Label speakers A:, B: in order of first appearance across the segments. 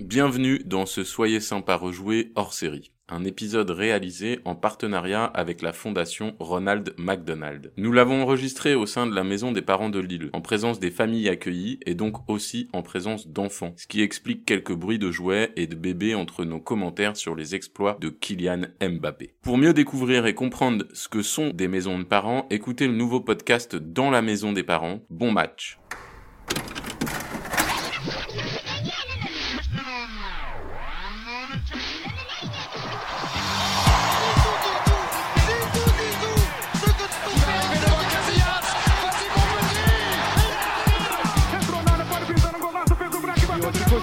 A: Bienvenue dans ce Soyez sympa rejoué hors série, un épisode réalisé en partenariat avec la fondation Ronald McDonald. Nous l'avons enregistré au sein de la maison des parents de Lille, en présence des familles accueillies et donc aussi en présence d'enfants, ce qui explique quelques bruits de jouets et de bébés entre nos commentaires sur les exploits de Kylian Mbappé. Pour mieux découvrir et comprendre ce que sont des maisons de parents, écoutez le nouveau podcast Dans la maison des parents. Bon match.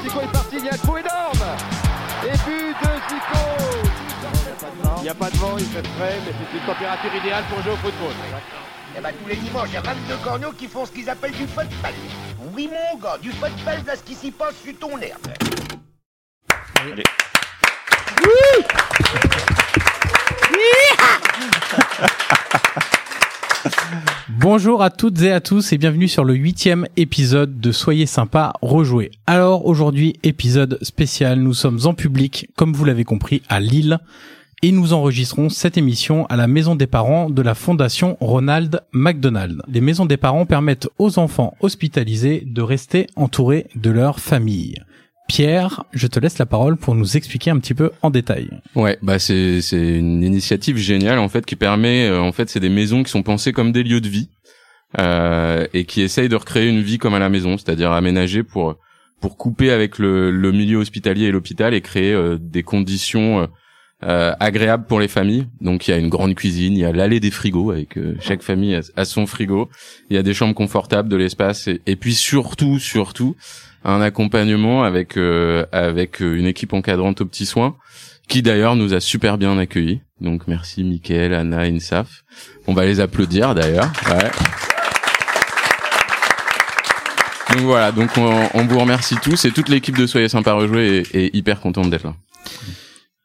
B: Zico est parti, il y a un trou énorme Et but de Zico Il n'y a pas de vent, il fait frais, mais c'est une température idéale pour jouer au football.
C: Eh ben, tous les dimanches, il y a 22 corneaux qui font ce qu'ils appellent du football. Oui, mon gars, du football, là, ce qui s'y passe, sur ton herbe.
D: Bonjour à toutes et à tous et bienvenue sur le huitième épisode de Soyez sympa, rejouez. Alors aujourd'hui, épisode spécial, nous sommes en public, comme vous l'avez compris, à Lille et nous enregistrons cette émission à la maison des parents de la fondation Ronald McDonald. Les maisons des parents permettent aux enfants hospitalisés de rester entourés de leur famille. Pierre, je te laisse la parole pour nous expliquer un petit peu en détail.
E: Ouais, bah c'est c'est une initiative géniale en fait qui permet euh, en fait c'est des maisons qui sont pensées comme des lieux de vie euh, et qui essayent de recréer une vie comme à la maison, c'est-à-dire aménager pour pour couper avec le, le milieu hospitalier et l'hôpital et créer euh, des conditions euh, euh, agréables pour les familles. Donc il y a une grande cuisine, il y a l'allée des frigos avec euh, chaque famille a, a son frigo, il y a des chambres confortables, de l'espace et, et puis surtout surtout un accompagnement avec euh, avec euh, une équipe encadrante aux petits soins qui d'ailleurs nous a super bien accueillis. Donc merci Mickaël, Anna, Insaf. On va les applaudir d'ailleurs. Ouais. Donc voilà, donc on, on vous remercie tous et toute l'équipe de Soyez Sympa Rejouer est, est hyper contente d'être là.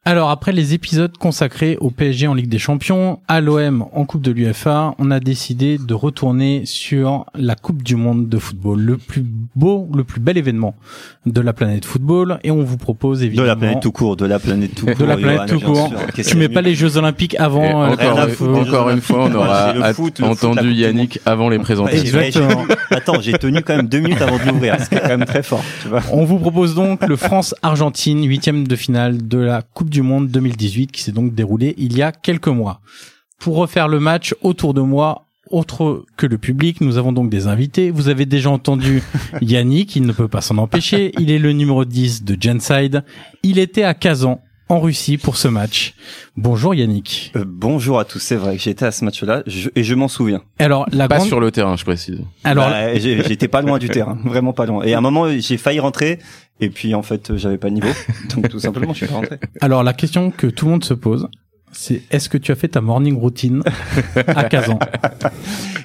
D: Alors après les épisodes consacrés au PSG en Ligue des Champions, à l'OM en Coupe de l'UFA, on a décidé de retourner sur la Coupe du Monde de football, le plus beau, le plus bel événement de la planète football, et on vous propose
F: De
D: évidemment
F: la planète tout court, de la planète tout court.
D: de la
F: Johan,
D: planète tout
F: bien
D: court.
F: sûr. Qu'est-ce
D: Tu
F: qu'il y
D: mets
F: a
D: pas
F: de mieux
D: les Jeux Olympiques
E: Et
D: avant. euh,
E: encore,
F: rien à
E: euh,
F: foutre des Jeux
E: encore une
F: Olympiques.
E: fois, on
F: Moi,
E: aura
F: j'ai le
E: at-
F: foot, le foot, la
E: entendu
F: Coupe du
E: Yannick avant les
F: Ouais,
E: présentations.
F: c'est vrai, j'ai-
D: Exactement.
F: Attends, j'ai tenu quand même deux minutes avant de l'ouvrir, ce qui est quand même très fort, tu vois.
D: On vous propose donc le France-Argentine, huitième de finale de la Coupe du Monde 2018, qui s'est donc déroulée il y a quelques mois. Pour refaire le match autour de moi, autre que le public, nous avons donc des invités. Vous avez déjà entendu Yannick, il ne peut pas s'en empêcher. Il est le numéro 10 de Genside. Il était à Kazan, en Russie, pour ce match. Bonjour Yannick.
F: Euh, bonjour à tous, c'est vrai que j'étais à ce match-là je- et je m'en souviens.
D: Alors, la
E: Pas
D: grande...
E: sur le terrain, je précise.
D: Alors,
F: Bah, j'ai- j'étais pas loin du terrain, vraiment pas loin. Et à un moment, j'ai failli rentrer et puis en fait, euh, j'avais pas le niveau. Donc tout simplement, je suis pas rentré.
E: euh,
D: alors, la question que tout le monde se pose, c'est est-ce que tu as fait ta morning routine à Kazan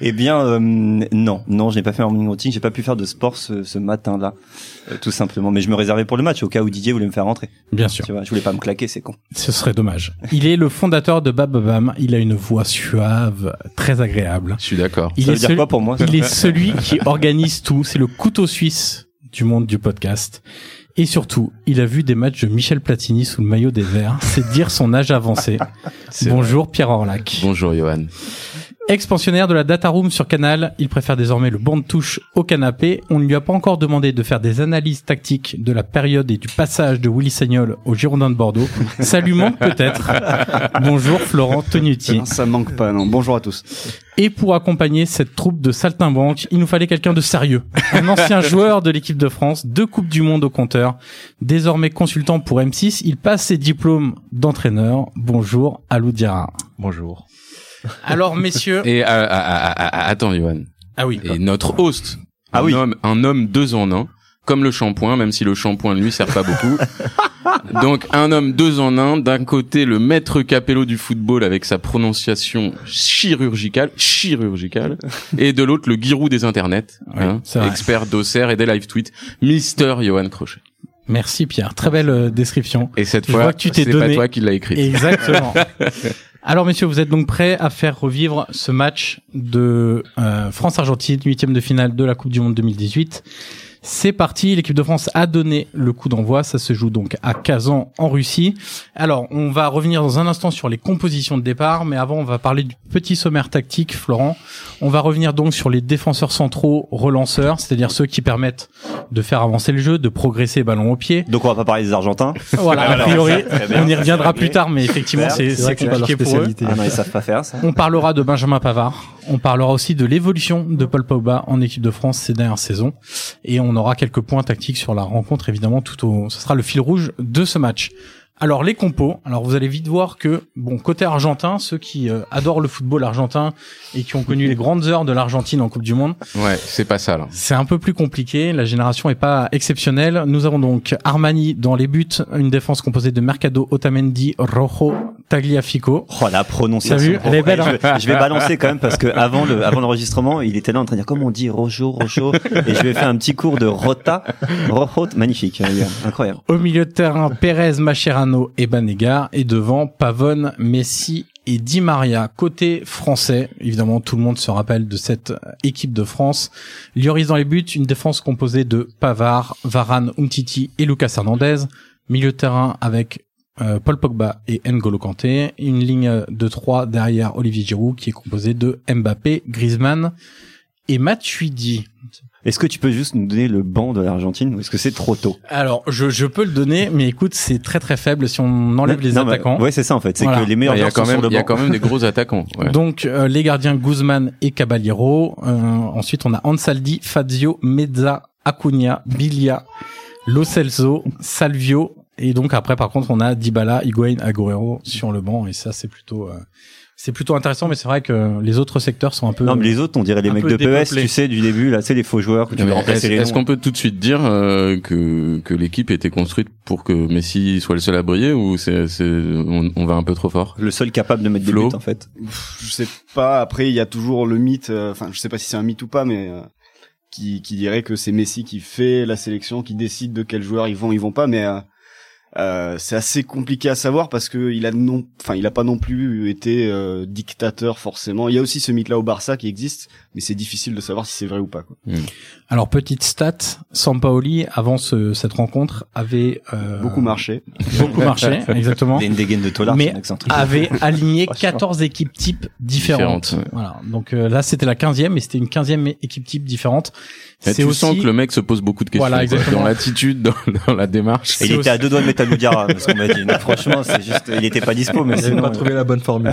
F: Eh bien euh, non, non, je n'ai pas fait un morning routine, j'ai pas pu faire de sport ce, ce matin-là, euh, tout simplement, mais je me réservais pour le match au cas où Didier voulait me faire rentrer.
D: Bien sûr.
F: Tu vois, je voulais pas me claquer, c'est con.
D: Ce serait dommage. Il est le fondateur de Bababam. Il a une voix suave, très agréable.
E: Je suis d'accord.
D: Il
F: ça
D: est,
F: veut dire
D: celui-
F: quoi pour moi ça
D: il est celui qui organise tout. C'est le couteau suisse du monde du podcast. Et surtout, il a vu des matchs de Michel Platini sous le maillot des Verts. C'est dire son âge avancé.
E: C'est vrai.
D: Bonjour Pierre Orlac.
E: Bonjour Johan.
D: Expansionnaire de la data room sur Canal, il préfère désormais le banc de touche au canapé. On ne lui a pas encore demandé de faire des analyses tactiques de la période et du passage de Willy Sagnol au Girondin de Bordeaux. Ça lui manque peut-être. Bonjour Florent Tonuti.
G: Ça manque pas, non. Bonjour à tous.
D: Et pour accompagner cette troupe de saltimbanques, il nous fallait quelqu'un de sérieux. Un ancien joueur de l'équipe de France, deux Coupes du Monde au compteur. Désormais consultant pour M6, il passe ses diplômes d'entraîneur. Bonjour Alou Diarra.
G: Bonjour.
D: Alors messieurs...
E: Et euh, ah, ah, ah, ah, attends Johan.
D: Ah oui.
E: Et notre host,
F: Ah
E: un
F: oui.
E: homme, un homme deux en un, comme le shampoing, même si le shampoing lui sert pas beaucoup. Donc un homme deux en un, d'un côté le maître Capello du football avec sa prononciation chirurgicale, chirurgicale, et de l'autre le Giroud des internets,
D: Oui,
E: hein,
D: c'est vrai.
E: expert d'Auxerre et des live tweets, Mister Johan Crochet.
D: Merci Pierre. Très belle euh, description.
E: Et cette
D: Je
E: fois,
D: vois que tu t'es
E: c'est pas
D: donné.
E: toi qui l'as écrit.
D: Exactement. Alors messieurs, vous êtes donc prêts à faire revivre ce match de euh, France-Argentine, huitième de finale de la Coupe du Monde 2018. C'est parti, l'équipe de France a donné le coup d'envoi, ça se joue donc à Kazan en Russie. Alors, on va revenir dans un instant sur les compositions de départ, mais avant on va parler du petit sommaire tactique, Florent. On va revenir donc sur les défenseurs centraux relanceurs, c'est-à-dire ceux qui permettent de faire avancer le jeu, de progresser ballon au pied.
F: Donc on va pas parler des Argentins.
D: Voilà, a
F: Alors,
D: priori,
F: Ah, ça, très bien,
D: on y
F: ça,
D: reviendra
F: c'est
D: plus
F: réglé.
D: tard, mais effectivement,
F: Super.
D: c'est c'est compliqué pour eux.
F: Ah non, ils savent pas faire ça.
D: On parlera de Benjamin Pavard. On parlera aussi de l'évolution de Paul Pogba en équipe de France ces dernières saisons. Et on aura quelques points tactiques sur la rencontre, évidemment, tout au, ce sera le fil rouge de ce match. Alors, les compos. Alors, vous allez vite voir que, bon, côté argentin, ceux qui euh, adorent le football argentin et qui ont connu les grandes heures de l'Argentine en Coupe du Monde,
E: Ouais, c'est pas ça là.
D: c'est un peu plus compliqué, la génération est pas exceptionnelle. Nous avons donc Armani dans les buts, une défense composée de Mercado, Otamendi, Rojo, Tagliafico.
F: Oh la prononciation.
D: T'as vu Elle est belle, hein.
F: je, vais- je vais balancer quand même parce que avant le avant l'enregistrement, il était là en train de dire comment on dit Rojo Rojo et je vais faire un petit cours de Rota Rojo magnifique euh, Yann. incroyable.
D: Au milieu de terrain, Pérez, Macherano et Banega. Et devant, Pavone, Messi et Di Maria. Côté français, évidemment, tout le monde se rappelle de cette euh, équipe de France. Lloris dans les buts, une défense composée de Pavard, Varane, Umtiti et Lucas Hernandez. Milieu de terrain avec euh, Paul Pogba et N'Golo Kanté. Une ligne de 3 derrière Olivier Giroud qui est composée de Mbappé, Griezmann et Matuidi.
F: Est-ce que tu peux juste nous donner le banc de l'Argentine ou est-ce que c'est trop tôt
D: Alors, je, je peux le donner, mais écoute, c'est très très faible si on enlève les
F: Non, mais-
D: attaquants.
F: Ouais, c'est ça en fait, c'est
D: Voilà.
F: que les meilleurs
E: Bah, Il y a
F: joueurs sont
E: quand même,
F: sur le
E: il y a
F: banc.
E: quand même des gros attaquants. ouais.
D: Donc euh, les gardiens Guzman et Caballero. Euh, ensuite on a Ansaldi, Fazio, Mezza, Acuna, Bilia, Lo Celso, Salvio. Et donc après par contre on a Dybala, Higuain, Agüero sur le banc. Et ça c'est plutôt euh, c'est plutôt intéressant. Mais c'est vrai que les autres secteurs sont un peu.
F: Non, mais les autres, on dirait les
D: Un
F: mecs
D: peu
F: de PES,
D: dépeuplés.
F: tu sais, du début, là, c'est les faux joueurs que tu
E: Mais
F: veux remplacer hein
E: Est-ce
F: les
E: est-ce
F: noms.
E: qu'on peut tout de suite dire euh, que que l'équipe était construite pour que Messi soit le seul à briller ou c'est c'est- on, on va un peu trop fort
F: Le seul capable de mettre des
E: Flo.
F: buts, en fait.
G: Pff, Je sais pas. Après, il y a toujours le mythe. euh, Enfin, je sais pas si c'est un mythe ou pas, mais euh, qui, qui dirait que c'est Messi qui fait la sélection, qui décide de quels joueurs ils vont, ils vont pas. Mais euh, euh, c'est assez compliqué à savoir parce que il a non, enfin, il a pas non plus été euh, dictateur forcément. Il y a aussi ce mythe-là au Barça qui existe, mais c'est difficile de savoir si c'est vrai ou pas. Quoi.
D: Alors petite stat, Sampaoli avant ce- cette rencontre avait euh,
G: Beaucoup marché.
D: beaucoup marché exactement.
F: Il y a une dégaine de Tolar,
D: Mais
F: son accent.
D: avait aligné
F: Franchement.
D: 14 équipes types différentes.
E: Différentes, ouais.
D: Voilà. Donc euh, là, c'était la 15e et c'était une 15e équipe type différente.
E: Et
D: C'est
E: Tu sens
D: aussi
E: que le mec se pose beaucoup de questions
D: Voilà,
E: quoi,
D: exactement.
E: dans l'attitude, dans, dans la démarche.
F: Et
D: c'est
F: il
D: aussi-
F: était à deux doigts de mettre à Ludiara, parce qu'on m'a dit. Non, franchement, c'est juste, il était pas dispo, mais
H: Ils
F: sinon.
H: n'avaient pas
F: euh,
H: trouvé la bonne formule.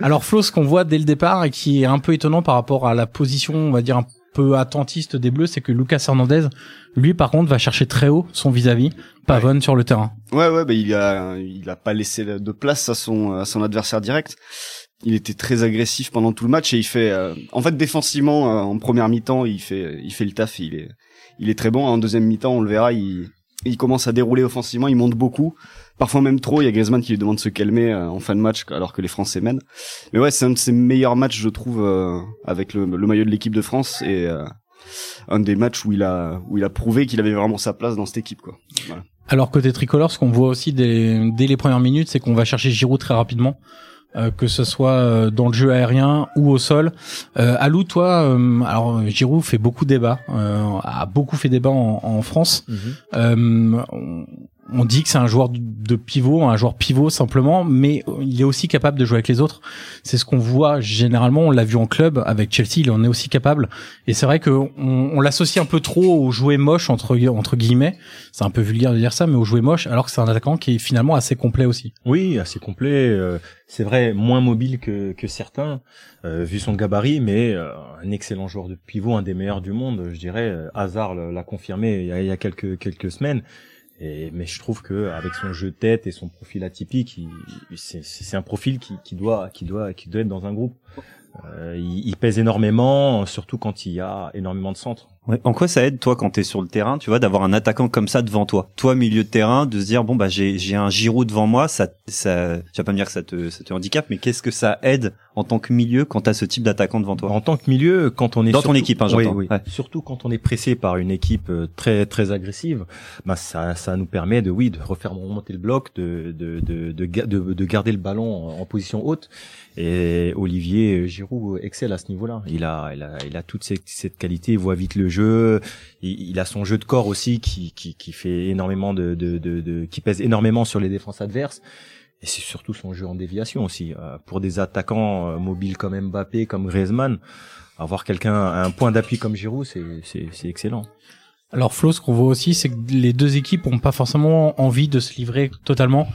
D: Alors Flo, ce qu'on voit dès le départ et qui est un peu étonnant par rapport à la position, on va dire un peu attentiste des Bleus, c'est que Lucas Hernandez, lui par contre, va chercher très haut son vis-à-vis, Pavone sur le terrain.
G: Ouais, ouais, bah, il a, il a pas laissé de place à son, à son adversaire direct. Il était très agressif pendant tout le match et il fait, euh, en fait, défensivement, euh, en première mi-temps, il fait, il fait le taf. Il est, il est très bon. En deuxième mi-temps, on le verra, il, il commence à dérouler offensivement. Il monte beaucoup, parfois même trop. Il y a Griezmann qui lui demande de se calmer euh, en fin de match alors que les Français mènent. Mais ouais, c'est un de ses meilleurs matchs, je trouve, euh, avec le, le maillot de l'équipe de France et euh, un des matchs où il a, où il a prouvé qu'il avait vraiment sa place dans cette équipe, quoi.
D: Alors côté tricolore, ce qu'on voit aussi dès, dès les premières minutes, c'est qu'on va chercher Giroud très rapidement, euh, que ce soit euh, dans le jeu aérien ou au sol. Euh, Alou, toi, euh, alors euh, Giroud fait beaucoup débat, euh, a beaucoup fait débat en, en France. Euh, on, on dit que c'est un joueur de, de pivot, un joueur pivot simplement, mais il est aussi capable de jouer avec les autres. C'est ce qu'on voit généralement. On l'a vu en club avec Chelsea, il en est aussi capable. Et c'est vrai que on, on l'associe un peu trop au jouer moche entre gu- entre guillemets. C'est un peu vulgaire de dire ça, mais au jouer moche, alors que c'est un attaquant qui est finalement assez complet aussi.
H: Oui, assez complet. euh, c'est vrai, moins mobile que, que certains, euh, vu son gabarit, mais euh, un excellent joueur de pivot, un des meilleurs du monde, je dirais. Euh, Hazard le- l'a confirmé il y a, il y a quelques, quelques semaines. Et, mais je trouve que avec son jeu de tête et son profil atypique, il- il- c'est- c'est c'est un profil qui, qui doit, qui doit, qui doit être dans un groupe. Euh, il, il pèse énormément, surtout quand il y a énormément de centres.
F: Ouais. En quoi ça aide toi quand t'es sur le terrain, tu vois, d'avoir un attaquant comme ça devant toi, toi milieu de terrain, de se dire bon bah j'ai j'ai un Giroud devant moi, ça ça, tu vas pas me dire que ça te ça te handicape, mais qu'est-ce que ça aide en tant que milieu quand t'as ce type d'attaquant devant toi
H: En tant que milieu, quand on est
F: Dans ton
H: surtout-
F: équipe, hein,
H: Oui,
F: j'entends.
H: oui.
F: Ouais.
H: Surtout quand on est pressé par une équipe euh, très très agressive, ben ça ça nous permet de oui de refaire remonter le bloc, de de de de, ga- de, de garder le ballon en, en position haute Et Olivier Giroud excelle à ce niveau-là. Il a, il a, il a toute cette, cette qualité. Il voit vite le jeu. Il, il a son jeu de corps aussi qui, qui, qui fait énormément de, de, de, de- qui pèse énormément sur les défenses adverses. Et c'est surtout son jeu en déviation aussi. Euh, pour des attaquants euh, mobiles comme Mbappé, comme Griezmann, avoir quelqu'un un point d'appui comme Giroud, c'est, c'est, c'est excellent.
D: Alors Flo, ce qu'on voit aussi, c'est que les deux équipes ont pas forcément envie de se livrer totalement.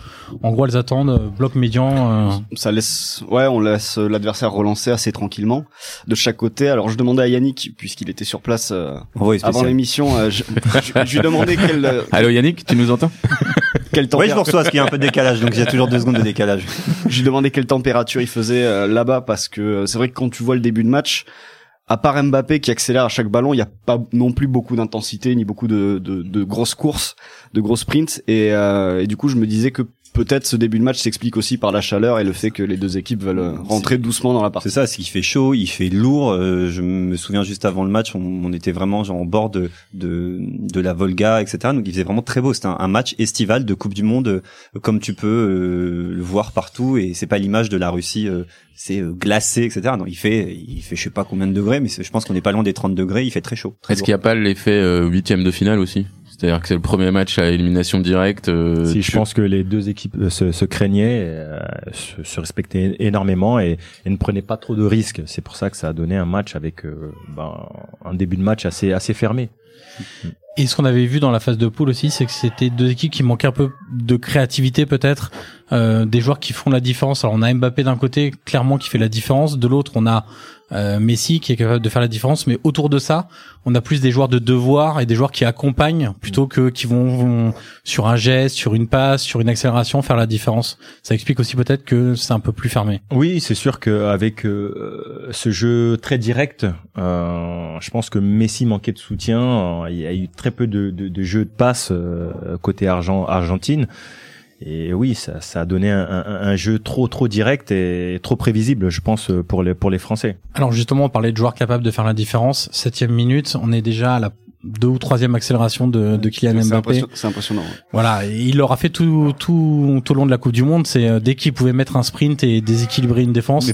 D: En gros, elles attendent euh, bloc médian. euh,
G: ça laisse ouais on laisse euh, l'adversaire relancer assez tranquillement de chaque côté alors je demandais à Yannick puisqu'il était sur place euh,
F: Envoyé
G: avant
F: spécial.
G: l'émission euh, je, je- je lui demandais quel euh,
E: Allô Yannick, tu nous entends
F: Oui, je
G: quelle température
F: vous reçois, parce qu'il y a un peu de décalage, donc il y a toujours deux secondes de décalage.
G: je lui demandais quelle température il faisait euh, là-bas parce que euh, c'est vrai que quand tu vois le début de match à part Mbappé qui accélère à chaque ballon, il n'y a pas non plus beaucoup d'intensité ni beaucoup de, de, de grosses courses, de gros sprints. Et, euh, et du coup, je me disais que peut-être ce début de match s'explique aussi par la chaleur et le fait que les deux équipes veulent euh, rentrer doucement dans la partie.
F: C'est ça, c'est qu'il fait chaud, il fait lourd. euh, je me souviens juste avant le match, on, on était vraiment genre en bord de, de de la Volga, etc. Donc il faisait vraiment très beau. C'était un, un match estival de Coupe du Monde, euh, comme tu peux euh, le voir partout. Et c'est pas l'image de la Russie, euh, c'est euh, glacé, etc. Non, il fait il fait je sais pas combien de degrés, mais c'est- je pense qu'on est pas loin des 30 degrés. Il fait très chaud. Très
E: Est-ce
F: lourd.
E: qu'il n'y a pas l'effet euh, huitième de finale aussi C'est-à-dire que c'est le premier match à élimination directe. euh,
H: si
E: tu-
H: je pense que les deux équipes euh, se, se craignaient, euh, se, se respectaient énormément et, et ne prenaient pas trop de risques. C'est pour ça que ça a donné un match avec euh, ben, un début de match assez assez fermé.
D: Et ce qu'on avait vu dans la phase de poule aussi, c'est que c'était deux équipes qui manquaient un peu de créativité peut-être, euh, des joueurs qui font la différence. Alors on a Mbappé d'un côté, clairement qui fait la différence, de l'autre on a euh, Messi qui est capable de faire la différence, mais autour de ça, on a plus des joueurs de devoir et des joueurs qui accompagnent plutôt que qui vont, vont sur un geste, sur une passe, sur une accélération faire la différence. Ça explique aussi peut-être que c'est un peu plus fermé.
H: Oui, c'est sûr qu'avec ce jeu très direct, euh, je pense que Messi manquait de soutien. Euh, Il y a eu très peu de, de, de jeux de passe euh, côté argent, Argentine. Et oui, ça, ça a donné un, un- un jeu trop trop direct et trop prévisible, je pense, pour les pour les Français.
D: Alors justement, on parlait de joueurs capables de faire la différence. Septième minute, on est déjà à la deux ou troisième accélération de, de Kylian
G: C'est
D: Mbappé.
G: impression- C'est impressionnant. ouais.
D: Voilà, et il l'aura fait tout, tout, tout au long de la Coupe du Monde. C'est euh, dès qu'il pouvait mettre un sprint et déséquilibrer une défense.
F: Mais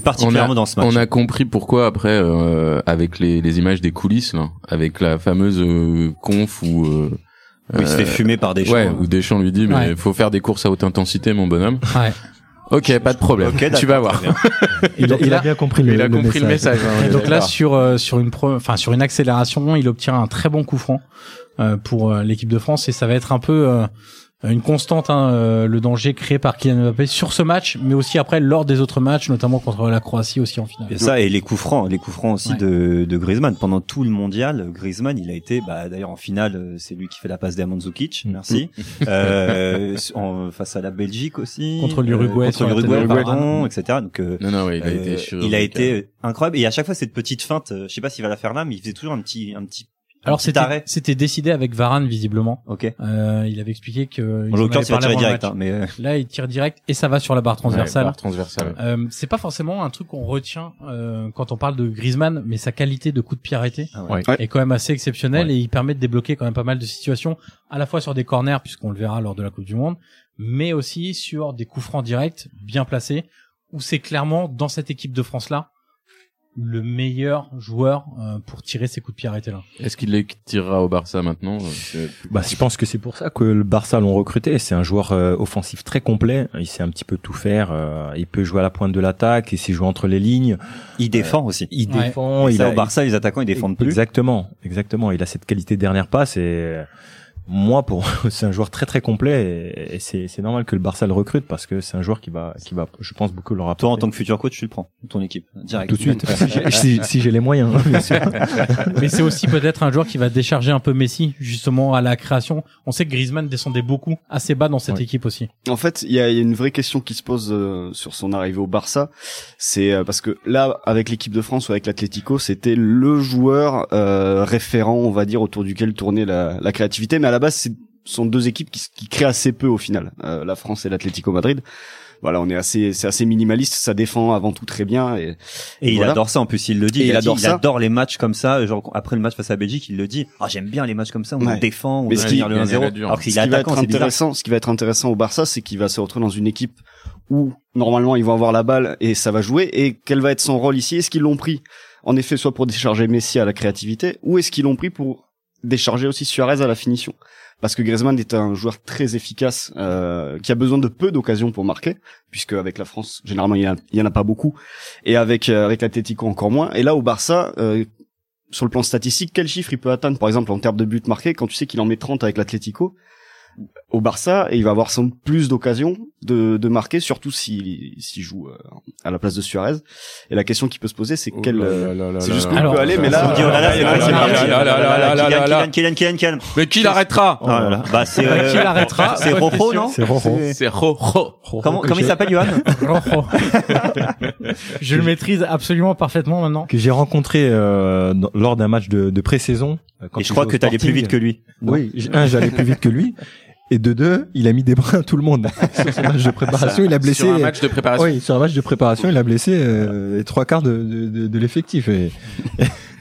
E: on
F: particulièrement
E: a-
F: dans ce match.
E: On a compris pourquoi après euh, avec les, les images des coulisses, là, avec la fameuse euh, conf où, euh,
F: Où il se fait fumer par des
E: ouais,
F: gens. hein.
E: où Deschamps lui dit mais
D: hein. Ouais.
E: faut faire des courses à haute intensité mon bonhomme.
D: Ouais.
E: Ok, pas de problème.
F: Ok, d'accord,
E: tu vas
F: très
E: voir.
F: bien.
D: Il a- il a-
H: bien compris
E: Il a compris le message. hein, on
D: Et
E: est
D: donc là,
E: d'accord.
D: sur euh, sur une pre- enfin sur une accélération, il obtient un très bon coup franc euh, pour euh, l'équipe de France et ça va être un peu euh, une constante hein, euh, le danger créé par Kylian Mbappé sur ce match, mais aussi après lors des autres matchs, notamment contre la Croatie aussi en finale.
F: Il y a ça et les coups francs, les coups francs aussi
D: Ouais.
F: de, de Griezmann. Pendant tout le mondial, Griezmann, il a été, bah, d'ailleurs en finale, euh, c'est lui qui fait la passe d'Amandzukic, merci. Euh, en- face à la Belgique aussi.
D: Contre l'Uruguay,
F: Euh,
D: sur
F: contre
D: la tête
F: l'Uruguay,
D: de l'Uruguay.
F: pardon, etc. Donc, euh,
E: Non non, ouais, il a
F: euh,
E: été sur-
F: il a été euh, incroyable. Et à chaque fois, cette petite feinte, euh, je sais pas s'il va la faire là, mais il faisait toujours un petit, un petit.
D: Alors
F: petit
D: c'était
F: arrêt.
D: c'était décidé avec Varane visiblement.
F: Ok.
D: Euh, il avait expliqué que
F: En l'occurrence, il va tirer direct, hein, mais euh,
D: Là, il tire direct et ça va sur la barre
E: Ouais,
D: transversale.
E: barre transversale.
D: Euh, c'est pas forcément un truc qu'on retient euh, quand on parle de Griezmann, mais sa qualité de coup de pied arrêté
F: Ah
E: ouais.
G: Ouais.
D: est quand même assez exceptionnelle et il permet de débloquer quand même pas mal de situations, à la fois sur des corners puisqu'on le verra lors de la Coupe du Monde, mais aussi sur des coups francs directs bien placés où c'est clairement dans cette équipe de France là le meilleur joueur euh, pour tirer ces coups de pied arrêtés là.
E: Est-ce qu'il les tirera au Barça maintenant euh C'est-
H: Bah, je pense que c'est pour ça que le Barça l'ont recruté. C'est un joueur euh, offensif très complet. Il sait un petit peu tout faire. euh, il peut jouer à la pointe de l'attaque. Il sait jouer entre les lignes.
F: il défend aussi.
H: Il
D: Ouais.
H: défend.
F: Et
H: il
F: ça,
H: a-
F: au Barça, les attaquants, ils défendent plus.
H: Exactement, exactement. Il a cette qualité de dernière passe et euh, moi, pour c'est un joueur très très complet et, et c'est c'est normal que le Barça le recrute parce que c'est un joueur qui va qui va, je pense beaucoup leur apporter.
F: Toi, en tant que futur coach, tu le prends, ton équipe, direct.
H: tout de suite, si j'ai- si si j'ai les moyens. hein, bien sûr.
D: Mais c'est aussi peut-être un joueur qui va décharger un peu Messi justement à la création. On sait que Griezmann descendait beaucoup assez bas dans cette
H: Ouais.
D: équipe aussi.
G: En fait, il y a, il y a une vraie question qui se pose euh, sur son arrivée au Barça. C'est euh, parce que là, avec l'équipe de France ou avec l'Atlético, c'était le joueur euh, référent, on va dire, autour duquel tournait la, la créativité. Mais à la base, c'est ce sont deux équipes qui, s- qui créent assez peu au final, euh, la France et l'Atlético Madrid. voilà, on est assez, c'est assez minimaliste. Ça défend avant tout très bien. Et,
F: Et il
G: voilà.
F: adore ça en plus, il le dit.
G: Et
F: il,
G: il
F: a dit,
G: adore
F: il
G: ça.
F: adore les matchs comme ça. Genre après le match face à Belgique, il le dit. Ah j'aime bien les matchs comme ça. On
G: Ouais.
F: défend, on
G: Mais
F: va
G: ce qui-
F: venir le
E: il a
F: 1-0.
E: dur.
F: Alors qu'il
G: ce
F: est
G: qui va être
F: attaquant, c'est bizarre.
G: intéressant, ce qui va être intéressant au Barça, c'est qu'il va se retrouver dans une équipe où normalement ils vont avoir la balle et ça va jouer. Et quel va être son rôle ici Est-ce qu'ils l'ont pris en effet soit pour décharger Messi à la créativité, ou est-ce qu'ils l'ont pris pour décharger aussi Suarez à la finition Parce que Griezmann est un joueur très efficace euh, qui a besoin de peu d'occasions pour marquer, puisque avec la France généralement il y en a, il y en a pas beaucoup, et avec euh, avec l'Atlético encore moins. Et là au Barça. euh, sur le plan statistique, quel chiffre il peut atteindre, par exemple, en termes de buts marqués, quand tu sais qu'il en met 30 avec l'Atlético, au Barça et il va avoir sans doute plus d'occasions de, de marquer, surtout s'il s'il joue euh, à la place de Suarez. Et la question qui peut se poser, c'est
E: Oh
G: quel
E: là
G: euh,
E: là là là
G: c'est
E: là
G: jusqu'où
E: là.
G: on peut aller, mais là,
F: On dit, oh là là,
G: euh,
F: c'est
E: là
F: parti,
E: là
F: c'est
E: là là
F: parti.
E: là là là là là là.
F: Kylian, Kylian, Kylian, Kylian.
E: Mais qui l'arrêtera
F: Oh là là. Bah c'est
D: Qui
F: euh,
D: l'arrêtera
F: c'est
G: Ah,
D: Bonne
F: Rojo,
D: question.
F: non
H: C'est Roro.
E: C'est Ro Ro.
F: Comment comment il s'appelle Johan
D: Rojo. Je le maîtrise absolument parfaitement maintenant.
H: que j'ai rencontré euh, dans- lors d'un match de, de pré-saison. euh, quand
F: Et
H: il
F: je crois
H: jouait au
F: que t'allais plus
H: Sporting.
F: vite que lui.
H: Oui, j- un, j'allais plus vite que lui. Et de deux, il a mis des brins à tout le monde. Sur ce match de préparation, il a blessé.
E: Sur un match de
D: Ah,
E: préparation.
H: Oui, sur un match de préparation, il a blessé euh, les trois quarts de, de, de- de l'effectif. Et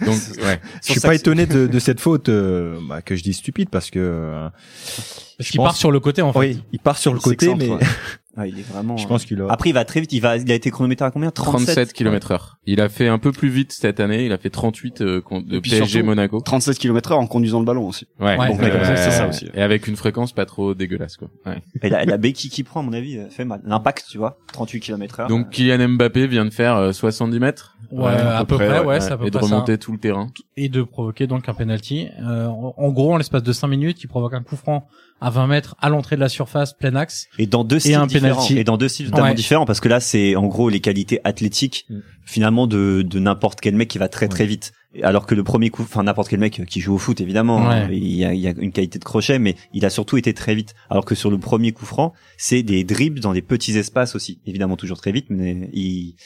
E: Donc ouais.
H: Je suis pas étonné de, de cette faute euh, bah, que je dis stupide parce que euh,
D: Parce
H: je
D: qu'il
H: pense-
D: part sur le côté en fait.
H: oui, il part sur le côté, mais
G: Ah,
F: Ouais, il est vraiment.
G: euh,
H: je pense qu'il a.
D: Ah.
F: Après il va très vite. Il va il a été chronométré à combien
E: 37 km heure. Il a fait un peu plus vite cette année. Il a fait 38 euh, contre le
G: Et puis
E: PSG
G: surtout-
E: Monaco.
G: 37 km heure en conduisant le ballon hein, aussi.
E: Ouais.
D: Ouais,
E: Donc,
D: ouais, ouais, c'est ça
G: aussi.
E: Et avec une fréquence pas trop dégueulasse quoi. Ouais.
F: Et la, la béquille qui prend, à mon avis, euh, fait mal. L'impact, tu vois, 38 km heure.
E: Donc Kylian Mbappé vient de faire euh, 70 mètres.
D: Ouais, à peu près, ouais, c'est à peu
E: Et de
D: près ça.
E: remonter tout le terrain.
D: Et de provoquer donc un penalty. Euh, en en gros, en l'espace de 5 minutes, il provoque un coup franc à 20 mètres à l'entrée de la surface, plein axe.
F: et dans deux styles
D: un
F: différents.
D: penalty.
F: Et dans deux styles totalement
D: Ouais.
F: différents, parce que là, c'est en gros les qualités athlétiques,
H: Mm.
F: finalement, de, de n'importe quel mec qui va très très vite. Et Alors que le premier coup, enfin n'importe quel mec qui joue au foot, évidemment,
D: Ouais.
F: hein, il, y a, il y a une qualité de crochet, mais il a surtout été très vite. Alors que sur le premier coup franc, c'est des dribbles dans des petits espaces aussi, évidemment toujours très vite, mais il...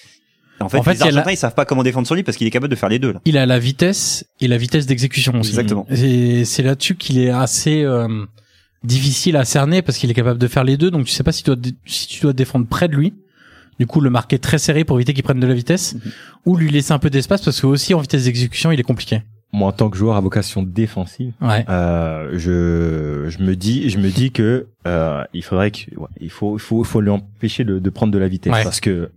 F: En fait,
D: En fait,
F: les
D: il y a la-
F: Argentins, ils savent pas comment défendre sur lui parce qu'il est capable de faire les deux là.
D: Il a la vitesse et la vitesse d'exécution aussi.
F: Exactement.
D: Et c'est là-dessus qu'il est assez euh, difficile à cerner parce qu'il est capable de faire les deux. Donc tu sais pas si tu dois, dé- si tu dois te défendre près de lui. Du coup, le marquer très serré pour éviter qu'il prenne de la vitesse
F: Mhm.
D: ou lui laisser un peu d'espace parce que aussi en vitesse d'exécution, il est compliqué.
H: Moi, en tant que joueur à vocation défensive,
D: Ouais.
H: euh, je je me dis je me dis que euh, il faudrait que ouais, il faut il faut il faut lui empêcher de, de prendre de la vitesse
D: Ouais.
H: parce que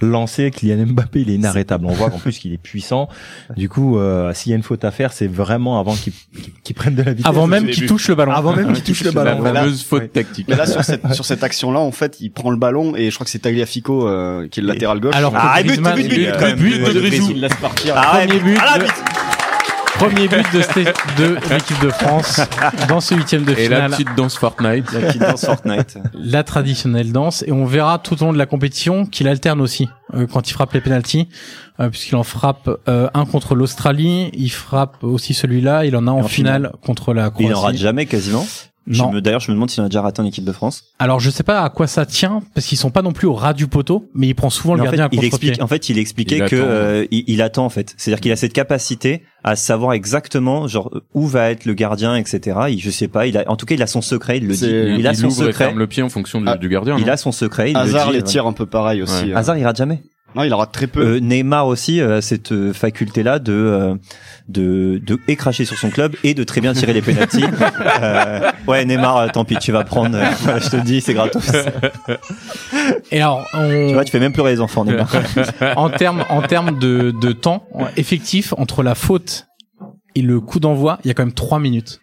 H: lancer Kylian Mbappé il est inarrêtable on voit en plus qu'il est puissant du coup euh, s'il y a une faute à faire c'est vraiment avant qu'il qu'il- qu'il prenne de la vitesse
D: Avant même
G: l'ai
D: qu'il
G: vu.
D: touche le ballon.
H: Ah, avant même qu'il touche le
E: La
H: ballon Voilà.
E: fameuse faute tactique.
G: Mais là, sur cette, sur cette action-là, en fait, il prend le ballon et je crois que c'est Tagliafico euh, qui est le latéral gauche.
D: Alors que
F: Ah, et but,
D: Griezmann-
F: but, but, but,
G: but,
F: quand même.
E: but de
F: Le- le
E: Grisou.
F: Grisou.
G: il laisse partir.
F: Ah, ouais,
D: Premier but
F: ah, la
D: de-
F: bite.
D: Premier but de, cette- de l'équipe de France dans ce huitième de
E: Et la
D: finale.
E: petite danse Fortnite.
F: La petite danse Fortnite.
D: la traditionnelle danse et on verra tout au long de la compétition qu'il alterne aussi euh, quand il frappe les pénalties puisqu'il en frappe euh, un contre l'Australie, il frappe aussi celui-là, il en a en,
F: en
D: finale, contre la Croatie.
F: Il en rate jamais quasiment. Je
D: Non.
F: me- D'ailleurs, je me demande s'il en a déjà raté en équipe de France.
D: Alors je sais pas à quoi ça tient parce qu'ils sont pas non plus au ras du poteau, mais il prend souvent
F: Mais
D: le
F: en fait,
D: gardien à
F: il
D: contre-pied.
F: explique, en fait, il expliquait
E: Il
F: que
E: attend.
F: euh, il, il attend en fait. C'est-à-dire qu'il a cette capacité à savoir exactement genre où va être le gardien, etc. Il, je sais pas. Il a, en tout cas, il a son secret. Il le dit.
G: C'est-
F: euh, Il, a son
E: ouvre et
F: secret.
E: ferme le pied en fonction du,
G: Ah,
E: du gardien.
F: Il
E: non
F: a son secret. Il
G: Hazard
F: le dit, euh,
G: les tire un peu pareil aussi.
E: Ouais.
G: euh.
F: Hazard, il rate jamais.
G: Non, il aura très peu.
F: Euh, Neymar aussi euh, cette euh, faculté-là de euh, de de et cracher sur son club et de très bien tirer les pénaltys. Euh, ouais, Neymar, euh, tant pis, tu vas prendre. euh, voilà, je te le dis, c'est gratos.
D: Et alors on-
F: hein. Tu vois, tu fais même pleurer les enfants, Neymar.
D: en termes en termes de, de temps effectif entre la faute et le coup d'envoi, il y a quand même trois minutes.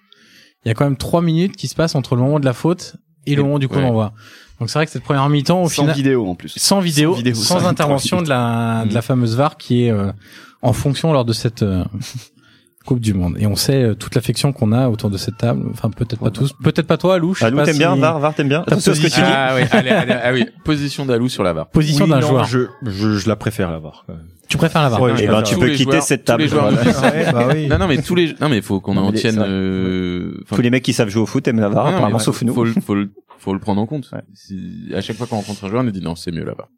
D: Il y a quand même trois minutes qui se passent entre le moment de la faute et le moment du coup
E: ouais.
D: d'envoi. Donc c'est vrai que cette première mi-temps au
G: sans
D: final
G: vidéo en plus.
D: sans vidéo,
G: Sans vidéo,
D: sans
G: sans
D: intervention de la de la fameuse VAR qui est euh, en fonction lors de cette euh, Coupe du Monde. Et on sait euh, toute l'affection qu'on a autour de cette table. Enfin peut-être pas tous, peut-être pas toi, Lou. je sais
F: Ah, nous,
D: pas
F: t'aimes
D: si-
F: bien, Var, Var, t'aimes bien. Attention à ce que tu dis.
E: Ah oui, allez, allez, ah oui, position d'Alou sur la barre.
D: Position
H: Oui,
D: d'un
H: non,
D: joueur.
H: je, je je la préfère la VAR
D: Tu préfères la VAR
H: Ouais,
F: Eh
H: je
F: ben,
H: préfère.
F: tu
E: Tous
F: peux
E: les
F: quitter
E: joueurs-
F: cette
E: tous
F: table.
E: les joueurs
F: Voilà.
E: nous disent ça.
H: bah oui
E: Non non mais tous les non mais faut qu'on
F: Non, mais
E: en
F: c'est
E: tienne
F: vrai.
E: euh, enfin,
F: Tous les mecs qui savent jouer au foot aiment la VAR,
E: non, non, mais
F: apparemment,
E: faut-
F: sauf nous.
E: Faut, le- faut, le- faut le prendre en compte. Si- à chaque fois qu'on rencontre un joueur, on nous dit non, c'est mieux là-bas.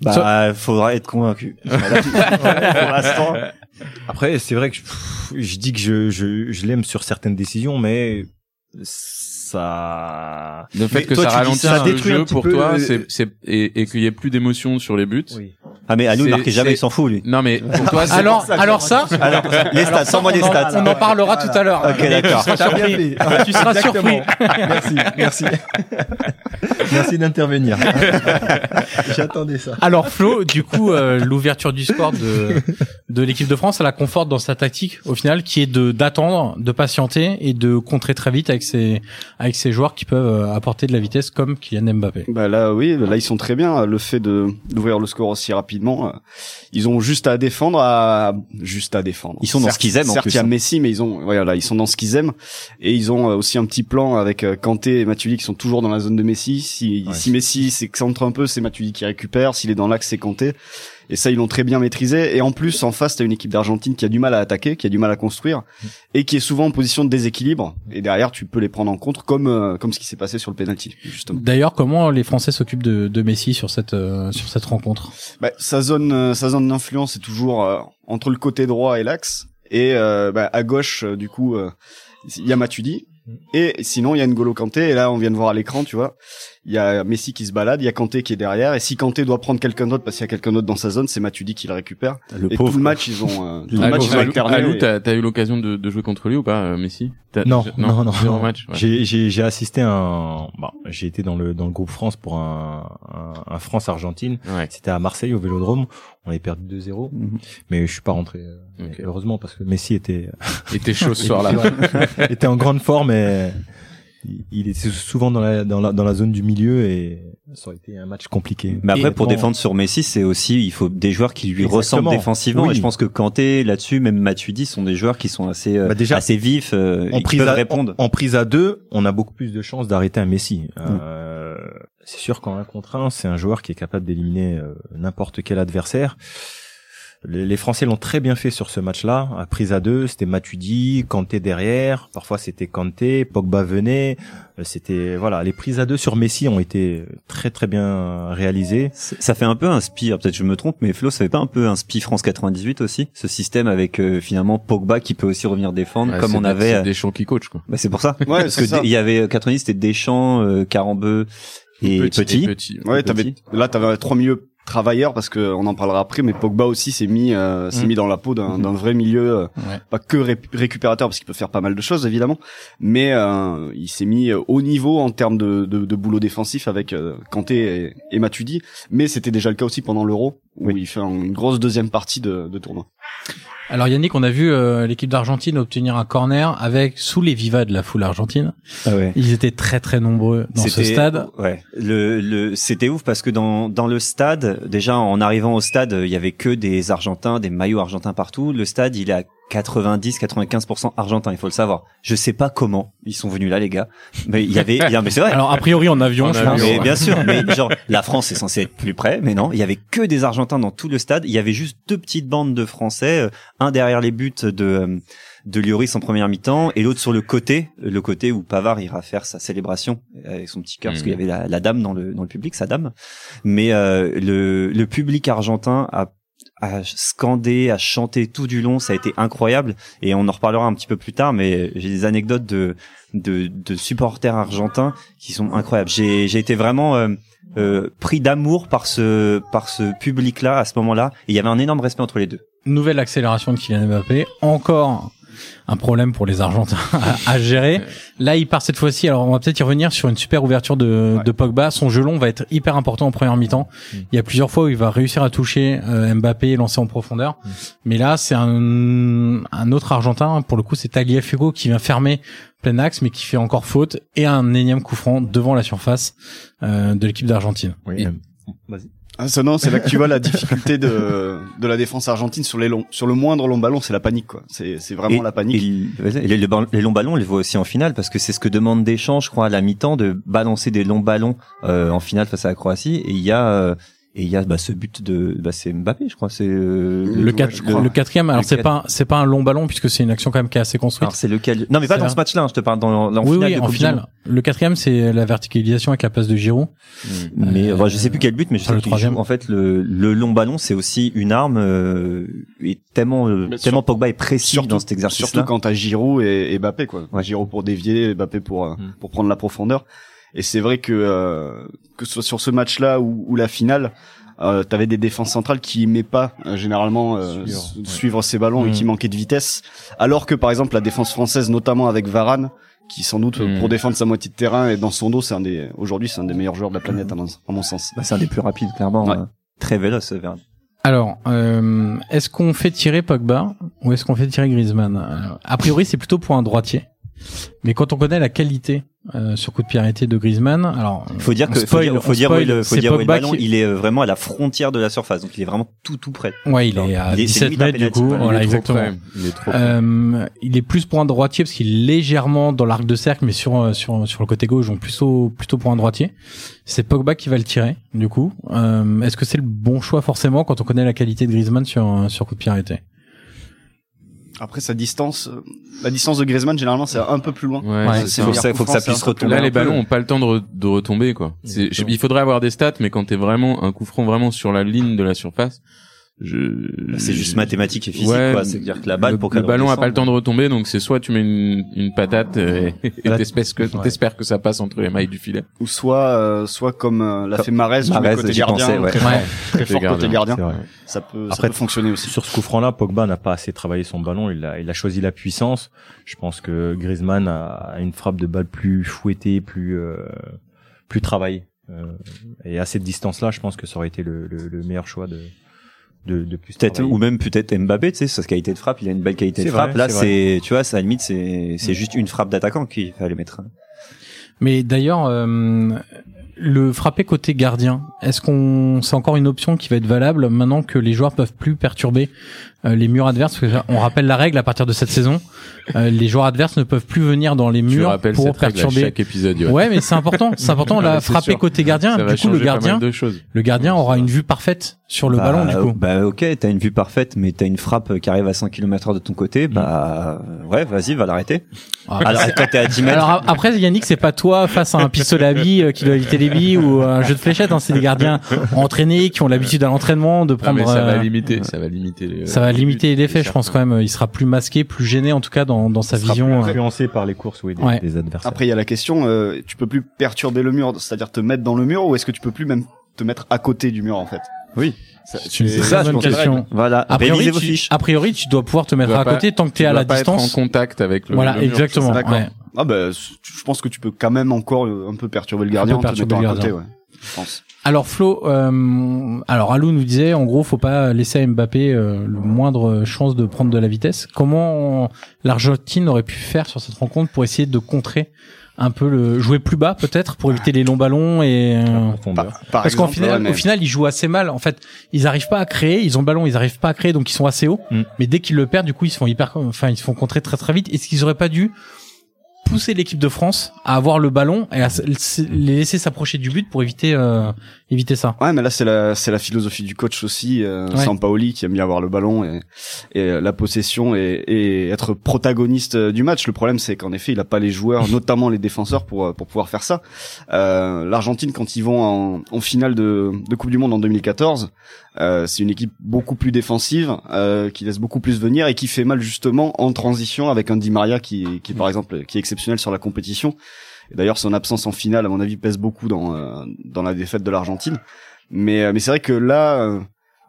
F: Bah, faudra être convaincu. Voilà, tu- Pour l'instant.
H: Après, c'est vrai que je, pff, je dis que je, je, je l'aime sur certaines décisions, mais ça
F: ça.
E: Le fait
F: Mais
E: que
F: toi,
E: ça
F: tu dis
E: ralentit
F: ça
E: un
F: détruit un
E: jeu
F: petit
E: pour
F: peu
E: toi
F: le-
E: c'est c'est et, et qu'il y ait plus d'émotion sur les buts.
H: Oui.
F: Ah mais à nous,
E: C'est-
F: marquez jamais,
E: c'est-
F: il s'en fout lui.
E: Non mais pour toi c'est
D: Alors, alors ça,
F: Alors, les stats, sans moi les
D: on en,
F: stats.
D: on en parlera tout à l'heure.
F: Ok,
D: Mais
F: d'accord.
D: Tu seras surpris. Tu seras surpris.
H: Merci, merci. merci d'intervenir. J'attendais ça.
D: Alors Flo, du coup, euh, l'ouverture du score de, de l'équipe de France, elle la conforte dans sa tactique au final, qui est de d'attendre, de patienter et de contrer très vite avec ses avec ses joueurs qui peuvent euh, apporter de la vitesse comme Kylian Mbappé.
G: Bah là, oui, là ils sont très bien. Le fait de d'ouvrir le score aussi rapidement, euh, ils ont juste à défendre, à juste à défendre.
F: Ils sont dans ce
G: Certes-
F: qu'ils aiment, en
G: Certes,
F: plus,
G: il y a
F: hein.
G: Messi, mais ils ont voilà, ils sont dans ce qu'ils aiment et ils ont euh, aussi un petit plan avec euh, Kanté et Matuidi qui sont toujours dans la zone de Messi. Si,
H: Ouais.
G: si Messi s'excentre un peu, c'est Matuidi qui récupère. S'il est dans l'axe, c'est Kanté. Et ça, ils l'ont très bien maîtrisé. Et en plus, en face, t'as une équipe d'Argentine qui a du mal à attaquer, qui a du mal à construire
F: Mm.
G: et qui est souvent en position de déséquilibre. Et derrière, tu peux les prendre en contre, comme euh, comme ce qui s'est passé sur le penalty justement.
D: D'ailleurs, comment les Français s'occupent de, de Messi sur cette euh, sur cette rencontre
G: Bah, sa zone, euh, sa zone d'influence est toujours euh, entre le côté droit et l'axe, et euh, bah, à gauche, euh, du coup, euh, il y a Matuidi. Et sinon, il y a N'Golo Kanté, et là, on vient de voir à l'écran, tu vois, il y a Messi qui se balade, il y a Kanté qui est derrière, et si Kanté doit prendre quelqu'un d'autre parce qu'il y a quelqu'un d'autre dans sa zone, c'est Matuidi qui le récupère.
F: Le
G: et tout le match, ils ont, euh, tout le
E: Alou-
G: match, ils ont
E: Alou-
G: alterné.
E: Alou, t'as t'as eu l'occasion de, de jouer contre lui ou pas, euh, Messi T'as-
H: Non,
E: je-
H: non, non.
E: zéro match. ouais.
H: J'ai- J'ai j'ai assisté à un. Bon, j'ai été dans le dans le groupe France pour un, un- un France Argentine.
E: Ouais.
H: C'était à Marseille au Vélodrome. On avait perdu 2-0,
F: Mhm.
H: mais je suis pas rentré. euh,
E: Ok.
H: Heureusement parce que Messi était
E: Et tes choses ce soir-là.
H: Ouais. était en grande forme et il- il était souvent dans la, dans la, dans la zone du milieu et ça aurait été un match compliqué.
F: Mais après, pour
H: Honnêtement,
F: défendre sur Messi, c'est aussi il faut des joueurs qui lui
H: Exactement.
F: ressemblent défensivement.
H: Oui.
F: Et je pense que Kanté là-dessus, même Matuidi, sont des joueurs qui sont assez euh,
H: Bah, déjà,
F: assez vifs. euh,
H: en
F: ils
H: prise,
F: peuvent
H: à,
F: répondre.
H: en prise à deux, on a beaucoup plus de chances d'arrêter un Messi.
F: Mm.
H: Euh, c'est sûr qu'en un contre un, c'est un joueur qui est capable d'éliminer euh, n'importe quel adversaire. Les les Français l'ont très bien fait sur ce match-là. À prise à deux, c'était Matuidi, Kanté derrière. Parfois, c'était Kanté, Pogba venait. Euh, C'était voilà, les prises à deux sur Messi ont été très très bien réalisées.
F: C'est- Ça fait un peu un spi. alors Peut-être je me trompe, mais Flo, ça fait pas un peu un spi France 98 aussi Ce système avec euh, finalement Pogba qui peut aussi revenir défendre,
E: Ouais,
F: comme
E: c'est
F: on
E: des-
F: avait.
E: c'est
F: euh,
E: des champs qui coach quoi.
F: bah, c'est pour ça.
G: Ouais,
F: Parce
G: c'est
F: que
G: ça.
F: il y avait euh, 90, c'était Deschamps, euh, Carambeu et Petit.
E: petit.
G: Ouais,
F: Petit.
G: t'avais, là, t'avais trois milieux travailleurs parce que on en parlera après, mais Pogba aussi s'est mis, euh, s'est
D: Mm.
G: mis dans la peau d'un, d'un vrai milieu, euh,
D: Ouais.
G: pas que ré- récupérateur parce qu'il peut faire pas mal de choses évidemment, mais euh, il s'est mis euh, au niveau en termes de, de, de boulot défensif avec euh, Kanté et, et Matuidi, mais c'était déjà le cas aussi pendant l'Euro où il fait un- une grosse deuxième partie de, de tournoi.
D: Alors Yannick, on a vu euh, l'équipe d'Argentine obtenir un corner avec sous les vivas de la foule argentine.
F: Ah ouais.
D: Ils étaient très très nombreux dans ce
F: C'était-
D: stade.
F: Ouais. Le, le, c'était ouf parce que dans, dans le stade, déjà en arrivant au stade, il y avait que des Argentins, des maillots argentins partout. Le stade, il est à 90-95% argentin, il faut le savoir. Je sais pas comment ils sont venus là, les gars. Mais il y avait, il y a- mais c'est vrai.
D: Alors a priori en avion,
E: En
D: je
E: avion,
D: pense.
F: mais
E: ouais.
F: bien sûr, mais genre la France est censée être plus près, mais non, il y avait que des Argentins dans tout le stade. Il y avait juste deux petites bandes de Français, euh, un derrière les buts de euh, de Lloris en première mi-temps et l'autre sur le côté, le côté où Pavard ira faire sa célébration avec son petit cœur parce
E: Mhm.
F: qu'il y avait la, la dame dans le dans le public, sa dame. Mais euh, le le public argentin a a scandé, a chanté tout du long, ça a été incroyable et on en reparlera un petit peu plus tard. Mais j'ai des anecdotes de de, de supporters argentins qui sont incroyables. J'ai, j'ai été vraiment euh, euh, pris d'amour par ce par ce public-là à ce moment-là. Et il y avait un énorme respect entre les deux.
D: Nouvelle accélération de Kylian Mbappé. Encore un problème pour les Argentins à, à gérer. Là, il part cette fois-ci. Alors, on va peut-être y revenir sur une super ouverture de, de Pogba. Son jeu long va être hyper important en première mi-temps.
H: Mm.
D: Il y a plusieurs fois où il va réussir à toucher euh, Mbappé et lancer en profondeur.
H: Mm.
D: Mais là, c'est un, un autre Argentin. Pour le coup, c'est Tagliafico qui vient fermer plein axe, mais qui fait encore faute et un énième coup franc devant la surface euh, de l'équipe d'Argentine.
H: Oui,
G: Ah ça non, c'est là que tu vois la difficulté de, de la défense argentine sur les longs, sur le moindre long ballon, c'est la panique quoi. C'est, c'est vraiment
F: Et-
G: la
F: Et
G: panique.
F: les, les ballons- les longs ballons, on les voit aussi en finale parce que c'est ce que demande Deschamps, je crois, à la mi-temps, de balancer des longs ballons euh, en finale face à la Croatie. Et il y a euh, Et il y a bah, ce but de bah, c'est Mbappé, je crois. C'est euh,
D: Le,
F: ouais,
D: quatre-
F: je crois.
D: le quatrième, alors
F: Le
D: c'est
F: quatre-
D: pas un- c'est pas un long ballon puisque c'est une action quand même qui est assez construite.
F: Alors, c'est lequel Non, mais pas
D: C'est
F: dans
D: là.
F: ce match-là. hein, je te parle dans dans- en
D: oui,
F: finale.
D: oui,
F: de
D: en
F: Coupe du
D: finale.
F: Monde.
D: Le quatrième, c'est la verticalisation avec la passe de Giroud.
F: Mais
D: Euh,
F: enfin, je sais plus quel but, mais je
D: enfin,
F: sais
D: le
F: qu'il
D: troisième.
F: joue- En fait, le, le long ballon, c'est aussi une arme. euh, et tellement euh,
G: Mais
F: tellement Pogba est précis
G: surtout-
F: dans cet exercice-là.
G: Surtout quand t'as Giroud et, et Mbappé quoi.
F: Ouais. Hmm.
G: Giroud pour dévier, Mbappé pour euh,
H: Mm.
G: pour prendre la profondeur. Et c'est vrai que euh, que ce soit sur ce match-là ou, ou la finale, euh, t'avais des défenses centrales qui aimaient pas euh, généralement euh,
H: Suivre,
G: su-
H: ouais.
G: suivre ces ballons
D: Mm.
G: et
F: Hmm.
G: qui manquaient de vitesse. Alors que par exemple la défense française, notamment avec Varane, qui sans doute
F: Hmm.
E: Mm.
G: pour défendre sa moitié de terrain et dans son dos, c'est un des aujourd'hui c'est un des meilleurs joueurs de la planète à mon, à mon sens.
F: Bah, c'est un des plus rapides, clairement.
G: Ouais.
F: euh, Très véloce, Verne.
D: Alors, euh, est-ce qu'on fait tirer Pogba ou est-ce qu'on fait tirer Griezmann Alors, A priori, c'est plutôt pour un droitier. Mais quand on connaît la qualité euh, sur coup de pied arrêté de Griezmann, alors
F: Il faut dire
D: on
F: que
D: spoil,
F: faut dire, faut
D: on
F: dire
D: spoil,
F: où il- faut
D: c'est
F: dire où est le
D: Pogba
F: ballon,
D: qui-
F: il est euh, vraiment à la frontière de la surface, donc il est vraiment tout tout près.
D: ouais, il est à
F: Il est-
D: 17
F: c'est limite un
D: mètres du
F: penalty,
D: coup,
F: quoi, il est
D: voilà
E: Il est trop
D: exactement.
E: près. Il est trop près.
D: Euh, il est plus pour un droitier parce qu'il est légèrement dans l'arc de cercle, mais sur euh, sur sur le côté gauche, donc plutôt plutôt pour un droitier. C'est Pogba qui va le tirer, du coup. Euh, Est-ce que c'est le bon choix forcément quand on connaît la qualité de Griezmann sur euh, sur coup de pied arrêté
G: Après sa distance, euh, la distance de Griezmann généralement c'est un peu plus loin.
E: Ouais,
D: Ouais,
E: c'est ça.
G: C'est un
F: Faut que ça-
G: meilleur
F: faut que
G: coup
F: ça
G: franc,
F: puisse
G: c'est un peu
F: retomber.
E: Là,
F: un
E: les
F: peu.
D: euh,
E: ballons ont pas le temps de, re- de retomber, quoi. C'est- je-
H: Exactement.
E: il faudrait avoir des stats, mais quand t'es vraiment un coup franc vraiment sur la ligne de la surface, je.
F: Bah, C'est juste mathématique et physique,
E: Ouais,
F: quoi. C'est-à-dire que la balle,
E: le,
F: pour
E: le
F: qu'elle
E: ballon a
F: redescende,
E: pas le temps de retomber, donc c'est soit tu mets une, une patate euh, et et
F: Là,
E: t'espèces que
F: ouais.
E: t'espères que ça passe entre les mailles du filet.
G: ou soit euh, soit comme euh, l'a
F: Comme
G: fait Marez du
F: Mahrez,
G: côté
F: j'y
G: gardien
F: pensais, ouais.
G: très,
D: Ouais.
G: très fort côté gardien
H: C'est vrai.
G: ça peut
H: Après,
G: ça peut fonctionner aussi
H: Sur ce coup franc-là, Pogba n'a pas assez travaillé son ballon. Il a, il a choisi la puissance. Je pense que Griezmann a une frappe de balle plus fouettée, plus, euh, plus travaillée. Euh, et à cette distance-là, je pense que ça aurait été le, le, le meilleur choix de, de, de plus
F: Peut-être,
H: travailler.
F: ou même peut-être Mbappé, tu sais, sa qualité de frappe, il a une belle qualité de
H: C'est vrai,
F: frappe. Là,
H: c'est
F: c'est, tu vois, ça, à la limite, c'est,
D: Mm.
F: c'est juste une frappe d'attaquant qu'il fallait mettre. hein.
D: Mais d'ailleurs, euh, le frapper côté gardien, est-ce qu'on c'est encore une option qui va être valable maintenant que les joueurs peuvent plus perturber euh, les murs adverses parce que ça, On rappelle la règle à partir de cette saison, euh, les joueurs adverses ne peuvent plus venir dans les
E: Tu
D: murs
E: rappelles
D: pour
E: cette règle à
D: perturber.
E: chaque épisode.
D: Ouais. mais c'est important, c'est important
E: Ouais,
D: la
E: Ah c'est
D: frapper
E: sûr.
D: côté gardien,
E: Ça va
D: du coup
E: changer
D: le
E: pas mal
D: gardien,
E: de choses.
D: le gardien
E: Ouais,
D: aura
E: c'est
D: une vue parfaite sur le
F: Bah,
D: ballon du
F: euh,
D: coup.
F: Bah, ok, t'as une vue parfaite, mais t'as une frappe qui arrive à 100 km de ton côté, bah, ouais, vas-y, va l'arrêter.
D: Mm. Ah,
F: Alors, quand t'es à 10 mètres.
D: Alors a- après Yannick, c'est pas toi face à un pistolet à billes euh, qui doit éviter les billes ou un jeu de fléchettes. Hein, c'est des gardiens entraînés qui ont l'habitude à l'entraînement de
E: Ah,
D: prendre.
E: mais ça
D: euh,
E: va limiter, ça va limiter les, euh,
D: ça va
E: les
D: limiter
E: buts,
D: l'effet, je pense quand même. Il sera plus masqué, plus gêné en tout cas dans, dans sa
H: Il sera
D: vision.
H: plus
D: euh.
H: influencé par les courses oui, des,
D: Ouais.
H: des adversaires.
G: après il y a la question euh, tu peux plus perturber le mur c'est-à-dire te mettre dans le mur ou est-ce que tu peux plus même te mettre à côté du mur en fait
D: C'est une
F: C'est
D: très
F: ça, je
D: bonne
F: pense que-
D: question.
F: Voilà,
D: A priori,
F: révisez vos
D: tu,
F: fiches.
D: a priori, tu dois pouvoir te mettre
E: dois
D: à
E: pas-
D: côté tant que
E: Tu
D: t'es à
E: dois
D: la
E: pas être
D: distance.
E: en contact avec le.
D: Voilà,
E: le mur,
D: exactement.
G: d'accord.
D: ouais.
G: ah bah je pense que tu peux quand même encore euh, un peu perturber le gardien
D: peu
G: en te
D: perturber
G: mettant
D: le
G: à côté
D: gardien.
G: ouais je pense
D: Alors Flo, euh, alors Alou nous disait en gros faut pas laisser à Mbappé euh, le moindre chance de prendre de la vitesse. Comment on- l'Argentine aurait pu faire sur cette rencontre pour essayer de contrer un peu le jouer plus bas peut-être pour éviter les longs ballons et euh,
H: La profondeur.
G: par, par
D: parce qu'en
G: exemple, ouais,
D: final,
G: mais
D: au final ils jouent assez mal en fait ils arrivent pas à créer ils ont le ballon ils arrivent pas à créer donc ils sont assez hauts
H: Mm.
D: mais dès qu'ils le perdent du coup ils se font hyper enfin ils se font contrer très très vite est-ce qu'ils auraient pas dû pousser l'équipe de France à avoir le ballon et à s- les laisser s'approcher du but pour éviter euh, éviter ça
G: Ouais, mais là c'est la c'est la philosophie du coach aussi, euh,
D: Ouais.
G: Sampaoli qui aime bien avoir le ballon et, et euh, la possession et, et être protagoniste euh, du match. Le problème c'est qu'en effet il a pas les joueurs, notamment les défenseurs pour euh, pour pouvoir faire ça. Euh, L'Argentine quand ils vont en, en finale de, de Coupe du Monde en 2014, euh, c'est une équipe beaucoup plus défensive, euh, qui laisse beaucoup plus venir et qui fait mal justement en transition avec un Di Maria qui qui par exemple qui est exceptionnel sur la compétition. Et D'ailleurs, son absence en finale, à mon avis, pèse beaucoup dans, euh, dans la défaite de l'Argentine. Mais, euh, mais c'est vrai que là, euh,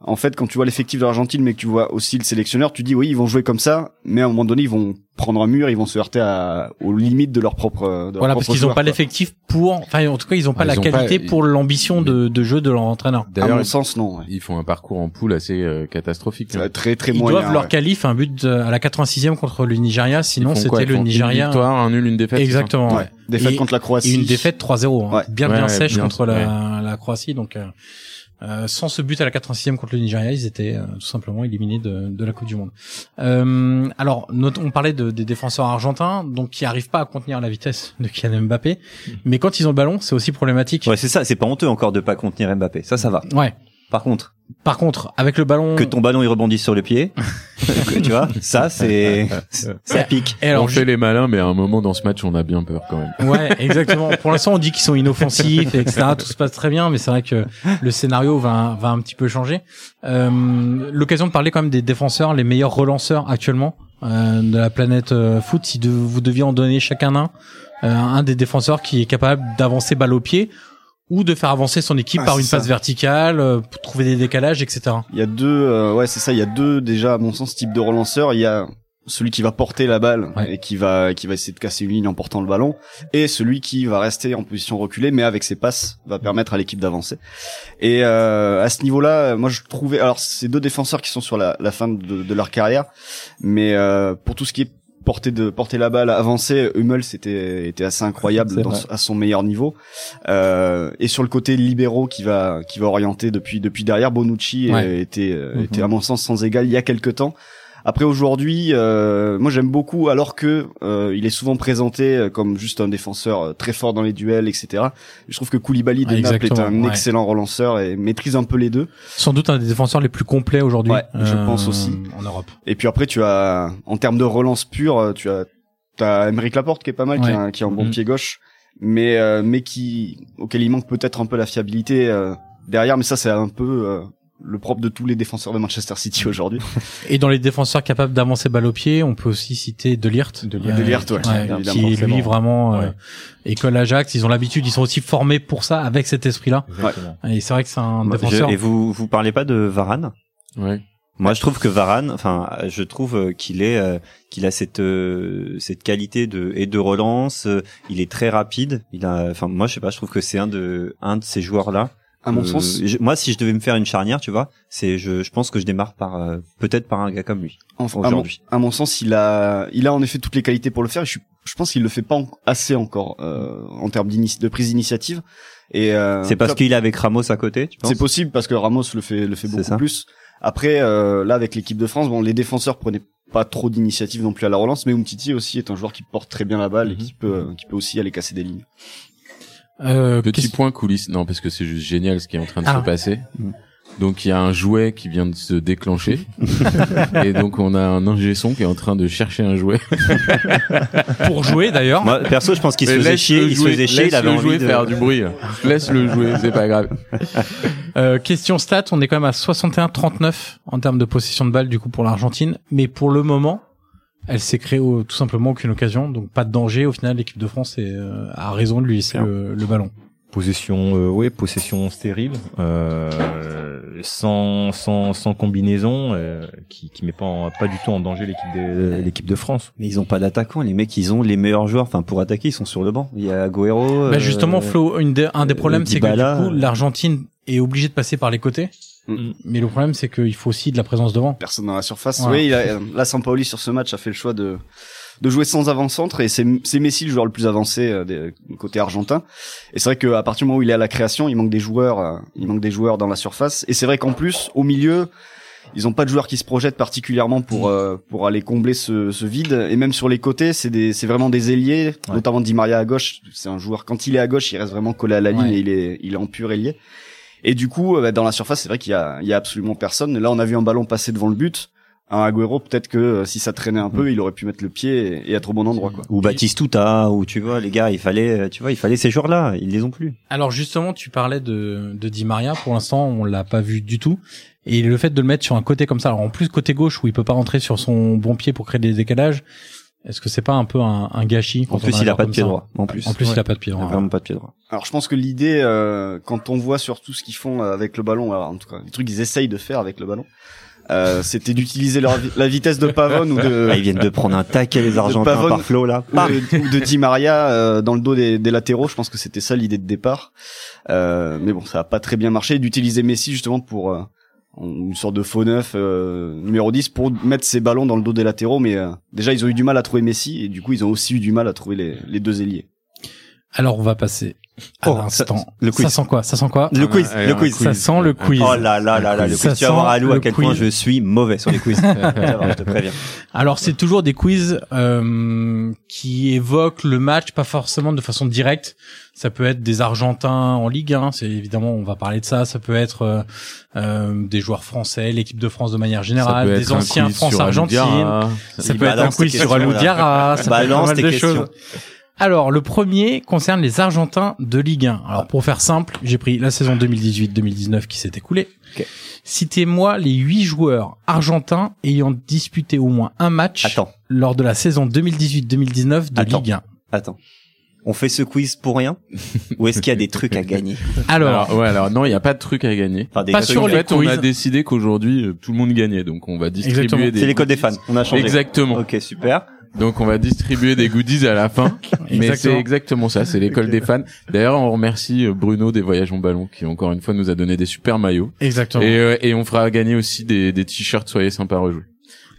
G: en fait, quand tu vois l'effectif de l'Argentine, mais que tu vois aussi le sélectionneur, tu dis oui, ils vont jouer comme ça, mais à un moment donné, ils vont prendre un mur, ils vont se heurter à, aux limites de leur propre. euh, De leur
D: voilà
G: propre
D: parce qu'ils ont
G: joueur,
D: pas
G: quoi.
D: l'effectif pour enfin en tout cas ils ont pas
E: Ah,
D: la
E: ils ont
D: qualité
E: pas-
D: pour l'ambition de, de jeu de leur entraîneur
E: D'ailleurs,
G: À mon
E: ils-
G: sens, non. ouais.
E: ils font un parcours en poule assez euh, catastrophique.
G: Ça va être Très très
D: ils
G: moyen.
D: doivent leur
G: ouais.
D: qualif un but euh, à la 86e contre le Nigeria sinon
E: Ils font quoi
D: c'était
E: Ils
D: le
E: font Une
D: Nigeria hein.
E: victoire, un nul, une défaite. c'est ça
D: exactement ouais.
G: Ouais. Défaite
D: Et-
G: contre la
D: et
G: Croatie.
D: une défaite 3-0 hein.
G: Ouais.
D: bien
E: Ouais,
D: bien
E: ouais,
D: sèche
E: bien,
D: contre la, la Croatie donc euh, euh, sans ce but à la 86e contre le Nigeria, ils étaient euh, tout simplement éliminés de, de la Coupe du Monde. Euh, alors, note- on parlait de- des défenseurs argentins, donc qui arrivent pas à contenir la vitesse de Kylian
F: Mm.
D: Mbappé, mais quand ils ont le ballon, c'est aussi problématique.
F: Ouais, c'est ça, c'est pas honteux encore de pas contenir Mbappé. Ça, ça va.
D: Ouais.
F: Par contre,
D: Par contre, avec le ballon.
F: que ton ballon il rebondisse sur le pied, que, tu vois, ça c'est ça pique.
D: Et alors,
E: on fait les malins, mais à un moment dans ce match, on a bien peur quand même.
D: Ouais, exactement. Pour l'instant, on dit qu'ils sont inoffensifs, etc. Tout se passe très bien, mais c'est vrai que le scénario va, va un petit peu changer. Euh, L'occasion de parler quand même des défenseurs, les meilleurs relanceurs actuellement euh, de la planète euh, foot. Si de- vous deviez en donner chacun un, euh, un des défenseurs qui est capable d'avancer balle au pied ou de faire avancer son équipe
G: Ah,
D: par
G: c'est
D: une
G: ça.
D: passe verticale, euh, pour trouver des décalages, etc.
G: Il y a deux, euh, ouais, c'est ça. Il y a deux déjà à mon sens type de relanceur. Il y a celui qui va porter la balle
D: Ouais.
G: et qui va qui va essayer de casser une ligne en portant le ballon, et celui qui va rester en position reculée, mais avec ses passes va permettre à l'équipe d'avancer. Et euh, à ce niveau-là, euh, moi je trouvais, alors c'est deux défenseurs qui sont sur la, la fin de, de leur carrière, mais euh, pour tout ce qui est porter de porter la balle, avancer, Hummel c'était était assez incroyable
H: C'est
G: dans
H: vrai.
G: son- à son meilleur niveau. Euh, et sur le côté libéraux qui va qui va orienter depuis depuis derrière Bonucci
D: Ouais.
G: euh, était euh,
H: Mhm.
G: était à mon sens sans égal il y a quelque temps. Après aujourd'hui, euh, moi j'aime beaucoup alors que euh, il est souvent présenté euh, comme juste un défenseur euh, très fort dans les duels, etc. Je trouve que Koulibaly
D: Ouais,
G: des Naples est un
D: exactement, ouais.
G: excellent relanceur et maîtrise un peu les deux.
D: Sans doute un des défenseurs les plus complets aujourd'hui. euh,
G: Ouais, je pense aussi.
D: En Europe.
G: Et puis après tu as en termes de relance pure, euh, tu as t'as Emeric Laporte qui est pas mal, qui,
D: Ouais. Mm-hmm.
G: a, un- qui a un bon
E: Mhm.
G: pied gauche, mais euh, mais qui auquel il manque peut-être un peu la fiabilité euh, derrière. Mais ça c'est un peu euh, le propre de tous les défenseurs de Manchester
D: Mm.
G: City aujourd'hui.
D: Et dans les défenseurs capables d'avancer balle au pied, on peut aussi citer De Ligt.
H: De
G: Ligt. De Ligt, ouais, évidemment,
D: qui
G: forcément.
D: lui vraiment euh,
H: Ouais.
D: école Ajax, ils ont l'habitude, ils sont aussi formés pour ça, avec cet esprit-là.
H: Exactement.
D: Et c'est vrai que c'est un
F: Moi, je-
D: défenseur.
F: et vous vous parlez pas de Varane
E: Ouais.
F: Moi, je trouve que Varane, enfin, je trouve euh, qu'il est, euh, qu'il a cette euh, cette qualité de et de relance. euh, Il est très rapide. Il a, enfin, moi, je sais pas, je trouve que c'est un de un de ces joueurs là.
G: À mon
F: Euh,
G: sens,
F: je- moi, si je devais me faire une charnière, tu vois, c'est je, je pense que je démarre par euh, peut-être par un gars comme lui.
G: Enfin, à, mon,
F: Aujourd'hui.
G: à mon sens, il a, il a en effet toutes les qualités pour le faire. et Je, suis- je pense qu'il le fait pas en- assez encore euh, en termes d'ini- de prise d'initiative. Et euh,
F: c'est parce
G: ça-
F: qu'il est avec Ramos à côté, tu penses
G: c'est possible parce que Ramos le fait, le fait
F: C'est
G: beaucoup
F: ça.
G: plus. Après, euh, là avec l'équipe de France, bon, les défenseurs prenaient pas trop d'initiative non plus à la relance, mais Umtiti aussi est un joueur qui porte très bien la balle et qui
F: Mhm.
G: peut, euh, qui peut aussi aller casser des lignes.
D: Euh,
E: Petit
D: qu'est-ce-
E: point coulisses. Non, parce que c'est juste génial ce qui est en train de
D: Ah.
E: se passer.
F: Mm.
E: Donc il y a un jouet qui vient de se déclencher et donc on a un ingé son qui est en train de chercher un jouet.
D: pour jouer d'ailleurs.
F: Moi, perso, je pense qu'il se
E: Mais
F: faisait
E: laisse
F: chier.
E: le
F: Il se
E: jouet-
F: faisait chier.
E: laisse
F: Il avait
E: le
F: envie
E: jouet
F: de
E: faire du bruit. Laisse le jouer, c'est pas grave.
D: Euh, question stat, on est quand même à 61-39 en termes de possession de balle du coup pour l'Argentine, mais pour le moment, elle s'est créée au- tout simplement aucune occasion, donc pas de danger. Au final, l'équipe de France est, euh, a raison de lui laisser
F: Bien.
D: le, le ballon.
H: Possession, euh, ouais, possession stérile, euh, sans, sans, sans combinaison, euh, qui, qui met pas, en- pas du tout en danger l'équipe de, l'équipe de France.
F: Mais ils ont pas d'attaquants. Les mecs, ils ont les meilleurs joueurs. Enfin, pour attaquer, ils sont sur le banc. Il y a Agüero.
D: Bah
F: euh,
D: justement, Flo, une des- un des
F: euh,
D: problèmes, c'est que
F: Dybala,
D: du coup,
F: euh.
D: l'Argentine est obligée de passer par les côtés.
G: Mm.
D: Mais le problème, c'est qu'il faut aussi de la présence devant.
G: Personne dans la surface.
D: Voilà.
G: Oui, il a- là, Sampaoli sur ce match a fait le choix de de jouer sans avant-centre et c'est c'est Messi le joueur le plus avancé euh, des- côté argentin. Et c'est vrai qu'à partir du moment où il est à la création, il manque des joueurs, euh, il manque des joueurs dans la surface. Et c'est vrai qu'en plus, au milieu, ils ont pas de joueurs qui se projettent particulièrement pour euh, pour aller combler ce, ce vide. Et même sur les côtés, c'est des c'est vraiment des ailiers,
H: Ouais.
G: notamment Di Maria à gauche. C'est un joueur quand il est à gauche, il reste vraiment collé à la ligne
D: Ouais.
G: et il est il est en pur ailier. Et du coup, euh, bah, dans la surface, c'est vrai qu'il y a il y a absolument personne. Là, on a vu un ballon passer devant le but. Un Agüero, peut-être que euh, si ça traînait un peu, il aurait pu mettre le pied et, et être au bon endroit, quoi.
F: ou Baptiste Touta ou tu vois les gars il fallait euh, tu vois il fallait ces joueurs là ils les ont plus
D: Alors justement, tu parlais de, de Di Maria. Pour l'instant, on l'a pas vu du tout. Et le fait de le mettre sur un côté comme ça, alors en plus côté gauche où il peut pas rentrer sur son bon pied pour créer des décalages, est-ce que c'est pas un peu un, un gâchis
F: en
D: quand on
F: plus
D: un
F: il a
D: joueur
F: pas de
D: comme
F: pied
D: ça
F: droit en plus
D: En plus,
F: Ouais.
D: il a pas de pied
F: il a
D: droit.
F: vraiment pas de pied droit
G: Alors je pense que l'idée, euh, quand on voit surtout ce qu'ils font euh, avec le ballon, alors, en tout cas les trucs qu'ils essayent de faire avec le ballon, euh, c'était d'utiliser leur vi- la vitesse de Pavone ou de,
F: Ah, ils viennent de prendre un taquet les argentins
G: Pavone-
F: par Flo là
G: ou de, ou de Di Maria euh, dans le dos des, des latéraux. Je pense que c'était ça l'idée de départ. Euh, mais bon, ça a pas très bien marché. D'utiliser Messi justement pour euh, une sorte de faux neuf euh, numéro 10 pour mettre ses ballons dans le dos des latéraux. Mais euh, déjà, ils ont eu du mal à trouver Messi et du coup, ils ont aussi eu du mal à trouver les, les deux ailiers.
D: Alors on va passer à
F: Oh,
D: l'instant.
F: ça- le quiz.
D: Ça sent quoi Ça sent quoi
F: Le quiz,
E: allez,
F: le
E: un
F: quiz.
D: Ça sent le quiz.
F: Oh là là là là, le
D: Ça
F: quiz. Tu vas voir
D: sent
F: à à
D: le
F: quel point
D: quiz.
F: je suis mauvais sur les quiz. Ça va, je te préviens.
D: Alors c'est toujours des quiz euh, qui évoquent le match, pas forcément de façon directe. Ça peut être des Argentins en Ligue 1, c'est évidemment on va parler de ça. Ça peut être euh, euh, des joueurs français, l'équipe de France de manière générale, des anciens France-Argentine. Ça
F: Il
D: peut être un
F: balance tes
D: quiz sur
F: questions,
D: Alou
F: là.
D: Diarra, ça peut être pas
F: Balance
D: mal
F: tes
D: de
F: questions.
D: choses. Alors le premier concerne les Argentins de Ligue 1. Alors pour faire simple, j'ai pris la saison 2018-2019 qui s'est écoulée.
F: Ok.
D: Citez-moi les huit joueurs argentins ayant disputé au moins un match
F: Attends,
D: lors de la saison 2018-2019 de
F: Attends.
D: Ligue 1.
F: attends. On fait ce quiz pour rien Ou est-ce qu'il y a des trucs à gagner
D: Alors,
E: Alors, ouais, alors non, il n'y a pas de truc à gagner.
F: Enfin, des
D: Pas
F: trucs-
D: sur
E: en
D: les
E: fait, on a
D: quiz.
E: décidé qu'aujourd'hui euh, tout le monde gagnait, donc on va distribuer
D: Exactement.
E: des.
F: C'est les codes des fans. On a changé.
E: Exactement.
F: Ok, super.
E: Donc on va distribuer des goodies à la fin. Mais c'est
D: Exactement.
E: exactement ça, c'est l'école des fans. D'ailleurs, on remercie euh, Bruno des Voyages en ballon qui encore une fois nous a donné des super maillots.
D: exactement.
E: Et, euh, et on fera gagner aussi des, des t-shirts, soyez sympa rejouer.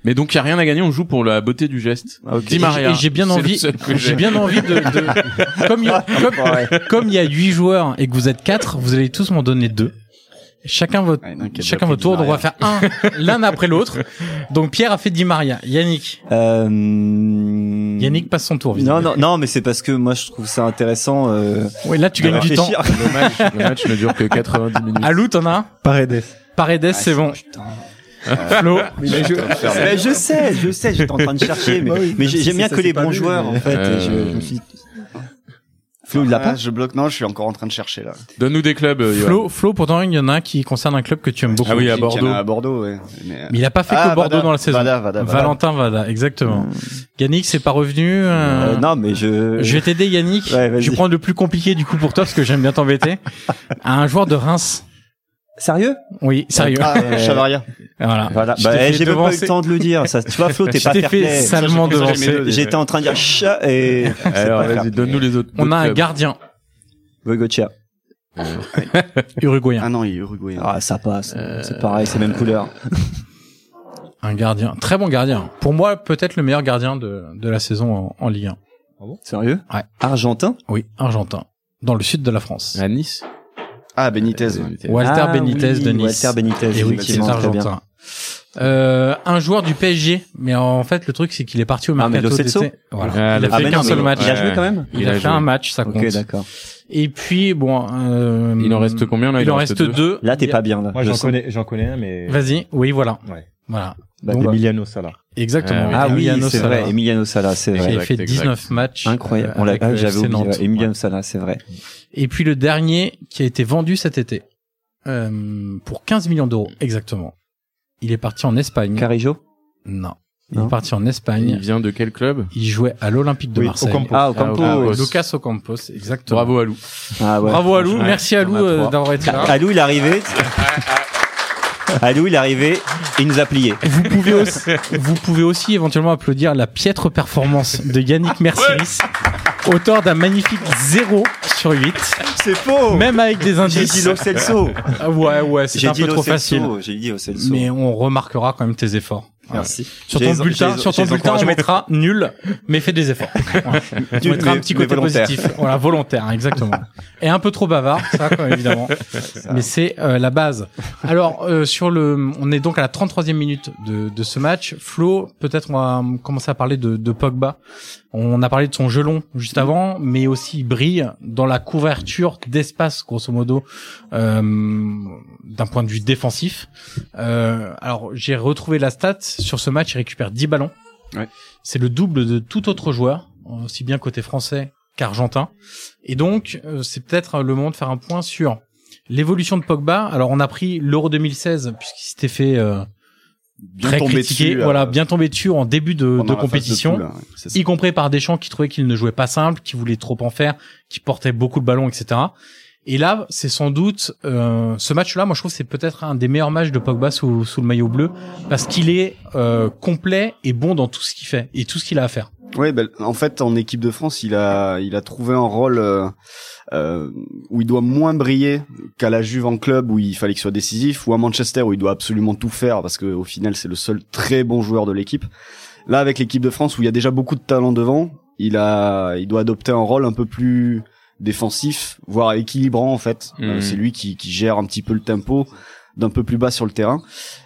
E: Mais donc il y a rien à gagner, on joue pour la beauté du geste.
F: Ah, ok.
E: Di Maria.
D: Et j'ai bien
E: c'est le
D: envie,
E: seul que
D: j'ai bien envie de, de- comme il y a, comme,
F: Ouais.
D: comme il y a huit joueurs et que vous êtes quatre, vous allez tous m'en donner deux. Chacun votre, chacun votre tour. Donc on va faire un l'un après l'autre. Donc Pierre a fait Di Maria. Yannick,
F: Euh,
D: Yannick passe son tour.
F: Non,
D: visiblement.
F: non, non, mais c'est parce que moi je trouve ça intéressant. Euh,
D: Oui, là tu
F: de
D: gagnes du temps.
F: réfléchir.
E: Le match, le match ne dure que 90 minutes.
D: Alou, t'en as un.
H: Paredes.
D: Paredes, c'est bon. Flo,
F: Mais je sais, je sais, j'étais en train de chercher, mais,
H: Bah oui,
F: mais
H: même
F: j'ai-
H: si
F: j'aime bien
H: ça
F: que
H: s'est
F: les
H: pas
F: bons
H: vu,
F: joueurs,
H: mais-
F: en fait.
E: Euh,
F: je- je me suis- Flo, il l'a
G: Ah,
F: pas
G: je bloque. Non, je suis encore en train de chercher là.
E: Donne-nous des clubs. euh, Johan.
D: Flo, Flo, pourtant il y en a un qui concerne un club que tu aimes beaucoup.
E: Ah oui, à
G: Qui- qui en
E: Bordeaux.
G: a À Bordeaux, ouais. Mais, euh,
D: Mais il a pas fait
G: Ah,
D: que Bordeaux
G: Vada,
D: dans la saison.
G: Vada, Vada, Vada.
D: Valentin Vada, exactement. Yannick, c'est pas revenu. euh,
F: Euh, Non, mais je.
D: Je vais t'aider, Yannick.
F: Ouais, vas-y.
D: je vais prendre le plus compliqué du coup pour toi parce que j'aime bien t'embêter. un joueur de Reims.
F: Sérieux
D: Oui, sérieux.
G: Ah, euh, Chavaria.
D: Voilà.
F: Voilà.
D: Je t'ai
F: Bah, eh,
D: fait
F: j'ai même pas eu
D: devancer.
F: le temps de le dire. Ça, tu vois, Flo, t'es
D: Je
F: pas
D: t'ai
F: fair
D: fait
F: play.
D: salement
G: Ça, j'ai pris ça, j'ai
D: devancer.
G: mis deux.
F: J'étais en train de dire chat et.
E: Alors
F: pas
E: vas-y,
F: fair.
E: donne-nous les autres.
D: On a un
E: d'autres clubs.
D: gardien
F: Goicoechea.
D: uruguayen.
G: Ah non, il est uruguayen.
F: Ah, ça passe.
D: Euh,
F: C'est pareil, c'est même couleur.
D: Un gardien. Très bon gardien. Pour moi, peut-être le meilleur gardien de, de la saison en, en Ligue 1.
F: Sérieux
D: Ouais.
F: Argentin
D: Oui, argentin. Dans le sud de la France.
E: À Nice. Euh,
G: Ah, Benitez.
D: Euh, Walter
F: Ah
D: Benitez
F: oui,
D: de Nice.
F: Walter Benitez,
D: Et oui, c'est
F: effectivement, très bien.
D: argentin. Euh, un joueur du PSG, mais en fait le truc c'est qu'il est parti au
F: Ah, mais
D: mercato
F: Lo Celso
D: d'été. Voilà.
E: Ah,
D: il a
E: Lo
D: fait
E: Celso.
D: qu'un seul
E: mais-
D: match.
F: Il a joué quand même
D: Il, a, fait un match, ça compte.
F: Ok, d'accord.
D: Et puis bon, euh,
E: Il en reste combien là
D: Il, en reste deux.
F: Là, t'es
D: Il y a-
F: pas bien, là.
H: Moi,
F: je
H: j'en
F: sens.
H: connais, j'en connais un, mais.
D: Vas-y, oui, voilà,
H: Ouais.
D: voilà.
F: Bah,
D: Donc,
F: des milliers.
H: Emiliano Sala.
D: Exactement.
E: Euh,
F: Ah oui,
D: Emiliano
F: c'est
D: Sala,
F: vrai. Emiliano Sala, c'est
D: Qui
F: vrai.
D: a
E: Exact,
D: fait
E: exact.
D: 19 matchs.
F: Incroyable.
D: euh,
F: On l'a,
D: avec
F: ah,
D: le
F: j'avais
D: FC
F: oublié.
D: Nantes.
F: ouais, Emiliano Sala, c'est vrai.
D: Et puis le dernier qui a été vendu cet été euh, pour 15 millions d'euros exactement. Il est parti en Espagne.
F: Carijo?
D: Non. Il
F: Non.
D: est parti en
E: Il
D: Espagne.
E: vient de quel club
D: Il jouait à l'Olympique de
H: Oui,
D: Marseille.
H: Ocampo.
F: Ah,
E: Ah,
F: Ocampo.
E: ouais.
D: Lucas Ocampos, exactement.
E: Bravo à Lou.
F: Ah, ouais.
D: Bravo à Lou,
E: Ouais,
D: merci à
E: on
D: Lou
E: a
D: euh,
E: trois.
D: d'avoir été là.
F: Alou, il est arrivé. Alou, il est arrivé. Il nous a pliés.
D: Vous pouvez aussi, vous pouvez aussi éventuellement applaudir la piètre performance de Yannick Merciris, auteur d'un magnifique 0 sur 8,
F: C'est faux.
D: même avec des
F: J'ai
D: indices.
F: dit Lo Celso.
D: Ah Ouais, ouais, c'est
F: J'ai
D: un
F: dit
D: peu
F: Lo
D: trop facile.
F: Celso. J'ai dit Lo Celso.
D: Mais on remarquera quand même tes efforts.
F: Merci.
D: Sur
F: J'ai
D: ton
F: les- j'ai
D: bulletin,
F: les-
D: sur
F: j'ai
D: ton
F: les
D: bulletin, on
F: encouragements.
D: mettra nul, mais fais des efforts. Voilà. On
F: Nul,
D: mettra un
F: mais-
D: petit
F: mais
D: côté
F: volontaire.
D: positif. Voilà, volontaire, exactement. Et un peu trop bavard, ça, quoi, évidemment. mais c'est euh, la base. Alors, euh, sur le, on est donc à la 33e minute de, de ce match. Flo, peut-être on va hum, commencer à parler de, de Pogba. On a parlé de son gelon juste avant, mais aussi il brille dans la couverture d'espace, grosso modo, euh, d'un point de vue défensif. Euh, alors, j'ai retrouvé la stat. Sur ce match, il récupère 10 ballons.
G: Ouais.
D: C'est le double de tout autre joueur, aussi bien côté français qu'argentin. Et donc, euh, c'est peut-être le moment de faire un point sur l'évolution de Pogba. Alors, on a pris l'Euro 2016, puisqu'il s'était fait euh,
G: Bien
D: très
G: tombé
D: critiqué,
G: dessus, euh,
D: voilà, bien tombé dessus en début de,
G: pendant
D: de
G: la phase
D: compétition
G: poule, hein, c'est ça.
D: y compris par Deschamps qui trouvait qu'il ne jouait pas simple, qui voulait trop en faire, qui portait beaucoup de ballons, etc. Et là, c'est sans doute euh, ce match-là. Moi, je trouve que c'est peut-être un des meilleurs matchs de Pogba sous, sous le maillot bleu parce qu'il est euh, complet et bon dans tout ce qu'il fait et tout ce qu'il a à faire.
G: Ouais, ben, en fait, en équipe de France, il a, il a trouvé un rôle euh, euh, où il doit moins briller qu'à la Juve en club où il fallait qu'il soit décisif, ou à Manchester où il doit absolument tout faire parce que au final, c'est le seul très bon joueur de l'équipe. Là, avec l'équipe de France où il y a déjà beaucoup de talent devant, il a, il doit adopter un rôle un peu plus défensif, voire équilibrant en fait. Euh,
A: Mhm.
G: c'est lui qui, qui gère un petit peu le tempo d'un peu plus bas sur le terrain.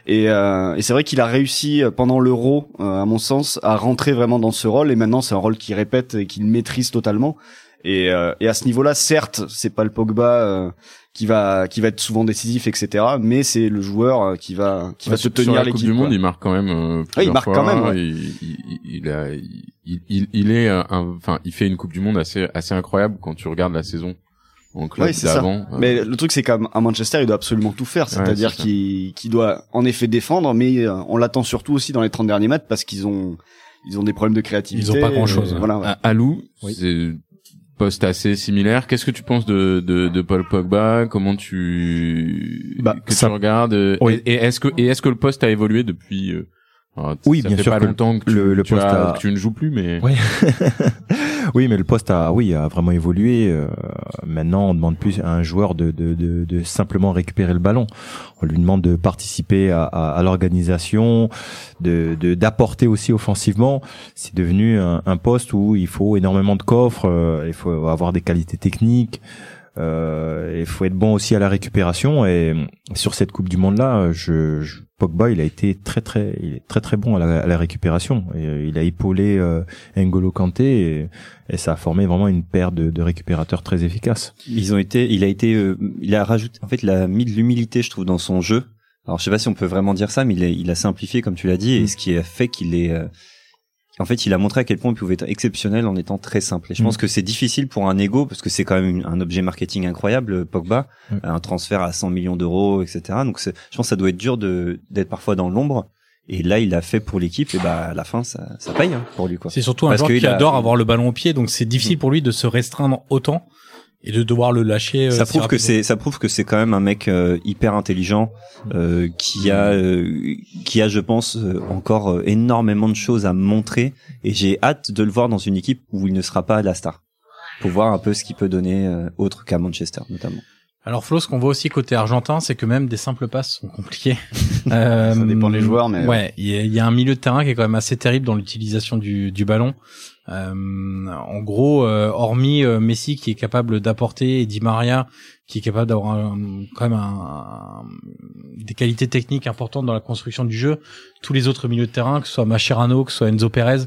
G: Et, euh, et c'est vrai qu'il a réussi euh, pendant l'Euro, euh, à mon sens, à rentrer vraiment dans ce rôle. Et maintenant, c'est un rôle qu'il répète et qu'il maîtrise totalement. Et, euh, et à ce niveau-là, certes, c'est pas le Pogba euh, qui va qui va être souvent décisif, etc. Mais c'est le joueur euh, qui va qui va se
A: sur- sur
G: tenir
A: la Coupe
G: l'équipe.
A: du Monde,
G: quoi.
A: il marque quand même. euh, plusieurs
G: il marque
A: fois.
G: quand même, ouais.
A: Il, il- il a- il- il- il est, euh, un- enfin, il fait une Coupe du Monde assez, assez incroyable quand tu regardes la saison en club
G: Ouais, c'est ça.
A: d'avant. Euh,
G: Mais le truc, c'est qu'à à Manchester, il doit absolument tout faire. C'est-à-dire
A: c'est ça.
G: qu'il qu'il doit en effet défendre, mais euh, on l'attend surtout aussi dans les 30 derniers matchs parce qu'ils ont ils ont des problèmes de créativité.
D: Ils ont pas grand-chose,
G: euh,
D: hein.
G: Voilà. ouais.
A: à- Alou,
H: Oui.
A: c'est poste assez similaire. Qu'est-ce que tu penses de, de, de Paul Pogba Comment tu
H: Bah,
A: que
H: ça-
A: tu regardes euh,
H: Oui.
A: Et, et est-ce que et est-ce que le poste a évolué depuis euh, alors,
H: Oui,
A: ça
H: bien
A: fait
H: sûr
A: pas
H: que
A: longtemps que tu,
H: le- le
A: tu
H: poste
A: as-
H: a-
A: que tu ne joues plus, mais
H: Oui. oui, mais le poste a, oui, a vraiment évolué. Euh, maintenant, on demande plus à un joueur de, de, de, de simplement récupérer le ballon. On lui demande de participer à, à, à l'organisation, de de- d'apporter aussi offensivement. C'est devenu un, un poste où il faut énormément de coffres, euh, il faut avoir des qualités techniques. euh, il faut être bon aussi à la récupération et euh, sur cette Coupe du Monde là, je, je- Pogba il a été très très il est très très bon à la, à la récupération. Et, euh, il a épaulé euh, N'Golo Kanté et, et ça a formé vraiment une paire de, de récupérateurs très efficaces.
F: Ils ont été, il a été, euh, il a rajouté, en fait, il a mis de l'humilité, je trouve, dans son jeu. Alors, je sais pas si on peut vraiment dire ça, mais il a, il a simplifié, comme tu l'as
H: Mm.
F: dit, et ce qui a fait qu'il est, euh, en fait, il a montré à quel point il pouvait être exceptionnel en étant très simple. Et je
H: Mm.
F: pense que c'est difficile pour un ego, parce que c'est quand même une- un objet marketing incroyable, euh, Pogba,
H: Mm.
F: un transfert à 100 millions d'euros, etc. Donc, c'est- je pense que ça doit être dur de, d'être parfois dans l'ombre. Et là, il l'a fait pour l'équipe, et bah, à la fin, ça, ça paye, hein, pour lui, quoi.
D: C'est surtout un
F: Parce
D: joueur
F: qu'il
D: qui
F: a- Mm.
D: adore avoir le ballon au pied, donc c'est difficile pour lui de se restreindre autant et de devoir le lâcher. euh,
F: ça
D: si
F: prouve que
D: rapidement.
F: c'est ça prouve que c'est quand même un mec euh, hyper intelligent euh, qui a euh, qui a je pense euh, encore euh, énormément de choses à montrer et j'ai hâte de le voir dans une équipe où il ne sera pas la star pour voir un peu ce qu'il peut donner euh, autre qu'à Manchester notamment.
D: Alors Flo, ce qu'on voit aussi côté argentin, c'est que même des simples passes sont compliquées. Euh,
G: Ça dépend des joueurs, mais-
D: ouais, il y, a- il y a un milieu de terrain qui est quand même assez terrible dans l'utilisation du, du ballon. Euh, en gros, euh, hormis euh, Messi qui est capable d'apporter et Di Maria qui est capable d'avoir un- quand même un- des qualités techniques importantes dans la construction du jeu, tous les autres milieux de terrain, que ce soit Mascherano, que ce soit Enzo Perez,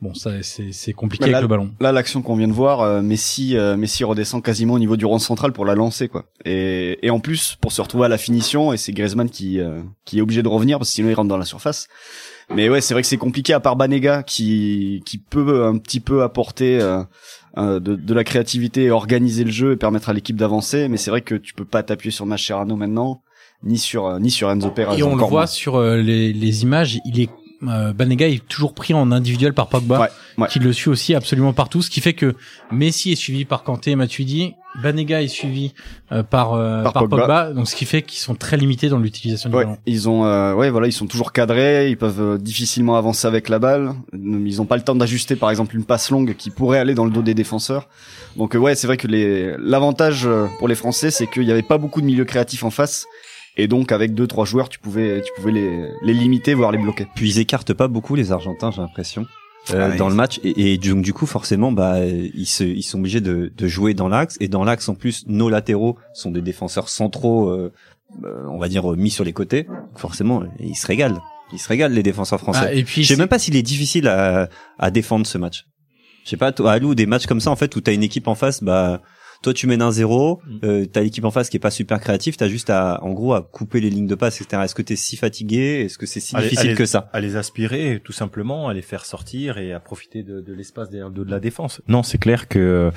D: bon, ça c'est c'est compliqué
G: Mais là-
D: avec le ballon.
G: Là, l'action qu'on vient de voir, euh, Messi, euh, Messi redescend quasiment au niveau du rond central pour la lancer, quoi. Et, et en plus, pour se retrouver à la finition, et c'est Griezmann qui euh, qui est obligé de revenir parce que sinon il rentre dans la surface. Mais ouais, c'est vrai que c'est compliqué à part Banega qui qui peut un petit peu apporter euh, euh, de, de la créativité, et organiser le jeu et permettre à l'équipe d'avancer. Mais c'est vrai que tu peux pas t'appuyer sur Mascherano maintenant, ni sur euh, ni sur Enzo Perez.
D: Et on le
G: encore
D: voit
G: moins.
D: sur euh, les, les images, il est euh, Banega est toujours pris en individuel par Pogba,
G: Ouais, ouais.
D: qui le suit aussi absolument partout, ce qui fait que Messi est suivi par Kanté et Matuidi, Banega est suivi euh, par, euh,
G: Par
D: par Pogba.
G: Pogba.
D: donc ce qui fait qu'ils sont très limités dans l'utilisation du
G: Ouais,
D: ballon.
G: ils ont, euh, ouais, voilà, ils sont toujours cadrés, ils peuvent euh, difficilement avancer avec la balle. Ils ont pas le temps d'ajuster, par exemple, une passe longue qui pourrait aller dans le dos des défenseurs. Donc euh, ouais, c'est vrai que les l'avantage euh, pour les Français, c'est qu'il n'y avait pas beaucoup de milieux créatifs en face, et donc avec deux trois joueurs, tu pouvais, tu pouvais les les limiter, voire les bloquer.
F: Puis ils écartent pas beaucoup les Argentins, j'ai l'impression.
G: Ah
F: euh,
G: oui.
F: dans le match et, et donc du coup forcément bah euh, ils se ils sont obligés de, de jouer dans l'axe et dans l'axe en plus nos latéraux sont des défenseurs centraux euh, euh, on va dire euh, mis sur les côtés Donc, forcément ils se régalent ils se régalent les défenseurs français
D: Ah, et puis
F: je sais
D: c'est-
F: même pas s'il est difficile à, à défendre ce match je sais pas toi Alou des matchs comme ça en fait où t'as une équipe en face bah toi tu mènes un zéro
D: Mm.
F: euh, t'as l'équipe en face qui est pas super créative t'as juste à en gros à couper les lignes de passe etc est-ce que t'es si fatigué est-ce que c'est si
H: Allez,
F: difficile
H: allez.
F: que ça
H: À les aspirer, tout simplement, à les faire sortir et à profiter de, de l'espace derrière le dos de la défense. Non, c'est clair que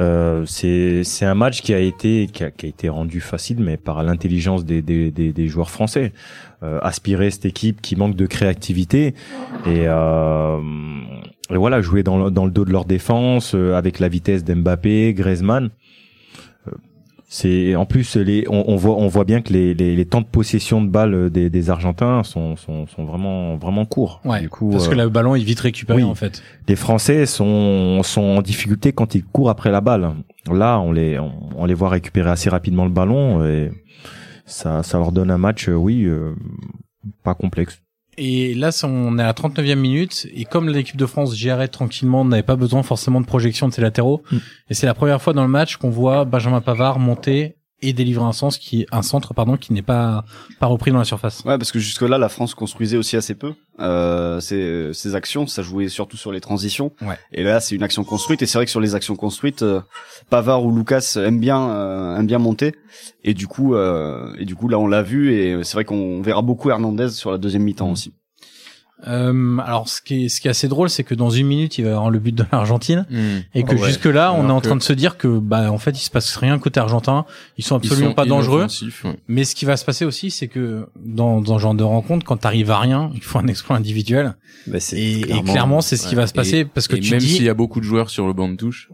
H: euh, c'est c'est un match qui a été qui a, qui a été rendu facile, mais par l'intelligence des, des, des, des joueurs français. Euh, aspirer cette équipe qui manque de créativité et, euh, et voilà jouer dans le, dans le dos de leur défense euh, avec la vitesse d'Mbappé, Griezmann. Euh, C'est en plus les on, on voit on voit bien que les, les, les temps de possession de balles des, des Argentins sont, sont sont vraiment vraiment courts.
D: Ouais,
H: du coup,
D: parce
H: euh,
D: que le ballon est vite récupéré
H: oui.
D: en fait.
H: les Français sont sont en difficulté quand ils courent après la balle. Là, on les on, on les voit récupérer assez rapidement le ballon et ça ça leur donne un match euh, oui euh, pas complexe.
D: Et là, c'est- on est à la 39e minute. Et comme l'équipe de France gérait tranquillement, n'avait pas besoin forcément de projection de ses latéraux.
H: Mm.
D: Et c'est la première fois dans le match qu'on voit Benjamin Pavard monter et délivrer un sens qui, un centre, pardon, qui n'est pas, pas repris dans la surface.
G: Ouais, parce que jusque-là, la France construisait aussi assez peu euh, ses, ses actions. Ça jouait surtout sur les transitions.
D: Ouais.
G: Et là, c'est une action construite. Et c'est vrai que sur les actions construites, euh, Pavard ou Lucas aiment bien, euh, aiment bien monter. Et du coup, euh, et du coup, là, on l'a vu. Et c'est vrai qu'on verra beaucoup Hernandez sur la deuxième
E: Mmh.
G: mi-temps aussi.
D: Euh, alors, ce qui est, ce qui est assez drôle, c'est que dans une minute, il va y avoir le but de l'Argentine.
A: Hmm.
D: Et que jusque là, on est
E: Oh Alors
D: en
E: que-
D: train de se dire que, bah, en fait, il se passe rien côté argentin. Ils sont
E: Ils
D: absolument
E: sont
D: pas dangereux.
E: inoffensifs, ouais.
D: Mais ce qui va se passer aussi, c'est que dans, dans ce genre de rencontre, quand t'arrives à rien, il faut un exploit individuel.
F: Bah, c'est
D: Et et clairement,
F: clairement-
D: c'est ce qui
E: ouais.
D: va se passer parce que
E: Et
D: tu
E: même s'il
D: dis.
E: y a beaucoup de joueurs sur le banc de touche,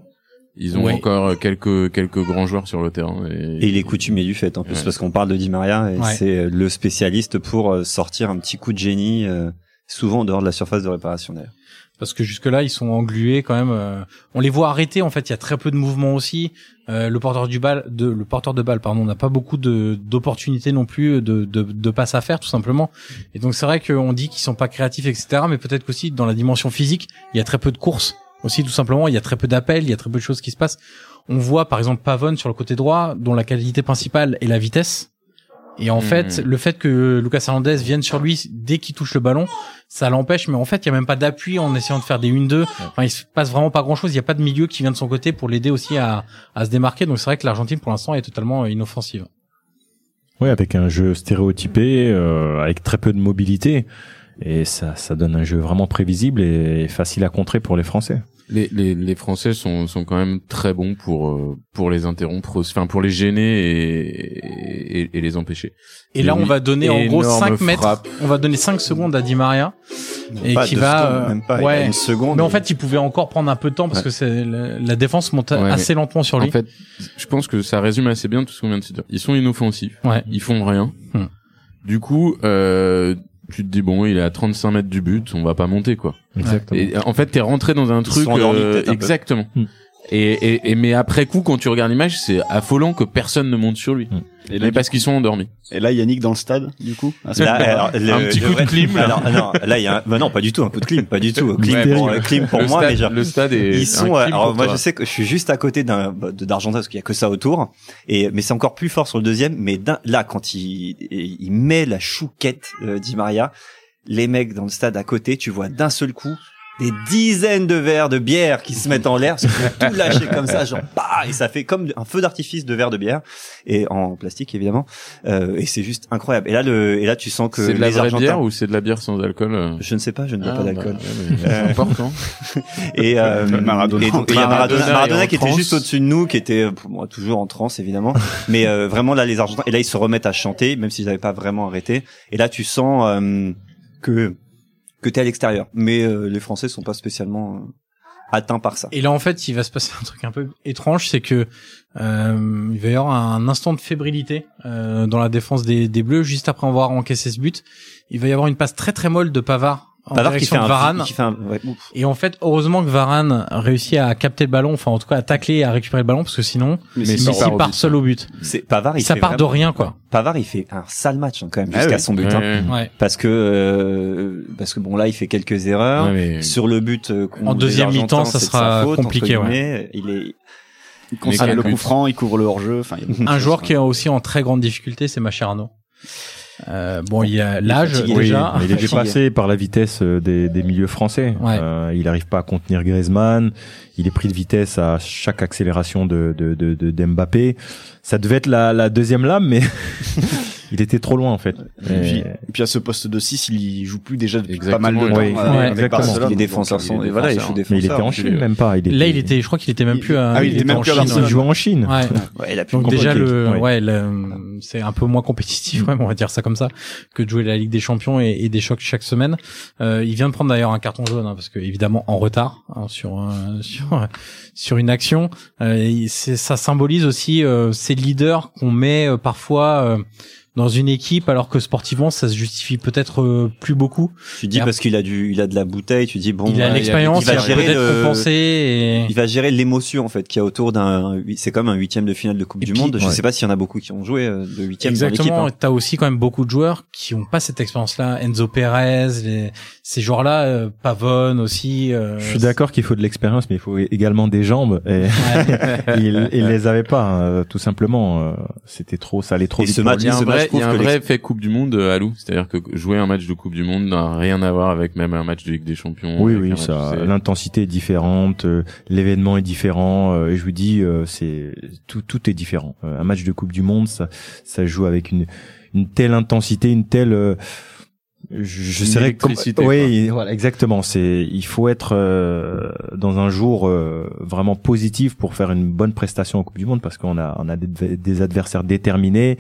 E: ils ont
D: Ouais.
E: encore quelques quelques grands joueurs sur le terrain.
F: Et il est coutumier du fait en plus
E: Ouais.
F: parce qu'on parle de Di Maria et
D: Ouais.
F: c'est euh, le spécialiste pour euh, sortir un petit coup de génie euh, souvent en dehors de la surface de réparation d'ailleurs.
D: Parce que jusque là, ils sont englués quand même. euh, on les voit arrêter. En fait, il y a très peu de mouvement aussi. Euh, le porteur du balle, de, le porteur de balle, pardon, n'a pas beaucoup de d'opportunités non plus, de, de de passes à faire tout simplement. Et donc c'est vrai qu'on dit qu'ils sont pas créatifs, etc. Mais peut-être qu'aussi dans la dimension physique, il y a très peu de courses aussi tout simplement. Il y a très peu d'appels, il y a très peu de choses qui se passent. On voit par exemple Pavone sur le côté droit, dont la qualité principale est la vitesse. Et en
E: Mhm.
D: fait, le fait que Lucas Hernandez vienne sur lui dès qu'il touche le ballon, ça l'empêche. Mais en fait, il y a même pas d'appui en essayant de faire des 1-2. Enfin, il se passe vraiment pas grand-chose. Il n'y a pas de milieu qui vient de son côté pour l'aider aussi à, à se démarquer. Donc c'est vrai que l'Argentine, pour l'instant, est totalement euh, inoffensive.
H: Oui, avec un jeu stéréotypé, euh, avec très peu de mobilité. Et ça, ça donne un jeu vraiment prévisible et facile à contrer pour les Français.
E: Les, les, les Français sont, sont quand même très bons pour euh, pour les interrompre, enfin pour les gêner et, et, et les empêcher.
D: Et là,
E: Une
D: on va donner en gros
E: énorme
D: 5 mètres.
E: frappe.
D: On va donner 5 secondes à Di Maria. Et
F: pas
D: qui
F: deux
D: va,
F: secondes,
D: euh,
F: même pas, il
D: ouais.
F: a une seconde.
D: Mais en fait, il pouvait encore prendre un peu de temps parce
E: Ouais.
D: que c'est la, la défense monte
E: Ouais,
D: assez lentement sur
E: En
D: lui.
E: fait, je pense que ça résume assez bien tout ce qu'on vient de se dire. Ils sont inoffensifs,
D: ouais.
E: ils font rien.
D: Hmm.
E: Du coup, euh, tu te dis bon, il est à 35 mètres du but, on va pas monter quoi.
H: Exactement.
E: Et, en fait, t'es rentré dans un
F: se
E: truc
F: sont endormis
E: euh,
F: peut-être un peu.
E: exactement.
H: Hmm.
E: Et, et, et mais après coup, quand tu regardes l'image, c'est affolant que personne ne monte sur lui.
G: Et là,
E: Mais parce qu'ils sont endormis.
G: et là, Yannick dans le stade, du coup. à ce
F: Là,
G: moment-là.
F: alors, le-
E: Un petit
F: le
E: coup de
F: vrai-
E: clim, là.
F: Alors, non, là il y a un- bah non pas du tout un coup de clim, pas du tout. Clim
E: Ouais,
F: pour,
E: bon,
F: euh, clim pour
E: le
F: moi
E: stade,
F: mais genre,
E: le stade est
F: Ils sont.
E: un
F: euh,
E: crime
F: alors
E: pour
F: moi,
E: toi.
F: je sais que je suis juste à côté d'un bah, de- d'Argentin parce qu'il y a que ça autour. Et mais c'est encore plus fort sur le deuxième. Mais d'un- là, quand il il met la chouquette euh, Di Maria, les mecs dans le stade à côté, tu vois d'un seul coup des dizaines de verres de bière qui se mettent en l'air, parce qu'ils ont tout lâché comme ça, genre bah, et ça fait comme un feu d'artifice de verres de bière et en plastique évidemment. Euh, et c'est juste incroyable. Et là le et là tu sens que
E: c'est de la
F: les
E: vraie
F: Argentins.
E: bière ou c'est de la bière sans alcool euh
F: je ne sais pas, je ne bois
E: Ah,
F: pas
E: bah,
F: d'alcool. Euh,
E: ouais, mais c'est important.
F: Et, euh,
G: Maradona.
F: et donc, il y
E: Maradona
F: a Maradona,
E: est
F: Maradona
E: en
F: qui était
E: transe.
F: juste au-dessus de nous, qui était euh, pour moi toujours en transe évidemment. Mais euh, vraiment là, les Argentins et là ils se remettent à chanter, même s'ils n'avaient pas vraiment arrêté. Et là, tu sens euh, que que t'es à l'extérieur. Mais euh, les Français sont pas spécialement euh, atteints par ça.
D: Et là, en fait, il va se passer un truc un peu étrange, c'est que euh, il va y avoir un instant de fébrilité euh, dans la défense des, des Bleus juste après avoir encaissé ce but. Il va y avoir une passe très très molle de Pavard en
F: Pavard qui
D: direction
F: fait
D: de
F: un,
D: Varane.
F: qui fait un ouais, ouf.
D: Et en fait, heureusement que Varane réussit à capter le ballon, enfin en tout cas à tacler et à récupérer le ballon, parce que sinon,
G: Mais
E: Mais
G: c'est-
E: ça
D: Messi
E: part au
D: part
E: but.
D: seul au but.
F: C'est Pavard, Ah, il
D: ça
F: fait
D: part de
F: vraiment-
D: rien, quoi.
F: Pavard, il fait un sale match hein, quand même
G: Ah
F: jusqu'à
G: oui.
F: son but. hein.
E: Ouais,
D: Ouais.
F: Parce que euh, parce que bon là, il fait quelques erreurs.
E: ouais, mais-
F: Sur le but euh, contre
D: En deuxième
F: les Argentins,
D: mi-temps, ça
F: c'est de
D: sera
F: sa faute,
D: compliqué,
F: entre guillemets. Il est
G: il conserve
E: Mais
G: le coup
E: quelques-
G: franc, il couvre le hors-jeu. Enfin, il y a beaucoup de
D: Un
G: choses,
F: hein.
D: joueur
G: ouais.
D: qui est aussi en très grande difficulté, c'est Macherano. Euh, bon, il a l'âge
F: fatigué.
H: Oui,
D: déjà.
H: mais il est
F: Fatigué.
H: dépassé par la vitesse euh, des, des milieux français.
D: Ouais.
H: Euh, il n'arrive pas à contenir Griezmann. Il est pris de vitesse à chaque accélération de, de, de, de- d'Mbappé. Ça devait être la, la deuxième lame, mais il était trop loin en fait.
G: Et puis,
H: Et-
G: et puis à ce poste de 6, il joue plus déjà depuis
E: Exactement.
G: pas mal de temps.
H: Oui.
G: euh,
D: Ouais,
G: avec
H: exactement.
G: Barcelone.
F: les défenseurs
G: Donc, euh,
F: sont
G: il est
F: et voilà, il joue
G: défenseur.
F: défenseur.
H: mais il était en Chine même pas. Il était,
D: Là, il était, je crois qu'il était même plus à.
G: Ah oui, il était même
D: en
G: plus à
D: Chine,
H: Il
G: Barcelone.
H: jouait en Chine.
D: Ouais.
F: Ouais, il a plus
D: Donc
F: le
D: déjà
H: compliqué,
D: le,
H: ouais.
D: ouais, le- c'est un peu moins compétitif, ouais, on va dire ça comme ça, que de jouer la Ligue des Champions et, et des chocs chaque semaine. Euh, il vient de prendre d'ailleurs un carton jaune hein, parce que évidemment en retard hein, sur euh, sur euh, sur une action. Euh, il- c'est- ça symbolise aussi euh, ces leaders qu'on met euh, parfois. euh, dans une équipe, alors que sportivement, ça se justifie peut-être euh, plus beaucoup.
F: Tu dis
D: Et
F: parce qu'il a du, il a de la bouteille. Tu dis bon,
D: il
F: ouais,
D: a l'expérience, il,
F: il va
D: va
F: gérer
D: peut-être
F: le-
D: compenser et...
F: il va gérer l'émotion en fait qu'il y a autour d'un. huit- C'est comme un huitième de finale de Coupe
D: Et
F: du
D: puis-
F: Monde. Je
D: ouais.
F: sais pas s'il y en a beaucoup qui ont joué euh, de huitième dans l'équipe.
D: Exactement.
F: hein.
D: et T'as aussi quand même beaucoup de joueurs qui ont pas cette expérience-là. Enzo Perez, les- ces joueurs-là, euh, Pavone aussi. euh,
H: Je suis d'accord qu'il faut de l'expérience, mais il faut également des jambes. Et
D: Ouais.
H: il, il les avait pas, hein, tout simplement. euh, C'était trop, ça allait trop
F: Et
H: vite.
F: ce
H: pour
F: match-
H: lui.
E: Il y a un
F: ce match
E: vrai, il y a
F: prouve
E: un
F: que
E: vrai effet Coupe du Monde euh, à Lou. C'est-à-dire que jouer un match de Coupe du Monde n'a rien à voir avec même un match de Ligue des Champions.
H: Oui,
E: avec un
H: oui,
E: match,
H: ça.
E: c'est-
H: L'intensité est différente, euh, l'événement est différent. euh, et je vous dis, euh, c'est tout, tout est différent. Euh, un match de Coupe du Monde, ça, ça joue avec une, une telle intensité, une telle. euh, je je
E: Une
H: serais comme-
E: électricité,
H: oui, voilà, exactement. C'est, il faut être euh, dans un jour euh, vraiment positif pour faire une bonne prestation en Coupe du Monde, parce qu'on a, on a des, des adversaires déterminés,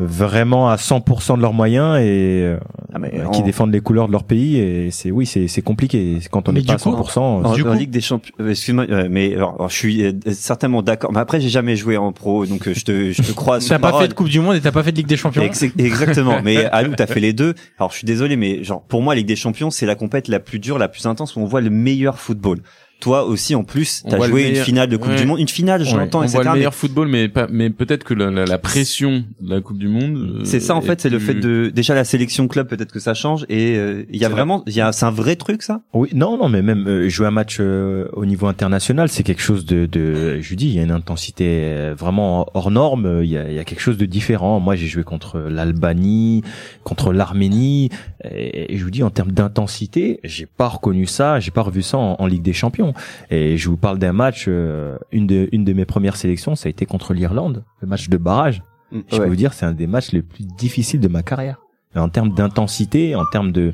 H: vraiment à 100% de leurs moyens et euh,
F: Ah, mais
H: euh,
F: en-
H: qui défendent les couleurs de leur pays et c'est oui c'est c'est compliqué quand on
D: Mais
H: n'est pas à
D: du coup-
H: 100%
F: En,
H: euh,
D: Du
F: en
D: coup-
F: Ligue des Champions, euh, excuse-moi, euh, mais alors, alors, je suis euh, certainement d'accord. Mais après, j'ai jamais joué en pro, donc euh, je te, je te crois sur
D: T'as pas
F: parole.
D: fait de Coupe du Monde et t'as pas fait de Ligue des Champions.
F: Ex- Exactement. Mais Alou, t'as fait les deux. Alors, je suis désolé, mais genre, pour moi, Ligue des Champions, c'est la compète la plus dure, la plus intense où on voit le meilleur football. Toi aussi, en plus,
E: On
F: t'as
E: voit le
F: joué une
E: meilleur-
F: finale de Coupe
E: Ouais.
F: du Monde, une finale, j'entends,
E: on
F: etc.
E: voit le
F: mais
E: meilleur football, mais pas, mais peut-être que la, la- la pression de la Coupe du Monde. euh,
F: C'est ça, en
E: est
F: fait, c'est le
E: plus-
F: fait de, déjà, la sélection club, peut-être que ça change. Et euh, il y a
E: C'est
F: vraiment, il y a, c'est un vrai truc, ça?
H: Oui, non, non, mais même euh, jouer un match euh, au niveau international, c'est quelque chose de, de, je vous dis, il y a une intensité euh, vraiment hors norme. euh, Il y a, il y a quelque chose de différent. Moi, j'ai joué contre l'Albanie, contre l'Arménie, et, et je vous dis, en termes d'intensité, j'ai pas reconnu ça, j'ai pas revu ça en, en Ligue des Champions. Et je vous parle d'un match, euh, une de, une de mes premières sélections, ça a été contre l'Irlande, le match de barrage. Je peux vous dire, c'est un des matchs les plus difficiles de ma carrière. En termes d'intensité, en termes de,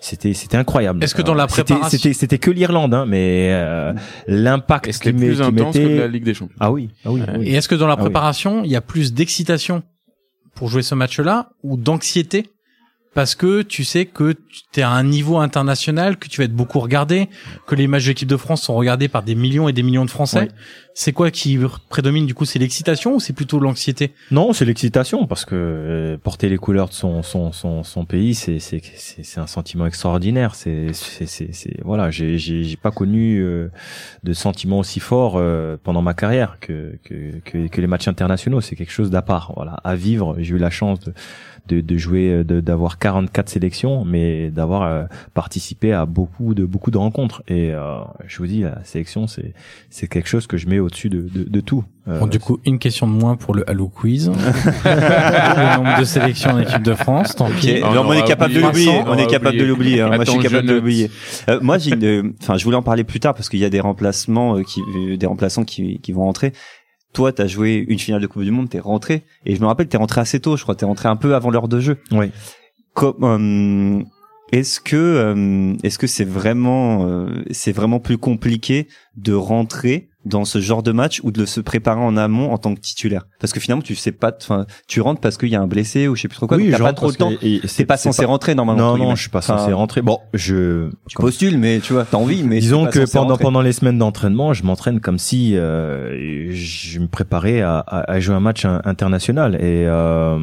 H: c'était c'était incroyable.
D: Est-ce que dans la
H: Alors, c'était-
D: préparation-
H: c'était c'était que l'Irlande, hein, mais euh,
E: Et
H: l'impact
E: C'était
H: qu'il met-
E: plus
H: qu'il
E: intense
H: mettait-
E: que de la Ligue des Champions.
H: Ah oui, ah oui.
E: Ouais.
H: oui.
D: Et est-ce que dans la
H: Ah oui.
D: préparation, il y a plus d'excitation pour jouer ce match-là ou d'anxiété parce que tu sais que tu es à un niveau international, que tu vas être beaucoup regardé, que les matchs de l'équipe de France sont regardés par des millions et des millions de Français.
H: Oui.
D: C'est quoi qui prédomine du coup C'est l'excitation ou c'est plutôt l'anxiété
H: Non, c'est l'excitation parce que euh, porter les couleurs de son son son, son pays, c'est c'est c'est c'est un sentiment extraordinaire. C'est c'est c'est c'est- voilà, j'ai j'ai j'ai pas connu euh, de sentiment aussi fort euh, pendant ma carrière que que que, que les matchs internationaux. C'est quelque chose d'à part. Voilà, à vivre. J'ai eu la chance de de, de jouer, euh, de- d'avoir 44 sélections, mais d'avoir euh, participé à beaucoup de beaucoup de rencontres. Et euh, je vous dis, la sélection, c'est c'est quelque chose que je mets au-dessus de, de de tout. Euh,
D: Bon, du coup, une question de moins pour le Halo Quiz. le nombre de sélections en équipe de France, tant
F: Ok,
D: pis.
F: alors,
E: on
F: on, est
E: aura
F: capable de
E: oublié.
F: l'oublier.
E: Vincent,
F: On
E: on
F: est
E: aura
F: capable de
E: oublié.
F: l'oublier. hein. Moi, je suis
E: Attends,
F: capable
E: je
F: de
E: note.
F: l'oublier. Euh, moi, j'ai une. Enfin, je voulais en parler plus tard parce qu'il y a des remplacements euh, qui, euh, des remplaçants qui, qui vont rentrer. Toi, t'as joué une finale de Coupe du Monde, t'es rentré, et je me rappelle, t'es rentré assez tôt. Je crois, t'es rentré un peu avant l'heure de jeu.
H: Oui.
F: Comme, euh, est-ce que, euh, est-ce que c'est vraiment, euh, c'est vraiment plus compliqué de rentrer dans ce genre de match ou de le se préparer en amont en tant que titulaire Parce que finalement, tu sais pas. Enfin, tu rentres parce qu'il y a un blessé ou je sais plus trop quoi.
H: Oui,
F: donc t'as
H: je
F: pas
H: rentre
F: trop le temps.
H: parce que- et- et
F: T'es pas censé rentrer normalement.
H: Non,
F: entre
H: non,
F: guillemets.
H: je suis pas censé
F: Enfin,
H: rentrer. Bon, je
F: Tu
H: comme-
F: postules, mais tu vois, t'as envie, mais t'es
H: disons
F: pas
H: que
F: censé
H: pendant
F: rentrer.
H: pendant les semaines d'entraînement, je m'entraîne comme si euh, je me préparais à, à, à jouer un match in- international et euh,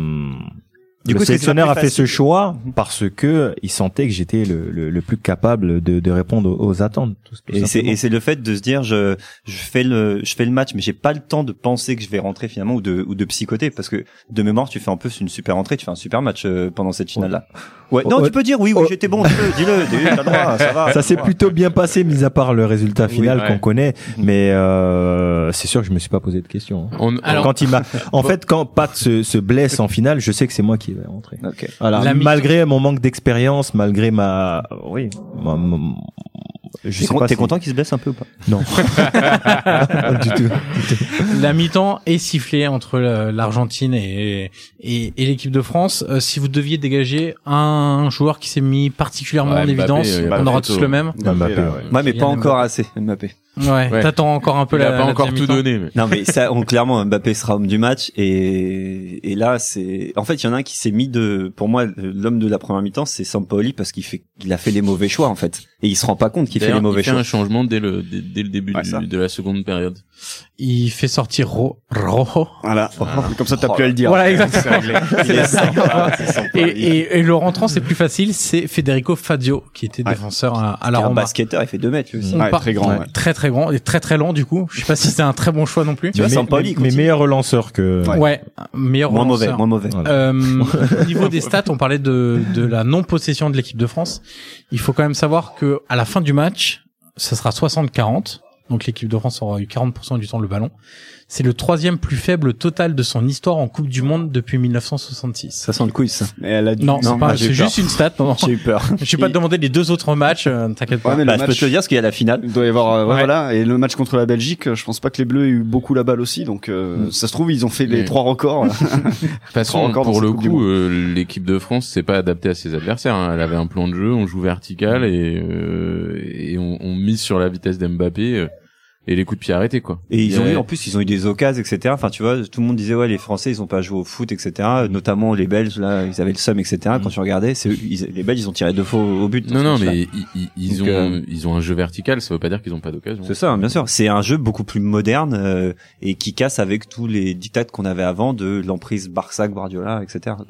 F: Du
H: le
F: coup, est-ce que c'est
H: sélectionneur
F: pas
H: a
F: plus
H: fait ce
F: facile
H: choix parce que il sentait que j'étais le, le, le plus capable de, de répondre aux, aux attentes. tout- tout
F: Et c'est
H: simplement.
F: et c'est le fait de se dire je je fais le je fais le match, mais j'ai pas le temps de penser que je vais rentrer finalement ou de ou de psychoter parce que de mémoire tu fais un peu une super entrée, tu fais un super match euh, pendant cette finale là. Ouais.
H: Oh,
F: Non,
H: ouais.
F: tu peux dire oui, oui,
H: Oh.
F: j'étais bon, dis-le, dis-le, dis-le, t'as le droit, ça va.
H: ça s'est plutôt bien passé, mis à part le résultat
F: Oui, Mhm.
H: final
E: ouais.
H: qu'on connaît. Mais euh, c'est sûr que je me suis pas posé de questions. hein.
E: On-
D: Alors-
H: quand il m'a, en fait, quand Pat se, se blesse en finale, je sais que c'est moi qui vais rentrer.
F: Ok.
H: Voilà,
D: La mi-
H: malgré mon manque d'expérience, malgré ma, oui, ma- ma- je
F: T'es
H: sais
F: con-
H: pas
F: t'es
H: si-
F: content qu'il se blesse un peu ou pas
H: Non, du tout.
D: La mi-temps est sifflée entre euh, l'Argentine et, et, et l'équipe de France. Euh, si vous deviez dégager un joueur qui s'est mis particulièrement
E: Ouais,
D: en
E: Mbappé,
D: évidence,
E: euh,
D: on
E: Mbappé,
D: aura
E: plutôt.
D: tous le même.
H: Mbappé,
G: là,
H: ouais.
G: ouais.
D: Kylian
F: Ouais, mais pas
D: Mbappé.
F: encore assez, Mbappé.
D: Ouais,
E: Ouais.
D: t'attends encore un peu
E: Il
D: la
E: a pas
D: la
E: encore tout
D: deuxième mi-temps.
E: donné, mais.
F: Non mais ça, on, clairement Mbappé sera homme du match et, et là c'est en fait il y en a un qui s'est mis de pour moi l'homme de la première mi-temps c'est Sampaoli parce qu'il fait il a fait les mauvais choix en fait et il se rend pas compte qu'il fait
E: D'ailleurs,
F: les mauvais
E: il fait
F: choix.
E: un changement dès le dès, dès le début
F: Ouais,
E: du-
F: ça.
E: de la seconde période.
D: Il fait sortir Ro- Rojo.
G: Voilà. Comme ça, t'as
F: Oh
G: plus à le dire.
D: Voilà, exactement.
G: Il est sympa.
D: Et, et, et le rentrant, c'est plus facile, c'est Federico Fadio, qui était défenseur à, à la
F: un
D: Roma.
F: basketteur, il fait 2 mètres lui aussi.
H: Mm.
D: On
G: Ouais,
D: part-
G: très grand, ouais.
D: Très très grand et très très lent du coup. Je sais pas si c'est un très bon choix non plus.
F: Tu vois,
H: mais,
F: Sampaoli,
H: mais-
F: continue.
H: mais meilleur relanceur que.
D: Ouais, meilleur
F: Moins mauvais,
D: relanceur.
F: moins mauvais.
H: Voilà.
D: Euh, au niveau des stats, on parlait de, de la non-possession de l'équipe de France. Il faut quand même savoir que à la fin du match, ce sera 60-40. Donc l'équipe de France aura eu 40% du temps le ballon. C'est le troisième plus faible total de son histoire en Coupe du Monde depuis 1966.
F: Ça sent le quiz. ça.
G: Et elle a dit-
D: Non, c'est pas,
F: ah, j'ai
D: c'est
F: eu peur.
D: juste une stat. Non, non.
F: J'ai eu peur.
D: Je vais pas te demander les deux autres matchs. euh, T'inquiète pas.
G: Ouais, mais le
F: Bah, je peux
G: match-
F: te dire parce qu'il y a la finale.
G: Il doit y avoir euh, ouais,
D: Ouais.
G: voilà et le match contre la Belgique, euh, je pense pas que les Bleus aient eu beaucoup la balle aussi donc euh, ça se trouve ils ont fait les
E: Mm.
G: trois records.
E: De toute façon,
G: Encore dans
E: pour
G: cette
E: le
G: Coupe du
E: coup,
G: Monde.
E: euh, l'équipe de France s'est pas adaptée à ses adversaires. hein. Elle avait un plan de jeu, on joue vertical
F: Mm.
E: et, euh, et on, on mise sur la vitesse d'Mbappé euh, et les coups de pied arrêtés quoi.
F: Et ils ont
E: Ouais.
F: eu, en plus, ils ont eu des occasions, etc. Enfin, tu vois, tout le monde disait, ouais, les Français, ils ont pas joué au foot, etc. Notamment les Belges, là, ils avaient le seum, etc. Quand tu regardais, c'est eux- ils- les Belges, ils ont tiré deux fois au au but. dans
E: Non
F: ce
E: non
F: match-là.
E: mais ils, ils- ils
F: Donc,
E: ont
F: euh,
E: ils ont un jeu vertical, ça veut pas dire qu'ils ont pas d'occasion.
F: C'est ça, hein, bien sûr. C'est un jeu beaucoup plus moderne euh, et qui casse avec tous les dictats qu'on avait avant de l'emprise Barça, Guardiola, etc. quoi.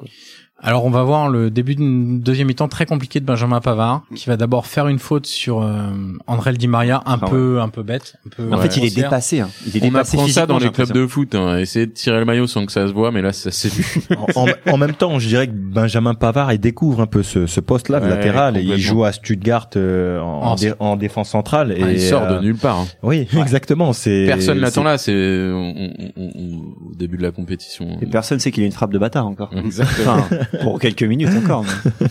D: Alors on va voir le début d'une deuxième mi-temps très compliquée de Benjamin Pavard, qui va d'abord faire une faute sur euh, André Di Maria, un
F: Ah
D: peu un peu bête, un peu.
F: En fait, il est
D: grossière.
F: dépassé. Hein. Il est
E: On
F: dépassé
E: apprend ça
F: physiquement,
E: dans les
F: j'ai
E: clubs
F: l'impression.
E: de foot, hein. essayer de tirer le maillot sans que ça se voit, mais là ça s'est vu.
H: En, en- en même temps, je dirais que Benjamin Pavard, il découvre un peu ce, ce poste-là de
E: Ouais,
H: latéral. Et il
E: complètement.
H: joue à Stuttgart euh, en,
D: En-
H: dé- en défense centrale. Et,
E: Ah, il sort
H: euh,
E: de nulle part. hein.
H: Oui, exactement. C'est
E: Personne
H: c'est-
E: l'attend là. C'est on- on- on- on- au début de la compétition.
F: Et personne sait qu'il a une frappe de bâtard encore.
E: Exactement.
F: Enfin, pour quelques minutes encore. mais-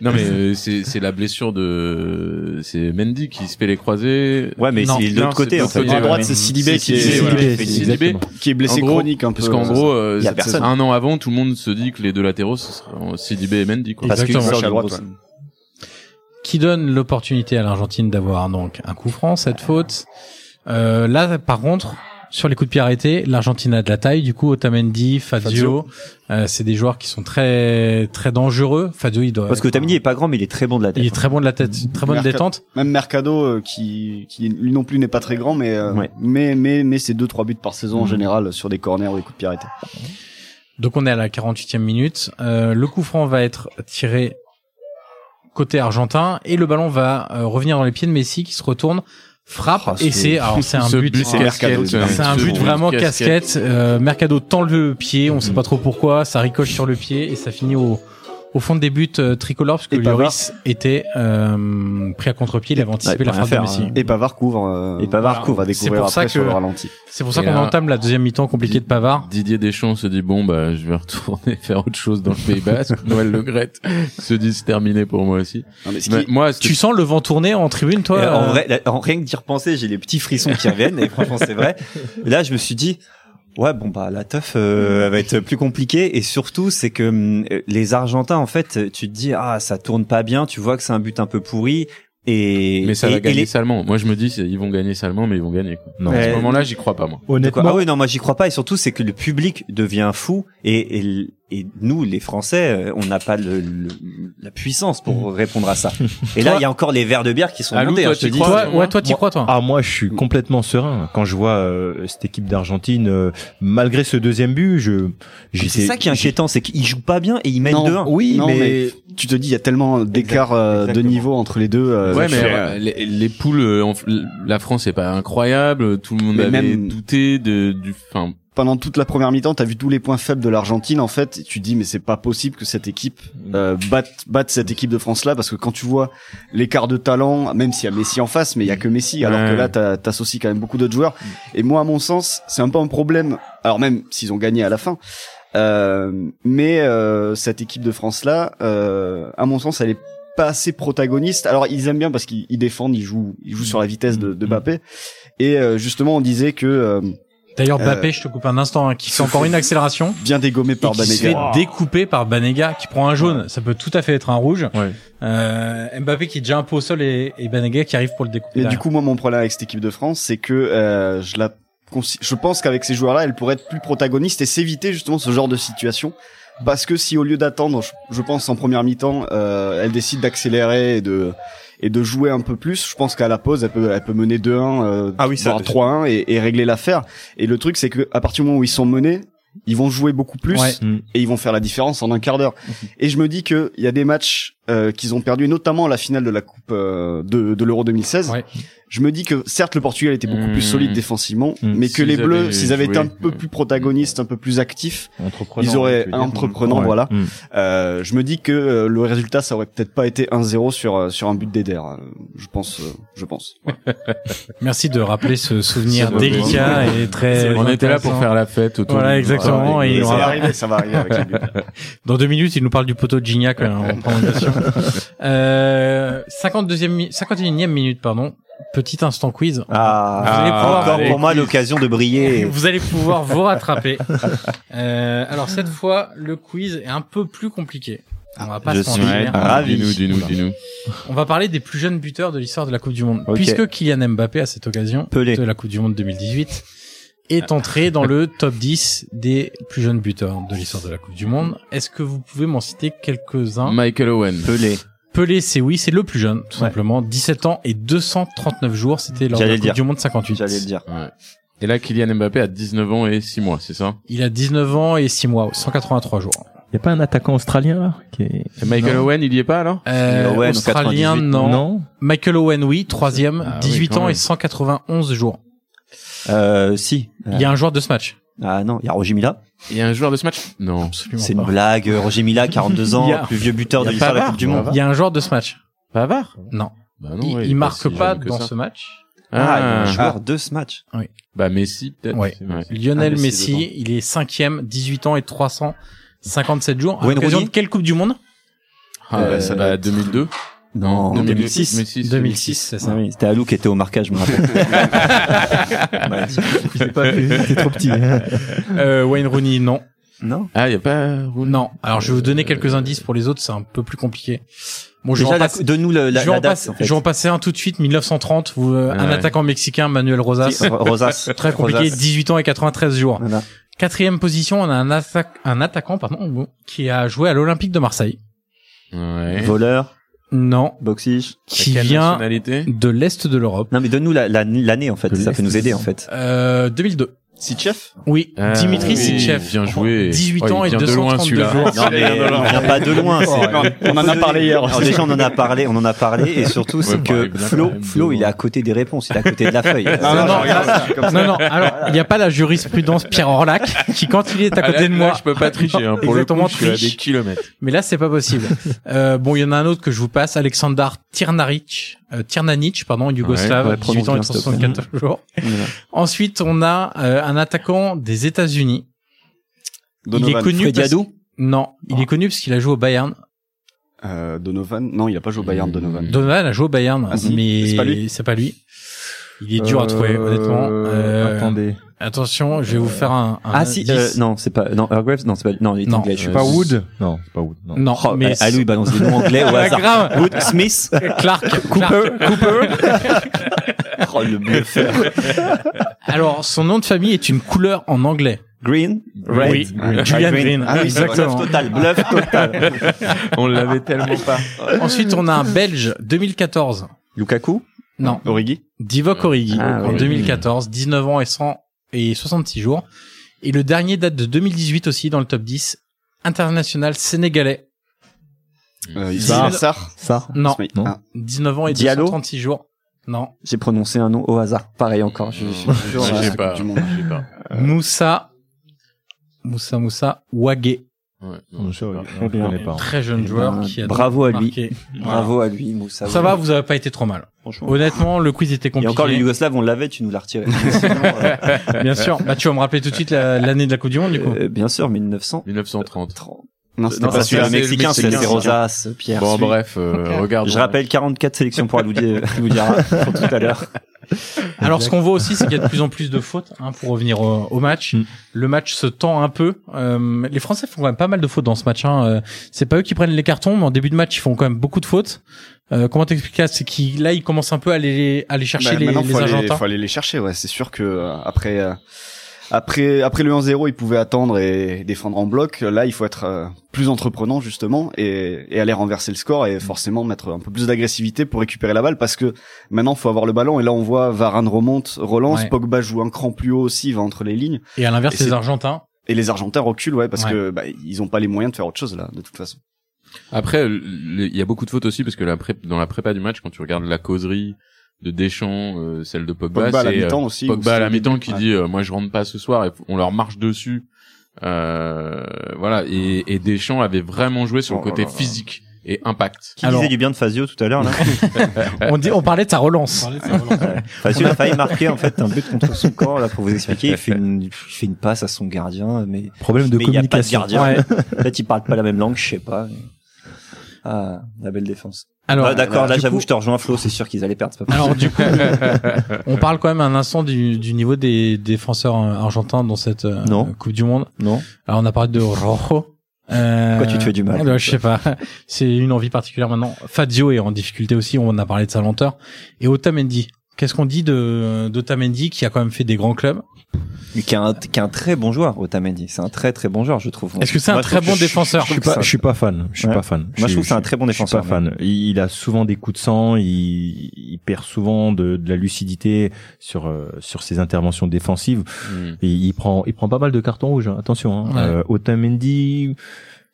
E: Non mais euh, c'est c'est la blessure de c'est Mendy qui se fait les croisés.
F: Ouais, mais
D: Non,
F: c'est de
E: non,
F: l'autre
E: c'est de
F: côté. En
E: l'autre
F: fait.
E: côté,
G: à
E: ouais.
G: droite c'est Sidibé qui
E: Sidibé,
G: est
E: voilà. C'est
H: Sidibé, c'est
E: Sidibé.
H: exactement.
G: qui est blessé
E: En gros,
G: chronique un peu.
E: Parce qu'en gros, euh,
F: y a
E: c'est-
F: personne.
E: un an avant, tout le monde se dit que les deux latéraux, ce seront Sidibé et Mendy. Quoi.
G: parce qu'il
D: Exactement.
G: sort de droite. ouais.
D: Qui donne l'opportunité à l'Argentine d'avoir donc un coup franc cette faute. Euh, là, par contre, sur les coups de pied arrêtés, l'Argentine a de la taille. Du coup, Otamendi, Fazio, euh, c'est des joueurs qui sont très très dangereux. Fazio, il doit.
F: Parce que Tamini est pas grand, mais il est très bon de la tête.
D: il est très bon de la tête, très bonne
G: Mercat-
D: détente.
G: Même Mercado euh, qui qui lui non plus n'est pas très grand mais euh,
F: Ouais.
G: mais mais mais c'est deux trois buts par saison en général sur des corners ou des coups de pied arrêtés.
D: Donc on est à la 48e minute. Euh, le coup franc va être tiré côté argentin et le ballon va euh, revenir dans les pieds de Messi qui se retourne, frappe
F: Ah,
G: Oh,
D: et
G: c'est-
D: c'est alors c'est un
E: Ce euh,
D: but, hein,
G: c'est Mercado qui marque.
D: c'est un
E: ce
D: but vraiment
E: casquette.
D: casquette. Euh, Mercado tend le pied, on sait
F: Mhm.
D: pas trop pourquoi, ça ricoche sur le pied et ça finit au au fond des buts euh, tricolores parce que
G: Et Pavard.
D: Lloris était euh, pris à contre-pied, il avait anticipé
F: Ouais,
D: la
F: rien à
D: frappe de
F: faire,
D: Messi.
F: hein.
G: Et Pavard couvre. euh,
F: Et Pavard
G: qu'on va
D: couvre. C'est
G: découvrir
D: pour ça
G: après sur
D: que-
G: le ralenti.
D: C'est pour ça
E: Et
D: qu'on
E: là-
D: entame la deuxième mi-temps compliquée de Pavard.
E: Didier Deschamps se dit bon bah je vais retourner faire autre chose dans le Pays Basque. Noël Le Gret se dit c'est terminé pour moi aussi.
G: Non, mais ce
E: Mais
G: qui-
E: moi c'était-
D: Tu sens le vent tourner en tribune toi
F: Et en
D: euh,
F: vrai, là, en rien que d'y repenser, j'ai les petits frissons qui reviennent. et franchement, c'est vrai. Et là, je me suis dit, ouais, bon bah la teuf euh, elle va être plus compliquée. Et surtout, c'est que hum, les Argentins, en fait, tu te dis, ah, ça tourne pas bien. Tu vois que c'est un but un peu pourri. Et
E: mais ça
F: et-
E: va
F: et
E: gagner
F: les-
E: salement. Moi je me dis c'est- ils vont gagner salement mais ils vont gagner. Quoi.
H: Non.
E: À ce
F: Euh,
E: moment-là j'y crois pas moi.
H: Honnêtement,
F: Ah oui, non, moi j'y crois pas. Et surtout, c'est que le public devient fou. Et, et, et nous, les Français, euh, on n'a pas le, le- la puissance pour répondre à ça. Et là, il y a encore les verres de bière qui sont
E: Mmh. Alou,
F: montés.
E: toi,
F: hein, je te
E: tu
F: dis.
E: crois
D: toi, ouais, toi t'y
H: Moi-
D: crois toi
H: Ah moi je suis complètement serein quand je vois euh, cette équipe d'Argentine euh, malgré ce deuxième but je
F: C'est ça qui est inquiétant, c'est qu'ils jouent pas bien et ils mènent
G: Non,
F: 2-1.
H: oui
G: non,
H: mais,
G: mais tu te dis il y a tellement d'écart euh, de
F: exactement.
G: niveau entre les deux. euh,
E: ouais
G: tu
E: mais
G: fais,
E: euh, les, les poules euh, en f- la France est pas incroyable. Tout le monde
G: Mais
E: avait
G: même-
E: douté de du enfin
G: pendant toute la première mi-temps, t'as vu tous les points faibles de l'Argentine en fait. Et tu te dis mais c'est pas possible que cette équipe euh, batte, batte cette équipe de France là parce que quand tu vois l'écart de talent, même s'il y a Messi en face, mais il y a que Messi. Alors
E: Ouais.
G: que là t'as- t'associes quand même beaucoup d'autres joueurs. Et moi à mon sens c'est un peu un problème. Alors même s'ils ont gagné à la fin. Euh, mais euh, cette équipe de France là, euh, à mon sens, elle est pas assez protagoniste. Alors ils aiment bien parce qu'ils ils défendent, ils jouent, ils jouent sur la vitesse de, de Mbappé. Et euh, justement, on disait que euh,
D: D'ailleurs,
G: Euh,
D: Mbappé, je te coupe un instant, hein, qui fait encore une accélération
G: bien dégommé
D: et
G: par
D: qui se fait
G: Banega.
D: découper par Banega, qui prend un jaune. Ça peut tout à fait être un rouge.
E: Ouais.
D: Euh, Mbappé qui est déjà un peu au sol et, et Banega qui arrive pour le découper.
G: Et du
D: derrière.
G: coup, moi, mon problème avec cette équipe de France, c'est que euh, je la, consi- je pense qu'avec ces joueurs-là, elle pourrait être plus protagoniste et s'éviter justement ce genre de situation. Parce que si au lieu d'attendre, je, je pense en première mi-temps, euh, elle décide d'accélérer et de et de jouer un peu plus, je pense qu'à la pause, elle peut, elle peut mener 2-1, euh,
F: Ah oui, ça,
G: voire
F: déjà.
G: 3-1 et, et régler l'affaire. Et le truc, c'est que à partir du moment où ils sont menés, ils vont jouer beaucoup plus
D: Ouais.
H: Mm.
G: et ils vont faire la différence en un quart d'heure. Et je me dis que il y a des matchs euh, qu'ils ont perdus, notamment la finale de la coupe euh, de, de l'Euro 2016.
D: Ouais.
G: Je me dis que certes le Portugal était beaucoup
A: Mmh.
G: plus solide défensivement,
H: Mmh.
G: mais que
A: S'ils
G: les Bleus,
A: avaient
G: s'ils avaient été un
A: joué,
G: peu
A: ouais.
G: plus protagonistes, un peu plus actifs,
H: Entreprenant,
G: Ils auraient
H: tu veux dire.
G: un entreprenant,
H: Ouais.
G: voilà.
H: Mm.
G: euh, je me dis que euh, le résultat ça aurait peut-être pas été 1-0 sur euh, sur un but d'Eder. euh, Je pense, euh, je pense.
D: Merci de rappeler ce souvenir
A: C'est
D: délicat et très.
E: on était là pour
D: Euh, intéressant.
E: faire la fête autour
D: Voilà,
E: du- Ah,
D: exactement.
E: Voilà.
D: Et
G: Mais
D: on
G: ça va
D: va-
G: arriver, ça va arriver avec les buts.
D: Dans deux minutes, il nous parle du poteau de Gignac. euh, on prend une émission. euh, 52e, mi- 51e minute, pardon. Petit instant quiz.
F: Ah,
D: allez pouvoir-
F: encore
D: allez,
F: pour moi l'occasion de briller.
D: Vous allez pouvoir vous rattraper. Euh, alors cette fois, le quiz est un peu plus compliqué. On va pas
F: je
D: se
F: suis
D: mentir.
E: Ah,
F: ravi.
E: dis-nous, dis-nous, dis-nous.
D: On va parler des plus jeunes buteurs de l'histoire de la Coupe du Monde.
F: Ok.
D: Puisque Kylian Mbappé, à cette occasion
F: Pelé.
D: de la Coupe du Monde 2018, est entré dans le top 10 des plus jeunes buteurs de l'histoire de la Coupe du Monde. Est-ce que vous pouvez m'en citer quelques-uns
A: Michael Owen.
F: Pelé.
D: Pelé, c'est oui, c'est le plus jeune, tout
F: Mm. Ouais.
D: simplement. 17 ans et 239 jours, c'était lors de
F: J'allais
D: la
F: le
D: Coupe
F: dire.
D: du Monde 58.
F: J'allais le dire.
A: Ouais. Et là, Kylian Mbappé a 19 ans et 6 mois, c'est ça
D: Il a 19 ans et 6 mois, 183 jours.
H: Y a pas un attaquant australien là qui est...
A: Et Michael
H: Non.
A: Owen, il y est pas alors
D: Euh,
F: Owen, en
D: Australien,
F: 98,
D: non.
H: non
D: Michael Owen, oui, troisième,
A: Ah oui,
D: 18
A: quand
D: ans
A: même.
D: et 191 jours.
F: Euh, si.
D: Il y a un joueur de ce match.
F: Ah non, il y a Roger Mila.
A: Il y a un joueur de ce match Non.
D: Absolument
F: C'est
D: pas.
F: une blague. euh, Roger Mila, 42 ans,
D: Il y a-
F: plus vieux buteur
A: il y
F: de
A: a
F: l'histoire de la
A: Pavard,
F: Coupe du Monde.
D: Il y a un joueur de ce match.
A: Pavard
D: Non.
A: Bah non,
D: il,
A: ouais,
D: il
A: est
D: marque
A: si
D: pas
A: jeune que
D: dans
A: ça.
D: ce match.
F: Ah, il y a un
A: Ah,
F: joueur de ce match.
A: bah Messi peut-être.
D: Ouais.
A: Ouais.
D: Lionel
F: Ah, Messi,
D: Messi, il est cinquième, 18 ans et 357 jours. À
F: Wayne
D: l'occasion
F: Rooney
D: de quelle Coupe du Monde
A: Ah,
G: Eh ben,
A: euh,
G: ça doit
A: bah, 2002.
F: Non,
A: 2006.
F: 2006.
A: Messi, c'est-
D: 2006, c'est ça.
F: Ah oui, c'était Alou qui était au marquage, je me rappelle. Ouais.
H: J'ai pas vu, c'était trop petit. hein.
F: Hmm.
D: Euh, Wayne Rooney, non.
F: Non.
A: Ah, il y a pas
F: Hmm.
A: Rooney.
D: Non. Alors, je vais vous
A: Euh,
D: donner quelques indices pour les autres, c'est un peu plus compliqué. Bon, je vais en
F: Déjà, la-
D: passer-
F: donne-nous le- la,
D: je vais
F: la
D: en
F: date.
D: passer-
F: en fait.
D: je vais en passer un tout de suite, 1930, vous, euh, un
A: Ouais.
D: attaquant mexicain, Manuel Rosas.
F: Si, Ro- Rosas.
D: Très compliqué,
F: Rosas.
D: 18 ans et 93 jours.
F: Voilà.
D: Quatrième position, on a un, atta- un attaquant pardon, qui a joué à l'Olympique de Marseille.
A: Ouais.
F: Voleur,
D: Non,
F: boxige.
D: qui
A: Quelle
D: vient
A: nationalité
D: de l'Est de l'Europe.
F: Non, mais donne-nous la- la- l'année, en fait.
H: De
F: Ça peut
H: l'Est.
F: nous aider, en fait.
D: Euh, 2002.
G: Sitchef
D: Oui,
A: Ah,
D: Dimitri
A: oui,
D: Sitchev.
A: Bien joué.
D: 18
A: Oh, il
D: ans et
A: vient de
D: 232
A: loin, celui-là.
D: jours.
F: Non, mais on vient pas de loin. c'est-
G: On en a parlé hier.
F: Alors, déjà, on en a parlé, on en a parlé, et surtout, c'est
A: Ouais,
F: que
A: bah,
F: Flo,
A: bah,
F: Flo,
A: bah,
F: il est à côté des réponses, il est à côté de la feuille. Euh,
G: Ah, Non, non,
D: non,
G: je regarde,
D: non,
G: je suis comme ça.
D: Non, non, alors, il n'y a pas la jurisprudence Pierre Orlac, qui quand il est à
A: Ah, là,
D: côté de
A: là,
D: moi,
A: je peux pas tricher. Hein. Pour
D: Exactement,
A: le coup, je suis à
D: triche.
A: des kilomètres.
D: mais là, c'est pas possible. Euh, bon, il y en a un autre que je vous passe, Alexander Tirnaric, euh, Tirnanic, pardon, Yougoslave,
F: Ouais, ouais,
D: 18 ans et
F: prononce bien, s'il te plaît.
D: 374 jours. Ensuite, on a euh, un attaquant des États-Unis. il est connu
F: Freddy
D: parce-
F: Adou
D: Non, il est connu parce qu'il a joué au Bayern.
G: Euh, Donovan Non, il a pas joué au
A: Mmh.
G: Bayern, Donovan.
D: Donovan a joué au Bayern,
G: Ah, si.
D: mais
G: C'est pas lui
D: c'est pas lui. Il est dur à trouver, honnêtement. Euh,
H: Attendez.
D: Attention, je vais vous faire un. un
F: Ah, si,
D: indice.
F: euh, non, c'est pas, non, Earl Graves, non, c'est pas, non, il est
D: Non.
F: anglais, je
H: Je
F: suis
H: suis
F: pas. Ah,
H: pas euh, Wood Non, c'est pas Wood. Non.
D: Non,
F: Oh,
D: mais
F: Alou, il balance des noms anglais au
D: Ah,
F: hasard.
D: grave.
F: Wood Smith.
D: Clark, Cooper, Cooper.
F: Oh, le bluffeur.
D: Alors, son nom de famille est une couleur en anglais.
F: Green. Red.
D: Oui,
F: Green.
D: Julian
F: Green.
D: Green,
F: Ah oui, c'est vrai.
D: exactement.
F: Bluff total, bluff total.
A: On l'avait tellement pas.
D: Ensuite, on a un Belge, 2014.
F: Lukaku.
D: Non,
G: Origi
D: Divock Origi,
F: Ah,
D: en
A: oui.
D: 2014, 19 ans et 100 et 66 jours. Et le dernier date de 2018 aussi dans le top 10, international sénégalais.
G: euh,
D: Sarr.
G: Ismaël Sarr
F: Ça.
D: Non,
G: Ismaël-
H: Non.
G: Ah,
D: 19 ans et
F: Diallo
D: 236 jours. Non,
F: J'ai prononcé un nom au hasard. Pareil encore. Je, je-
A: Je
G: toujours dans la
A: sais
G: Coupe
A: pas.
G: du Monde.
A: Je sais pas.
D: Moussa, Moussa Moussa Wagé,
A: Ouais, non.
H: Non, je ne connais pas. hein.
D: très jeune joueur
F: ben,
D: qui a
F: bravo à lui.
D: marqué.
F: Bravo à lui, Moussa.
D: Voilà. Ça va, vous avez pas été trop mal.
F: franchement.
D: Honnêtement, le quiz était
F: Et
D: compliqué.
F: encore les Yougoslaves, on l'avait, tu nous l'as retiré. Sinon, euh,
D: Bien sûr. Bah, tu vas me rappeler tout de suite la- l'année de la Coupe du Monde, du coup.
F: euh, bien sûr, 1930.
A: 1930.
F: Non,
G: Non,
F: ça celui-là
G: pas
A: ça, c'est le
F: mexicain, c'est
A: Mexicain.
F: c'est Rosas, Pierre.
A: Bon,
F: Suy.
A: bref, euh, regarde.
F: Je rappelle 44 sélections pour euh, Aloudi Diarra pour tout à l'heure.
D: Alors, ce qu'on voit aussi, c'est qu'il y a de plus en plus de fautes, hein, pour revenir au, au match.
H: Mm.
D: Le match se tend un peu. Euh, les Français font quand même pas mal de fautes dans ce match. Hein. Euh, C'est pas eux qui prennent les cartons, mais en début de match, ils font quand même beaucoup de fautes. Euh, comment t'expliques ça C'est qu'ils, là, ils commencent un peu à aller, à aller chercher
G: Bah,
D: les,
G: maintenant,
D: les
G: faut aller-
D: Argentins.
G: faut aller les chercher, ouais. C'est sûr que euh, après euh, Après, après le 1-0, il pouvait attendre et défendre en bloc. Là, il faut être euh, plus entreprenant justement et, et aller renverser le score et forcément mettre un peu plus d'agressivité pour récupérer la balle parce que maintenant, faut avoir le ballon. Et là, on voit Varane remonte, relance.
D: Ouais.
G: Pogba joue un cran plus haut aussi, va entre les lignes.
D: Et à l'inverse,
G: Et c'est-
D: les Argentins.
G: Et les Argentins reculent, ouais, parce
D: Ouais.
G: que bah, ils ont pas les moyens de faire autre chose là, de toute façon.
E: Après, le- le- il y a beaucoup de fautes aussi parce que la pré- dans la prépa du match, quand tu regardes la causerie de Deschamps, euh, celle de Pogba,
G: Pogba à la
E: c'est, euh,
G: mi-temps aussi. ou
E: Pogba à
G: c'est-
E: la mi-temps qui
G: Ouais.
E: dit euh, moi je rentre pas ce soir et f- on leur marche dessus. Euh, voilà et, et Deschamps avait vraiment joué sur le
G: Oh là
E: côté
G: là là.
E: physique et impact.
F: Qui
D: Alors-
F: disait du bien de Fazio tout à l'heure là
D: On, dit, on parlait de sa relance.
F: Fazio a failli marquer en fait un but contre son camp là pour vous expliquer. Il fait une, il fait une passe à son gardien, mais
H: Problème de
F: mais il y a pas de
H: communication.
F: gardien. Peut-être ils parlent pas la même langue, je sais pas. mais- Ah, la belle défense.
D: Alors,
F: Ah, D'accord, là
D: du
F: j'avoue,
D: coup-
F: je te rejoins Flo, c'est sûr qu'ils allaient perdre. c'est pas
D: Alors du coup, on parle quand même un instant du, du niveau des défenseurs euh, argentins dans cette euh,
F: Non.
D: Coupe du Monde.
F: possible. Non.
D: Alors on a parlé de Rojo. Euh,
F: Pourquoi tu te fais du mal,
D: eh ben, Je sais pas. C'est une envie particulière maintenant. Fazio est en difficulté aussi. On a parlé de sa lenteur. Et Otamendi. Qu'est-ce qu'on dit de d'Otamendi qui a quand même fait des grands clubs
F: Mais Qui est un, qui est un très bon joueur, Otamendi. C'est un très très bon joueur, je trouve.
D: Est-ce que c'est un
F: Moi, je
D: très
F: trouve
D: bon
F: que je-
D: défenseur
F: je
H: Je suis
F: trouve que
H: pas, je suis pas fan. Je suis
F: Ouais.
H: pas fan.
F: Moi, je trouve que c'est un très bon défenseur,
H: Je suis pas fan. Il, il a souvent des coups de sang. Il, il perd souvent de, de la lucidité sur euh, sur ses interventions défensives.
E: Hmm.
H: Et il prend, il prend pas mal de cartons rouges. hein, Attention. Hein.
D: Ouais.
H: Euh, Otamendi,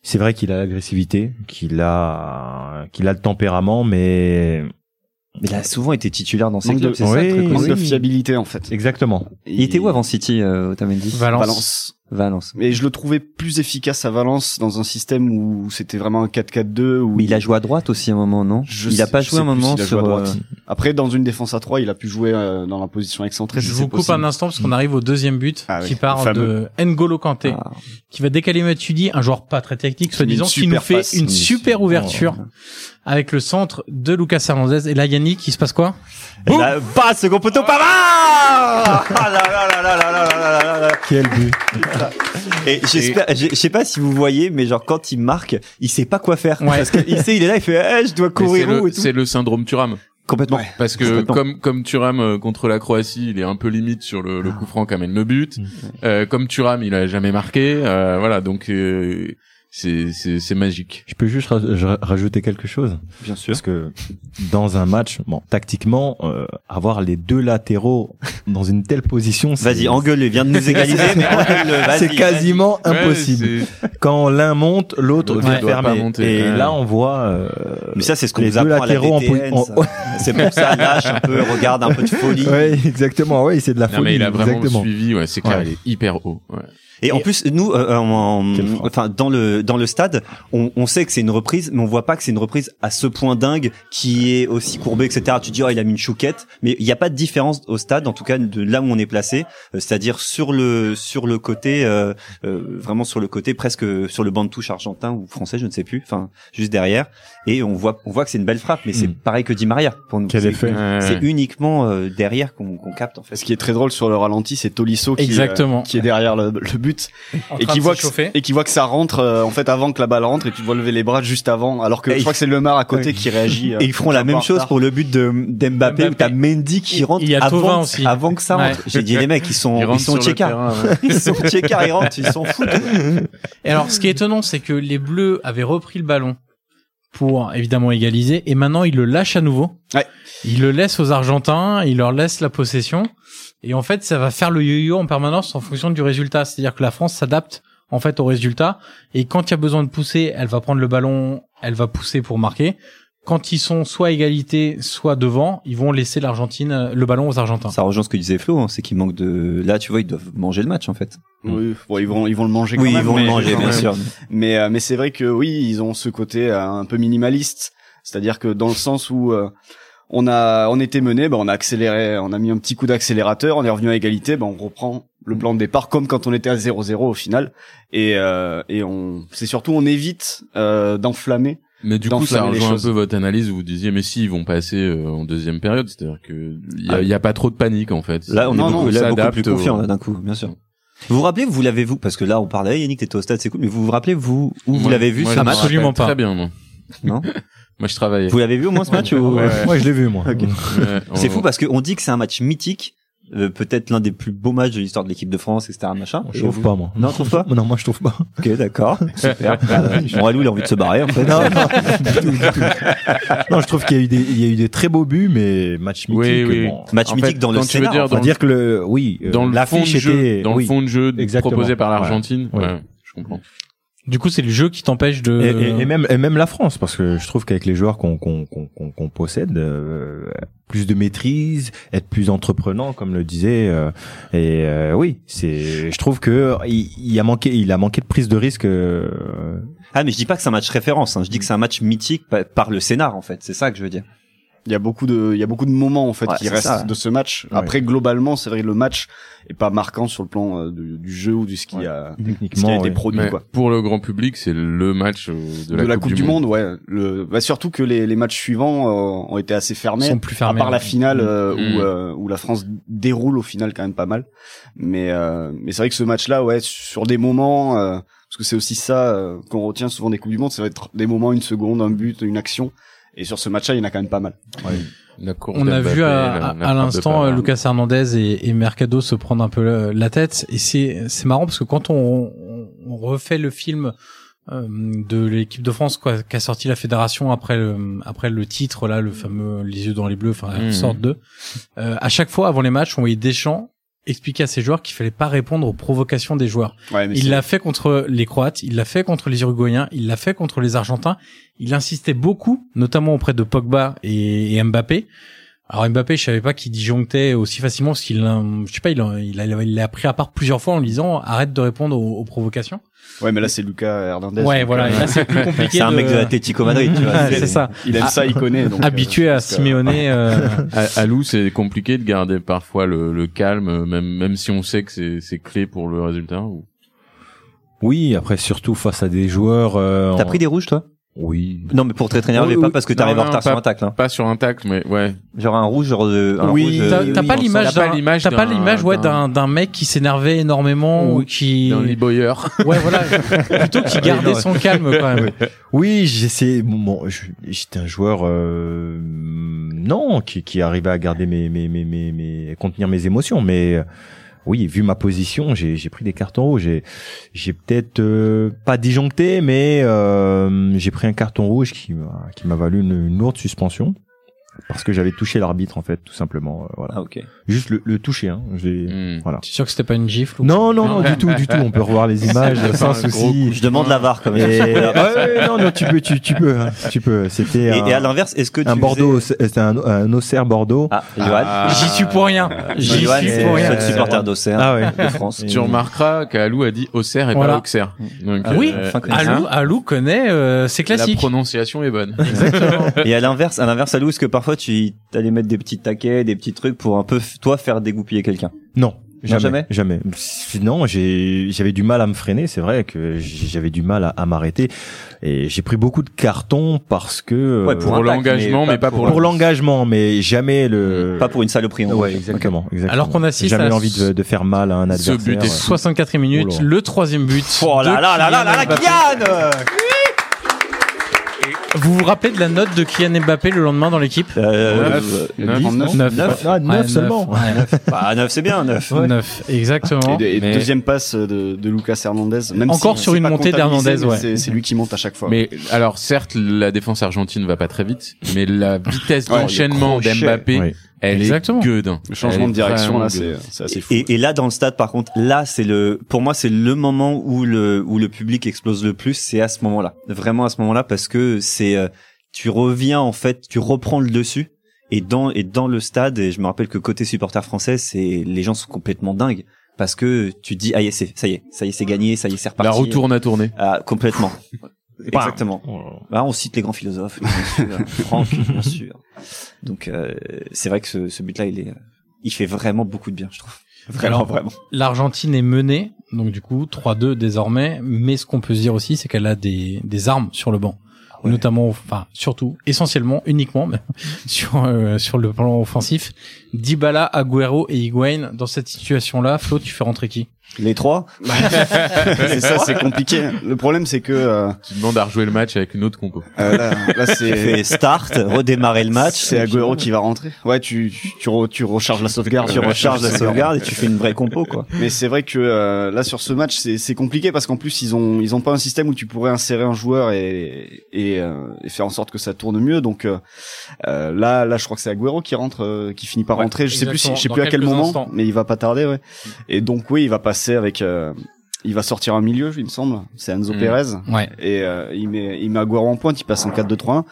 H: c'est vrai qu'il a l'agressivité, qu'il a, qu'il a le tempérament, mais
F: Mais il a souvent été titulaire dans ses
G: Manque de-
F: clubs, c'est ça le
H: Oui,
F: truc
H: oui.
F: aussi.
G: Manque de fiabilité en fait.
H: exactement.
F: Il était où avant City, euh, Otamendi
D: Valence.
G: Valence.
F: Valence.
G: Mais je le trouvais plus efficace à Valence dans un système où c'était vraiment un 4-4-2. Où
F: Mais il a joué à droite aussi à un moment, non
G: Je
F: Il a
G: sais-
F: pas
G: je
F: joué à un
G: sais plus
F: moment
G: s'il a joué
F: sur.
G: à droite.
F: euh,
G: Après, dans une défense à 3, il a pu jouer euh, dans la position excentrée.
D: Je
G: si
D: vous
G: c'est
D: coupe
G: possible.
D: un instant parce qu'on arrive au deuxième but
G: Ah oui,
D: qui
G: le
D: part de
G: fameux.
D: N'Golo Kanté
F: ah,
D: qui va décaler Matuidi, un joueur pas très technique
G: Qui
D: soi-disant,
G: met une
D: qui nous
G: super
D: fait
G: passe,
D: une
G: mais
D: super
G: c'est-
D: ouverture avec le centre de Lucas Hernandez et là Yannick, il se passe quoi Boum
F: La passe, second poteau, Pavard Ah là là là là là là là là là là.
H: Quel but.
F: Et j'espère, je je sais pas si vous voyez, mais genre quand il marque, il sait pas quoi faire.
D: Ouais.
F: Parce qu'il sait, il est là, il fait, Eh, je dois
E: Mais
F: courir
E: c'est
F: où
E: le-
F: et tout.
E: C'est le syndrome Thuram.
F: Complètement.
E: Parce que
F: Complètement.
E: comme comme Thuram euh, contre la Croatie, il est un peu limite sur le,
G: Ah.
E: le coup franc qu'amène le but.
G: Hmm.
E: Euh, comme Thuram, il a jamais marqué. Euh, voilà, donc euh, c'est c'est c'est magique.
H: Je peux juste ra- je- rajouter quelque chose.
F: Bien sûr.
H: Parce que dans un match, bon, tactiquement, euh, avoir les deux latéraux dans une telle position, c'est-
F: Vas-y, engueule-le, viens de nous égaliser, mais engueule-le, vas-y.
H: c'est quasiment impossible.
E: Ouais,
H: Quand l'un monte, l'autre
E: L'autre
H: vient
E: doit pas
H: fermer.
E: monter.
H: Et
E: Ouais.
H: là, on voit euh,
F: Mais ça, c'est ce qu'on
H: les
F: nous
H: deux
F: apprend à la
H: latéraux en
F: DTN,
H: position.
F: ça. C'est pour ça, lâche un peu, regarde un peu de folie.
H: Ouais, exactement. Ouais, c'est de la
E: c'est- non, mais
H: folie.
E: il a vraiment
H: exactement.
E: suivi. Ouais, c'est clair,
H: Ouais.
E: il est hyper haut. Ouais.
F: Et en plus, nous, euh, en- en-
H: Quelle frappe.
F: enfin, dans le dans le stade, on, on sait que c'est une reprise, mais on voit pas que c'est une reprise à ce point dingue qui est aussi courbée, etc. Tu dis, oh, il a mis une chouquette, mais il n'y a pas de différence au stade, en tout cas de là où on est placé, euh, c'est-à-dire sur le sur le côté, euh, euh, vraiment sur le côté presque sur le banc de touche argentin ou français, je ne sais plus, enfin juste derrière, et on voit on voit que c'est une belle frappe, mais c'est
H: Mm.
F: pareil que Di Maria pour nous.
H: Quel
F: C'est-
H: effet.
F: C'est uniquement euh, derrière qu'on qu'on capte en fait.
G: Ce qui est très drôle sur le ralenti, c'est Tolisso qui, euh,
D: Exactement.
G: qui est derrière le, le but et qui voit que, et qui voit que ça rentre euh, en fait avant que la balle rentre et tu dois lever les bras juste avant. Alors que
F: Et
G: je
F: il-
G: crois que c'est Lemar à côté qui réagit. euh,
F: Et ils feront la
G: un
F: même
G: peu en
F: chose
G: retard.
F: pour le but de d'Mbappé où t'as Mendy qui
D: Il-
F: rentre
D: il y a Thauvin
F: avant,
D: aussi.
F: avant que ça rentre.
D: Ouais.
F: J'ai dit les mecs ils sont
E: Il
F: ils,
E: rentre
F: sont
E: sur le
F: checkers.
E: terrain. ouais.
F: Ils sont checkers, ils rentrent, ils s'en foutent.
D: Et alors, ce qui est étonnant, c'est que les Bleus avaient repris le ballon pour évidemment égaliser, et maintenant ils le lâchent à nouveau.
G: Ouais.
D: Ils le laissent aux Argentins, ils leur laissent la possession, et en fait, ça va faire le yo-yo en permanence en fonction du résultat. C'est-à-dire que la France s'adapte en fait au résultat, et quand il y a besoin de pousser, elle va prendre le ballon, elle va pousser pour marquer. Quand ils sont soit à égalité, soit devant, ils vont laisser l'Argentine euh, le ballon aux Argentins.
F: Ça rejoint ce que disait Flo, hein, c'est qu'il manque de. Là tu vois ils doivent manger le match en fait.
G: Oui, bon, ils vont ils vont le manger. quand
F: Oui ils
G: même,
F: vont le
G: mais-
F: manger bien
G: mais-
F: sûr.
G: Mais, euh, mais c'est vrai que oui, ils ont ce côté euh, un peu minimaliste. C'est-à-dire que dans le sens où euh, on a, on était mené, ben on a accéléré, on a mis un petit coup d'accélérateur, on est revenu à égalité, ben on reprend le plan de départ comme quand on était à 0-0 au final. Et, euh, et on, c'est surtout on évite euh, d'enflammer.
E: Mais du coup, ça
G: d'enflammer les
E: rejoint un
G: choses.
E: peu votre analyse où vous disiez, mais si, ils vont passer euh, en deuxième période, c'est-à-dire que il y, a- y a pas trop de panique en fait.
F: Là on
G: Non,
F: est
G: non,
F: beaucoup,
E: on
F: là, beaucoup
E: s'adapte
F: plus
E: au-
F: confiant là d'un coup bien sûr. Vous vous rappelez vous l'avez vu parce que là on parlait Yannick t'étais au stade c'est cool mais vous vous rappelez vous où vous
E: Moi-
F: l'avez vu
E: moi,
F: ce
E: je me
F: match
E: rappelle
D: Absolument pas.
E: Très bien, moi.
F: Non
E: Moi, je travaillais.
F: Vous l'avez vu au moins ce match ou-
E: Ouais.
H: Moi, je l'ai vu, moi.
E: Ouais, on-
F: C'est fou parce qu'on dit que c'est un match mythique euh, peut-être l'un des plus beaux matchs de l'histoire de l'équipe de France, etc. Machin.
H: Je
F: Et
H: trouve
F: vous-
H: pas, moi.
F: Non, trouve pas
H: Non, moi, je trouve pas.
F: Ok, d'accord. Super. Bon, Alou, il a envie de se barrer, en fait.
H: non, non,
F: Ah.
H: du tout, du tout. Non, je trouve qu'il y a eu des, il y a eu des très beaux buts, mais match mythique.
E: Oui, oui.
H: bon.
F: Match
E: En
F: mythique
E: fait,
F: dans le
E: quand tu veux
F: Sénat.
E: dire
F: enfin.
H: On va
E: dans
H: dire que le, oui, euh,
E: dans le fond de
H: l'affiche
E: jeu,
H: était,
E: dans
H: oui.
E: le fond de jeu
H: exactement.
E: proposé par
H: Ouais.
E: l'Argentine.
H: Ouais.
E: Ouais, je comprends.
D: Du coup, c'est le jeu qui t'empêche de.
H: Et, et- et même, et même la France, parce que je trouve qu'avec les joueurs qu'on qu'on qu'on qu'on- qu'on possède, euh, plus de maîtrise, être plus entreprenant, comme le disait. euh, et euh, oui, c'est. Je trouve que il, il a manqué, il a manqué de prise de risque. euh,
F: Ah, mais je dis pas que c'est un match référence, hein. je dis que c'est un match mythique pa- par le scénar, en fait. C'est ça que je veux dire.
G: Il y a beaucoup de, il y a beaucoup de moments en fait
F: Ouais,
G: qui
F: c'est
G: restent
F: ça.
G: de ce match.
H: Ouais.
G: Après globalement, c'est vrai que le match est pas marquant sur le plan euh, du, du jeu ou du ski euh,
H: Ouais.
G: a, ce qui a
H: techniquement,
G: été
H: ouais.
G: produit
E: Mais
G: quoi.
E: pour le grand public, c'est le match euh, de la,
G: Coupe, du Monde, ouais. Le, bah, surtout que les, les matchs suivants euh, ont été assez fermés.
D: sont plus fermés. Mmh.
G: à part la finale euh,
E: Mm.
G: où, euh, où la France déroule au final quand même pas mal. Mais euh, mais c'est vrai que ce match-là, ouais, sur des moments, euh, parce que c'est aussi ça euh, qu'on retient souvent des coupes du monde, ça va être des moments, une seconde, un but, une action. Et sur ce match-là, il y en a quand même pas mal.
E: La course
D: On a
E: d'Mbappé,
D: vu
E: la-
D: à, à-
E: la
D: à
E: frappe de
D: l'instant euh,
E: Pavard.
D: Lucas Hernandez et, et Mercado se prendre un peu euh, la tête et c'est c'est marrant parce que quand on, on- on refait le film euh, de l'équipe de France quoi qu'a sorti la fédération après le, après le titre là le fameux les yeux dans les bleus enfin
E: Mhm.
D: une sorte de euh, à chaque fois avant les matchs on voyait Deschamps expliquer à ses joueurs qu'il fallait pas répondre aux provocations des joueurs.
G: Ouais, mais c'est-
D: Il l'a fait contre les Croates, il l'a fait contre les Uruguayens, il l'a fait contre les Argentins. Il insistait beaucoup, notamment auprès de Pogba et, et Mbappé. Alors Mbappé, je savais pas qu'il disjonctait aussi facilement parce qu'il, euh, je sais pas, il a, il a, il l'a pris à part plusieurs fois en lui disant arrête de répondre aux, aux provocations.
G: ouais, mais là c'est Lucas Hernandez.
D: Ouais,
G: donc,
D: voilà.
G: euh,
D: Et là, c'est plus compliqué.
F: C'est un mec de l'Atlético Madrid, tu vois.
D: Ouais, Ah, c'est ça.
G: Il aime ça, il connaît. donc, euh,
D: Habitué à
G: parce que-
D: Simeone. euh,
E: À, à Lou, c'est compliqué de garder parfois le, le calme, euh, même même si on sait que c'est c'est clé pour le résultat. ou-
H: Oui, après surtout face à des joueurs. euh,
F: T'as
H: en-
F: pris des rouges, toi?
H: Oui.
F: Non, mais pour te t'énerver
E: Oui,
F: pas
E: oui.
F: parce que
E: Non,
F: t'arrives en
E: non,
F: retard
E: pas-
F: sur un tacle, hein.
E: Pas sur un tacle, mais ouais.
F: Genre un rouge, genre de, un
G: Oui,
F: rouge, euh,
D: T'as t'as
G: oui,
D: pas
G: on
E: T'as
D: l'image
E: pas
D: d'un-
E: l'image
D: T'as pas
E: d'un-
D: l'image ouais d'un d'un mec qui s'énervait énormément ou
E: Ou
D: qui
E: d'un Lee Boyer.
D: ouais voilà plutôt qui gardait son calme quand même
H: Oui, j'essayais. Bon, bon, je- j'étais un joueur euh, non qui, qui arrivait à garder mes, mes, mes, mes, mes- contenir mes émotions, mais euh, oui, vu ma position, j'ai j'ai pris des cartons rouges. J'ai j'ai peut-être euh, pas disjoncté, mais euh, j'ai pris un carton rouge qui m'a qui m'a valu une, une lourde suspension parce que j'avais touché l'arbitre en fait, tout simplement. euh, voilà,
F: Ah, ok.
H: juste le, le toucher. Hein, j'ai-
E: Hmm.
H: Voilà.
D: Je suis sûr que c'était pas une gifle ou
H: Non, non, non, du tout, du tout. On peut revoir les images
E: C'est
H: sans
E: pas Mmh. un gros
H: souci.
F: Je demande la VAR, quand
H: Et...
F: même.
H: ouais, ouais, non, non, tu peux, tu, tu peux, hein, tu peux. C'était
F: Et,
H: un,
F: et à l'inverse, est-ce que tu
H: un
F: faisais-
H: Bordeaux, c'était un, un Auxerre Bordeaux.
F: Ah, Johan.
D: J'y suis pour rien. J'y suis
F: Johan,
H: c'est-
D: pour rien.
F: c'est le supporter d'Auxerre.
H: Ah ouais.
F: De France.
E: Tu remarqueras qu'Alou a dit Auxerre et
D: Voilà.
E: pas Auxerre.
G: Hmm.
E: Donc,
G: Ah.
D: Oui,
E: euh,
F: enfin, que-
D: Alou, Alou connaît, euh, c'est
E: la
D: classique.
E: prononciation est bonne.
F: Et à l'inverse, à l'inverse, Alou, est-ce que parfois tu allais mettre des petits taquets, des petits trucs pour un peu, f- toi, faire dégoupiller quelqu'un?
H: Non.
F: Non,
H: Jamais, jamais. Non, j'ai, j'avais du mal à me freiner. C'est vrai que j'avais du mal à, à m'arrêter et j'ai pris beaucoup de cartons parce que
F: Ouais,
H: euh,
E: Pour
F: un tacle,
E: l'engagement, mais pas pour
H: pour l'engagement, mais jamais le
F: Mmh. Pas pour une saloperie, en
H: Ouais,
F: gros.
H: exactement, exactement.
D: Alors qu'on assiste
H: jamais
D: à
H: envie de, de faire mal à un
E: Ce
H: adversaire.
E: but est
H: ouais.
D: 64e minute,
H: Oh là.
D: le troisième but.
F: Oh
D: de
F: là là là là là là,
D: Kylian Mbappé.
F: Kylian!
D: Vous vous rappelez de la note de Kylian Mbappé le lendemain dans l'équipe
F: Euh,
E: Neuf.
F: euh,
E: Neuf.
F: dix,
G: Neuf.
F: non
D: Neuf.
H: Neuf, ah, neuf
D: Ouais,
H: seulement.
D: ouais, neuf,
F: Bah, 9, c'est bien, 9.
H: Ouais.
D: neuf, exactement.
G: Et, de- et
E: Mais-
G: deuxième passe de, de Lucas Hernandez. Même
D: Encore
G: si
D: sur
G: c'est
D: une
G: pas
D: montée
G: comptabilisé,
D: d'Hernandez,
G: mais
D: ouais.
G: C'est c'est lui qui monte à chaque fois.
E: Mais alors certes, la défense argentine va pas très vite, mais la vitesse
G: Ouais,
E: d'enchaînement
G: le crochet.
E: d'Mbappé,
H: Ouais.
E: elle
D: Exactement.
E: est gueudin.
G: Le changement
E: Elle
G: de
E: est
G: direction
E: vraiment
G: là,
E: gueudin.
G: c'est c'est assez fou.
F: Et, et là, dans le stade, par contre, là, c'est le, pour moi, c'est le moment où le, où le public explose le plus. C'est à ce moment-là. Vraiment à ce moment-là, parce que c'est, euh, tu reviens, en fait, tu reprends le dessus. Et dans, et dans le stade, et je me rappelle que côté supporter français, c'est, les gens sont complètement dingues. Parce que tu te dis, ah, y est, c'est- ça y est, ça y est, c'est gagné, ça y est, c'est reparti.
E: La roue tourne à tourner.
F: Ah, complètement. Exactement. Bah, on cite les grands philosophes, bien sûr, Franck, bien sûr. Donc, euh, c'est vrai que ce, ce but-là, il est, euh, il fait vraiment beaucoup de bien, je trouve. Vraiment,
D: Alors,
F: vraiment.
D: L'Argentine est menée, donc du coup 3-2 désormais, mais ce qu'on peut se dire aussi c'est qu'elle a des, des armes sur le banc.
G: Ah
F: ouais.
D: notamment, enfin surtout, essentiellement, uniquement mais sur euh, sur le plan offensif. Dybala, Agüero et Higuain. Dans cette situation-là, Flo, tu fais rentrer qui
G: Les trois C'est ça, c'est compliqué. Le problème, c'est que euh,
E: Tu demandes à rejouer le match avec une autre compo.
G: euh, là, là,
F: Tu
G: c'est
F: fais start, redémarrer le match.
G: c'est Agüero qui va rentrer. Ouais, tu tu tu, re- tu recharges la sauvegarde,
F: Tu recharges la sauvegarde et tu fais une vraie compo, quoi.
G: Mais c'est vrai que euh, là sur ce match c'est c'est compliqué parce qu'en plus ils ont ils ont pas un système où tu pourrais insérer un joueur et et, euh, et faire en sorte que ça tourne mieux donc euh, euh, là là je crois que c'est Agüero qui rentre euh, qui finit par
D: Ouais,
G: rentrer je sais plus si,
D: exactement,
G: je sais
D: dans
G: plus à quel
D: quelques
G: moment
D: instants. Mm.
G: mais il va pas tarder ouais et donc oui il va passer avec euh, il va sortir un milieu il me semble c'est Enzo
E: Mm.
G: Perez
D: Ouais.
G: et euh, il met il met Agüero en pointe, il passe en 4-2-3-1.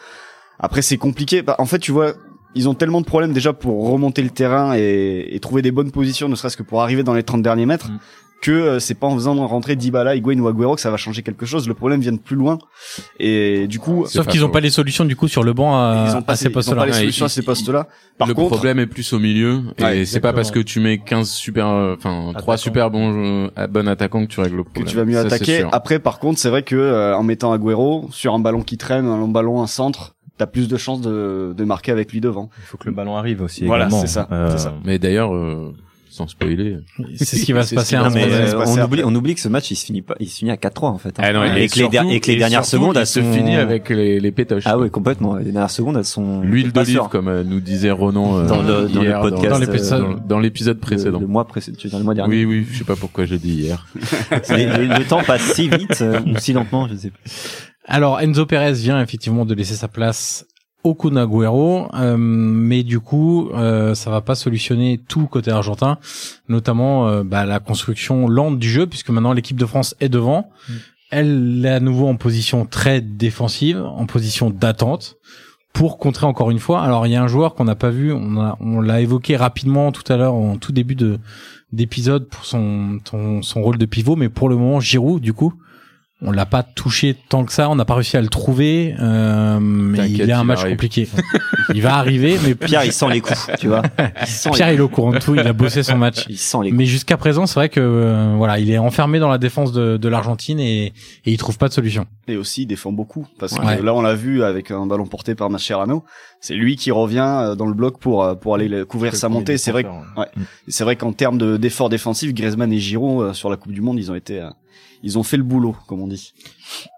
G: Après c'est compliqué. Bah, en fait, tu vois, ils ont tellement de problèmes déjà pour remonter le terrain et, et trouver des bonnes positions ne serait-ce que pour arriver dans les 30 derniers mètres
E: Mm.
G: que euh, c'est pas en faisant rentrer Dybala, Higuain ou Agüero que ça va changer quelque chose. Le problème vient de plus loin et du coup
E: C'est
D: Sauf
E: pas
D: qu'ils ont
E: faux.
D: pas les solutions du coup sur le banc
E: Euh,
D: à,
G: ils
D: à
G: ont
E: ah,
G: pas,
D: ces
G: ils ont
D: postes-là.
G: pas les
E: Ouais,
G: solutions à
E: ils-
G: ces postes-là. Par
E: le
G: contre,
E: problème est plus au milieu et
G: Ouais,
E: c'est pas
H: exactement.
E: parce que tu mets 15 super euh, enfin trois
H: Attaquants.
E: super bons euh, bons attaquants que tu règles le
G: que
E: problème.
G: tu vas mieux
E: Ça, c'est
G: attaquer.
E: sûr.
G: Après, par contre, c'est vrai que euh, en mettant Agüero sur un ballon qui traîne, un long ballon, un centre, t'as plus de chances de, de marquer avec lui devant.
H: Il faut que le ballon arrive aussi.
G: Voilà,
H: également.
G: c'est ça,
H: Euh,
G: c'est ça.
E: Mais d'ailleurs euh, sans spoiler.
D: C'est ce qui va se passer. hein,
F: Non,
D: à un
F: mais
D: moment donné.
G: va se
F: euh,
G: passer
F: on
G: après.
F: oublie, on oublie que ce match il se finit pas, il se finit à 4-3 en fait. hein.
E: Ah non,
F: et, que les der- et que les
E: surtout-
F: dernières
E: et
F: secondes,
E: surtout,
F: elles
E: il
F: sont
E: se finit avec les, les pétoches.
F: Ah oui, complètement. Les dernières secondes, elles sont
E: L'huile d'olive,
F: passeurs.
E: comme euh, nous disait Ronan euh,
F: Dans le- dans le
E: hier,
F: podcast,
E: dans
D: euh,
E: l'épisode- dans- dans l'épisode précédent.
F: Le, le mois précédent, tu veux dire le mois dernier.
E: oui, oui, je sais pas pourquoi j'ai dit hier.
F: Les- le, le temps passe si vite euh, ou si lentement, je sais plus.
D: Alors Enzo Perez vient effectivement de laisser sa place au Kun Agüero, euh, mais du coup euh, ça va pas solutionner tout côté argentin, notamment euh, bah, la construction lente du jeu puisque maintenant l'équipe de France est devant. Elle est à nouveau en position très défensive, en position d'attente pour contrer encore une fois. Alors il y a un joueur qu'on n'a pas vu, on a- on l'a évoqué rapidement tout à l'heure en tout début de d'épisode pour son, ton- son rôle de pivot, mais pour le moment Giroud du coup on l'a pas touché tant que ça, on n'a pas réussi à le trouver. Euh, mais il
E: T'inquiète,
D: y a un
E: il
D: match
E: arrive.
D: compliqué. il va arriver, mais
F: Pierre, il sent les coups, tu vois. Il sent
D: Pierre il est au courant de tout, il a bossé son match.
F: les, il sent les coups.
D: Mais jusqu'à présent, c'est vrai que euh, voilà, il est enfermé dans la défense de, de l'Argentine et, et il trouve pas de solution.
G: et aussi il défend beaucoup parce
D: Ouais.
G: que là on l'a vu avec un ballon porté par Mascherano c'est lui qui revient euh, dans le bloc pour euh, pour aller le- couvrir sa montée c'est vrai que- c'est vrai qu'en termes de d'efforts défensifs Griezmann et Giroud euh, sur la Coupe du Monde ils ont été euh, ils ont fait le boulot comme on dit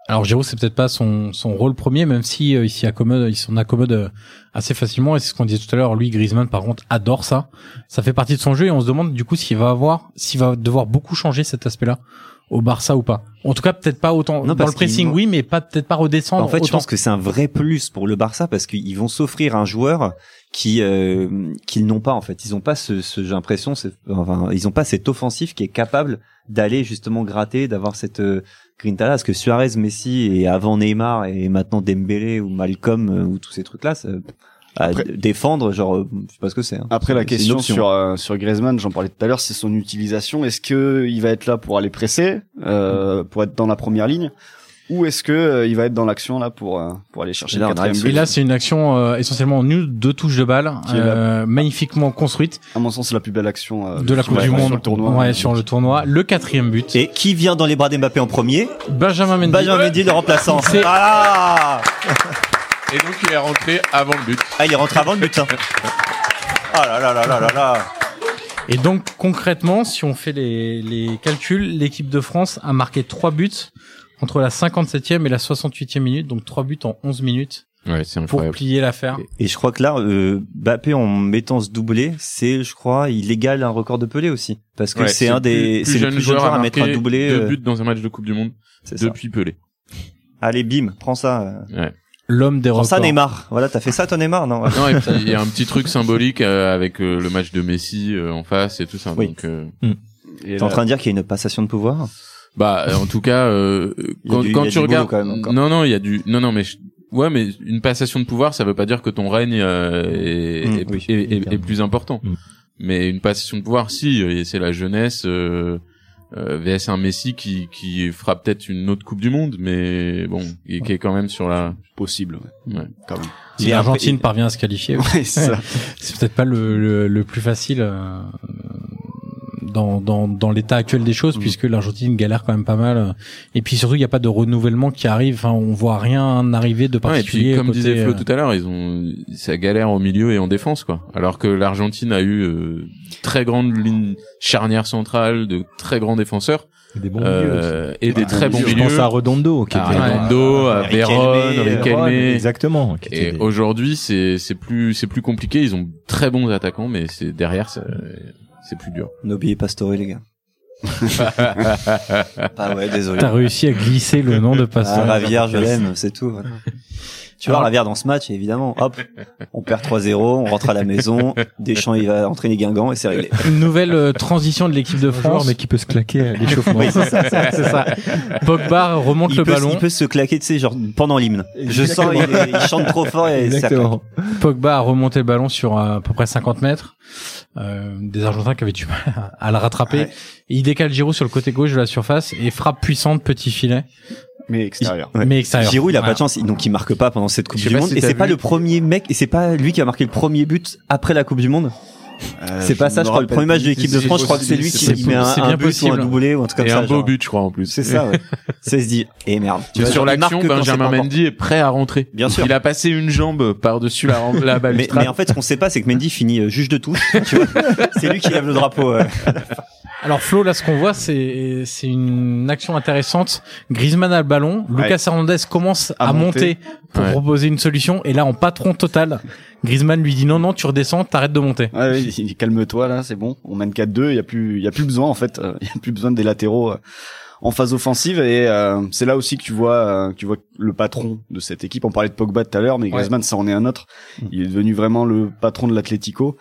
D: Alors Giroud, c'est peut-être pas son, son rôle premier, même si euh, il s'y accommode, il s'en accommode euh, assez facilement. Et c'est ce qu'on disait tout à l'heure. Lui, Griezmann, par contre, adore ça. Ça fait partie de son jeu et on se demande du coup s'il va avoir, s'il va devoir beaucoup changer cet aspect-là au Barça ou pas. En tout cas, peut-être pas autant
F: Non,
D: dans
F: parce
D: le pressing,
F: qu'il-
D: oui, mais pas peut-être pas redescendre.
F: En fait,
D: autant.
F: je pense que c'est un vrai plus pour le Barça parce qu'ils vont s'offrir un joueur qui euh, qu'ils n'ont pas en fait. Ils n'ont pas ce, ce j'ai l'impression, c'est- enfin, ils n'ont pas cet offensif qui est capable d'aller justement gratter, d'avoir cette euh, grinta là. Parce que Suarez, Messi et avant Neymar et maintenant Dembélé ou Malcolm euh, ou tous ces trucs là,
G: Après-
F: défendre, genre, euh, je sais pas ce que c'est. hein.
G: après la
F: C'est une
G: question
F: option.
G: sur euh, sur Griezmann j'en parlais tout à l'heure c'est son utilisation est-ce que euh, il va être là pour aller presser euh, pour être dans la première ligne ou est-ce que euh, il va être dans l'action là pour euh, pour aller chercher
F: Là, on
G: le quatrième
F: arrive
D: Et
G: but
D: là, c'est une action euh, essentiellement en nulle, deux touches de balle,
G: Qui est la-
D: euh, magnifiquement construite
G: à mon sens c'est la plus belle action euh,
D: de la Coupe
G: ouais,
D: du
G: sur
D: Monde
G: le tournoi
D: Ouais, sur le tournoi. Le quatrième but.
F: Et qui vient dans les bras d'Mbappé en premier
D: Benjamin Mendy.
F: Benjamin Mendy, le remplaçant.
D: C'est-
F: Ah,
E: Et donc il est rentré avant le but.
F: ah, il est rentré avant le but. hein. Ah là là là là là là.
D: Et donc concrètement, si on fait les, les calculs, l'équipe de France a marqué trois buts entre la 57e et la 68e minute, donc trois buts en 11 minutes
E: Ouais, c'est
D: pour
E: incroyable.
D: plier l'affaire.
F: Et je crois que là, euh, Mbappé en mettant ce doublé, c'est, je crois, il égale un record de Pelé aussi, parce que
E: Ouais,
F: c'est un des,
E: plus-
F: c'est le plus jeune joueur à mettre un
E: marquer
F: doublé.
E: Deux
F: euh,
E: buts dans un match de Coupe du Monde
F: c'est ça.
E: depuis Pelé.
F: Allez, bim, prends ça. euh.
D: L'homme des
F: Prends
D: records.
F: ça, Neymar. Voilà, t'as fait ça, toi, Neymar, non voilà.
E: Non, et puis il y a un petit truc symbolique euh, avec euh, le match de Messi euh, en face et tout ça.
F: Oui.
E: Donc, euh,
G: Et
F: T'es en
G: là-
F: train de dire qu'il y a une passation de pouvoir
E: bah, euh, en tout cas, euh,
F: Il y a
E: quand,
F: du-
E: quand
F: il y a
E: tu
F: du boulot
E: regardes,
F: quand même encore.
E: non, non, il y a du, non, non, mais je- ouais, mais une passation de pouvoir, ça veut pas dire que ton règne euh, est,
F: Mm,
E: est,
F: oui,
E: est- est-
H: clairement.
E: est plus important.
H: Mm.
E: Mais une passation de pouvoir, si, et c'est la jeunesse. euh, euh, VS un Messi qui, qui fera peut-être une autre Coupe du Monde, mais bon, et qui est quand même sur la.
G: possible ouais.
E: Ouais.
G: quand même
D: Si
F: Il est
D: l'Argentine
F: impré-
D: parvient à se qualifier,
G: Ouais, c'est ça.
D: c'est peut-être pas le, le, le plus facile euh, dans, dans, dans l'état actuel des choses,
H: Mm.
D: puisque l'Argentine galère quand même pas mal. Et puis surtout, il n'y a pas de renouvellement qui arrive. Enfin, on voit rien arriver de
A: Ouais, et
D: particulier.
A: puis comme
D: côté,
A: disait Flo
D: euh,
A: tout à l'heure, ils ont ça galère au milieu et en défense quoi. Alors que l'Argentine a eu euh, très grande ligne charnière centrale, de très grands défenseurs
H: Des bons milieux aussi.
A: euh, et des
G: Ouais,
A: très bons
G: je
H: Je
A: milieux.
H: pense à Redondo, qui
A: à
H: était
A: Ah, Redondo, à
F: Riquelme,
A: Vérone,
F: euh,
A: Riquelme.
H: Exactement. qui était
A: Et
H: des-
A: aujourd'hui, c'est c'est plus c'est plus compliqué. Ils ont très bons attaquants, mais c'est derrière ça, c'est plus dur.
F: N'oubliez pas Story, les gars. ah ouais, désolé.
D: T'as réussi à glisser le nom de
F: Ah,
D: Pastore.
F: Ravière, je l'aime, c'est tout. voilà. Tu vois,
D: Alors-
F: Ravière dans ce match, évidemment, hop, on perd 3-0, on rentre à la maison, Deschamps, il va entraîner Guingamp et c'est réglé.
D: Une nouvelle euh, transition de l'équipe de
H: Un joueur,
D: France.
H: mais qui peut se claquer à l'échauffement.
F: Oui, c'est ça,
D: C'est ça. Pogba remonte
F: il,
D: le
F: peut,
D: ballon.
F: il peut se claquer, tu sais, genre pendant l'hymne. Je sens, il, il chante trop fort et ça claque.
H: Exactement.
D: Pogba a remonté le ballon sur euh, à peu près 50 mètres. Euh, des Argentins qui avaient du mal à- à le rattraper.
F: Ouais.
D: Et il décale Giroud sur le côté gauche de la surface et frappe puissante petit filet,
G: mais extérieur.
F: Ouais.
D: mais extérieur.
F: Giroud, il a
D: Voilà.
F: pas de chance, donc il marque pas pendant cette Coupe
A: Je sais
F: du
A: pas
F: Monde.
A: si
F: et
A: t'as
F: c'est pas
A: vu. euh,
F: le premier mec, et c'est pas lui qui a marqué le premier but après la Coupe du Monde.
A: Euh,
G: Euh,
F: c'est pas ça, je crois. Le premier match de l'équipe de France, je crois que c'est lui qui
D: c'est
F: il met un,
D: possible.
F: un
D: C'est bien
F: but ou un
D: possible.
F: doublé ou un truc comme
A: et
F: ça.
A: un beau
F: genre.
A: but, je crois en plus.
F: C'est ça, ouais. ça il se dit, eh merde. Tu
A: Mais
F: vois,
A: sur
F: genre, il
A: l'action,
F: marque quand c'est pas
A: Benjamin
F: encore.
A: Mendy est prêt à rentrer.
F: Bien sûr.
A: Il a passé une jambe par-dessus la, ram- la
F: Mais,
A: balustrade.
F: mais en fait, ce qu'on sait pas, c'est que Mendy finit euh, juge de touche. tu vois. C'est lui qui lève le drapeau. euh.
D: Alors Flo, là, ce qu'on voit, c'est c'est une action intéressante. Griezmann a le ballon.
G: Ouais.
D: Lucas Hernandez commence à,
G: À
D: monter.
G: monter.
D: pour
A: Ouais.
D: proposer une solution. Et là, en patron total, Griezmann lui dit non, non, tu redescends, t'arrêtes de monter.
G: Ouais, ouais, Ah il dit, calme-toi là, c'est bon. On mène 4-2, il y a plus il y a plus besoin en fait, euh, il y a plus besoin des latéraux euh, en phase offensive et euh, c'est là aussi que tu vois euh, que tu vois le patron de cette équipe. On parlait de Pogba tout à l'heure, mais Griezmann ça en est un autre.
D: Mm.
G: Il est devenu vraiment le patron de l'Atlético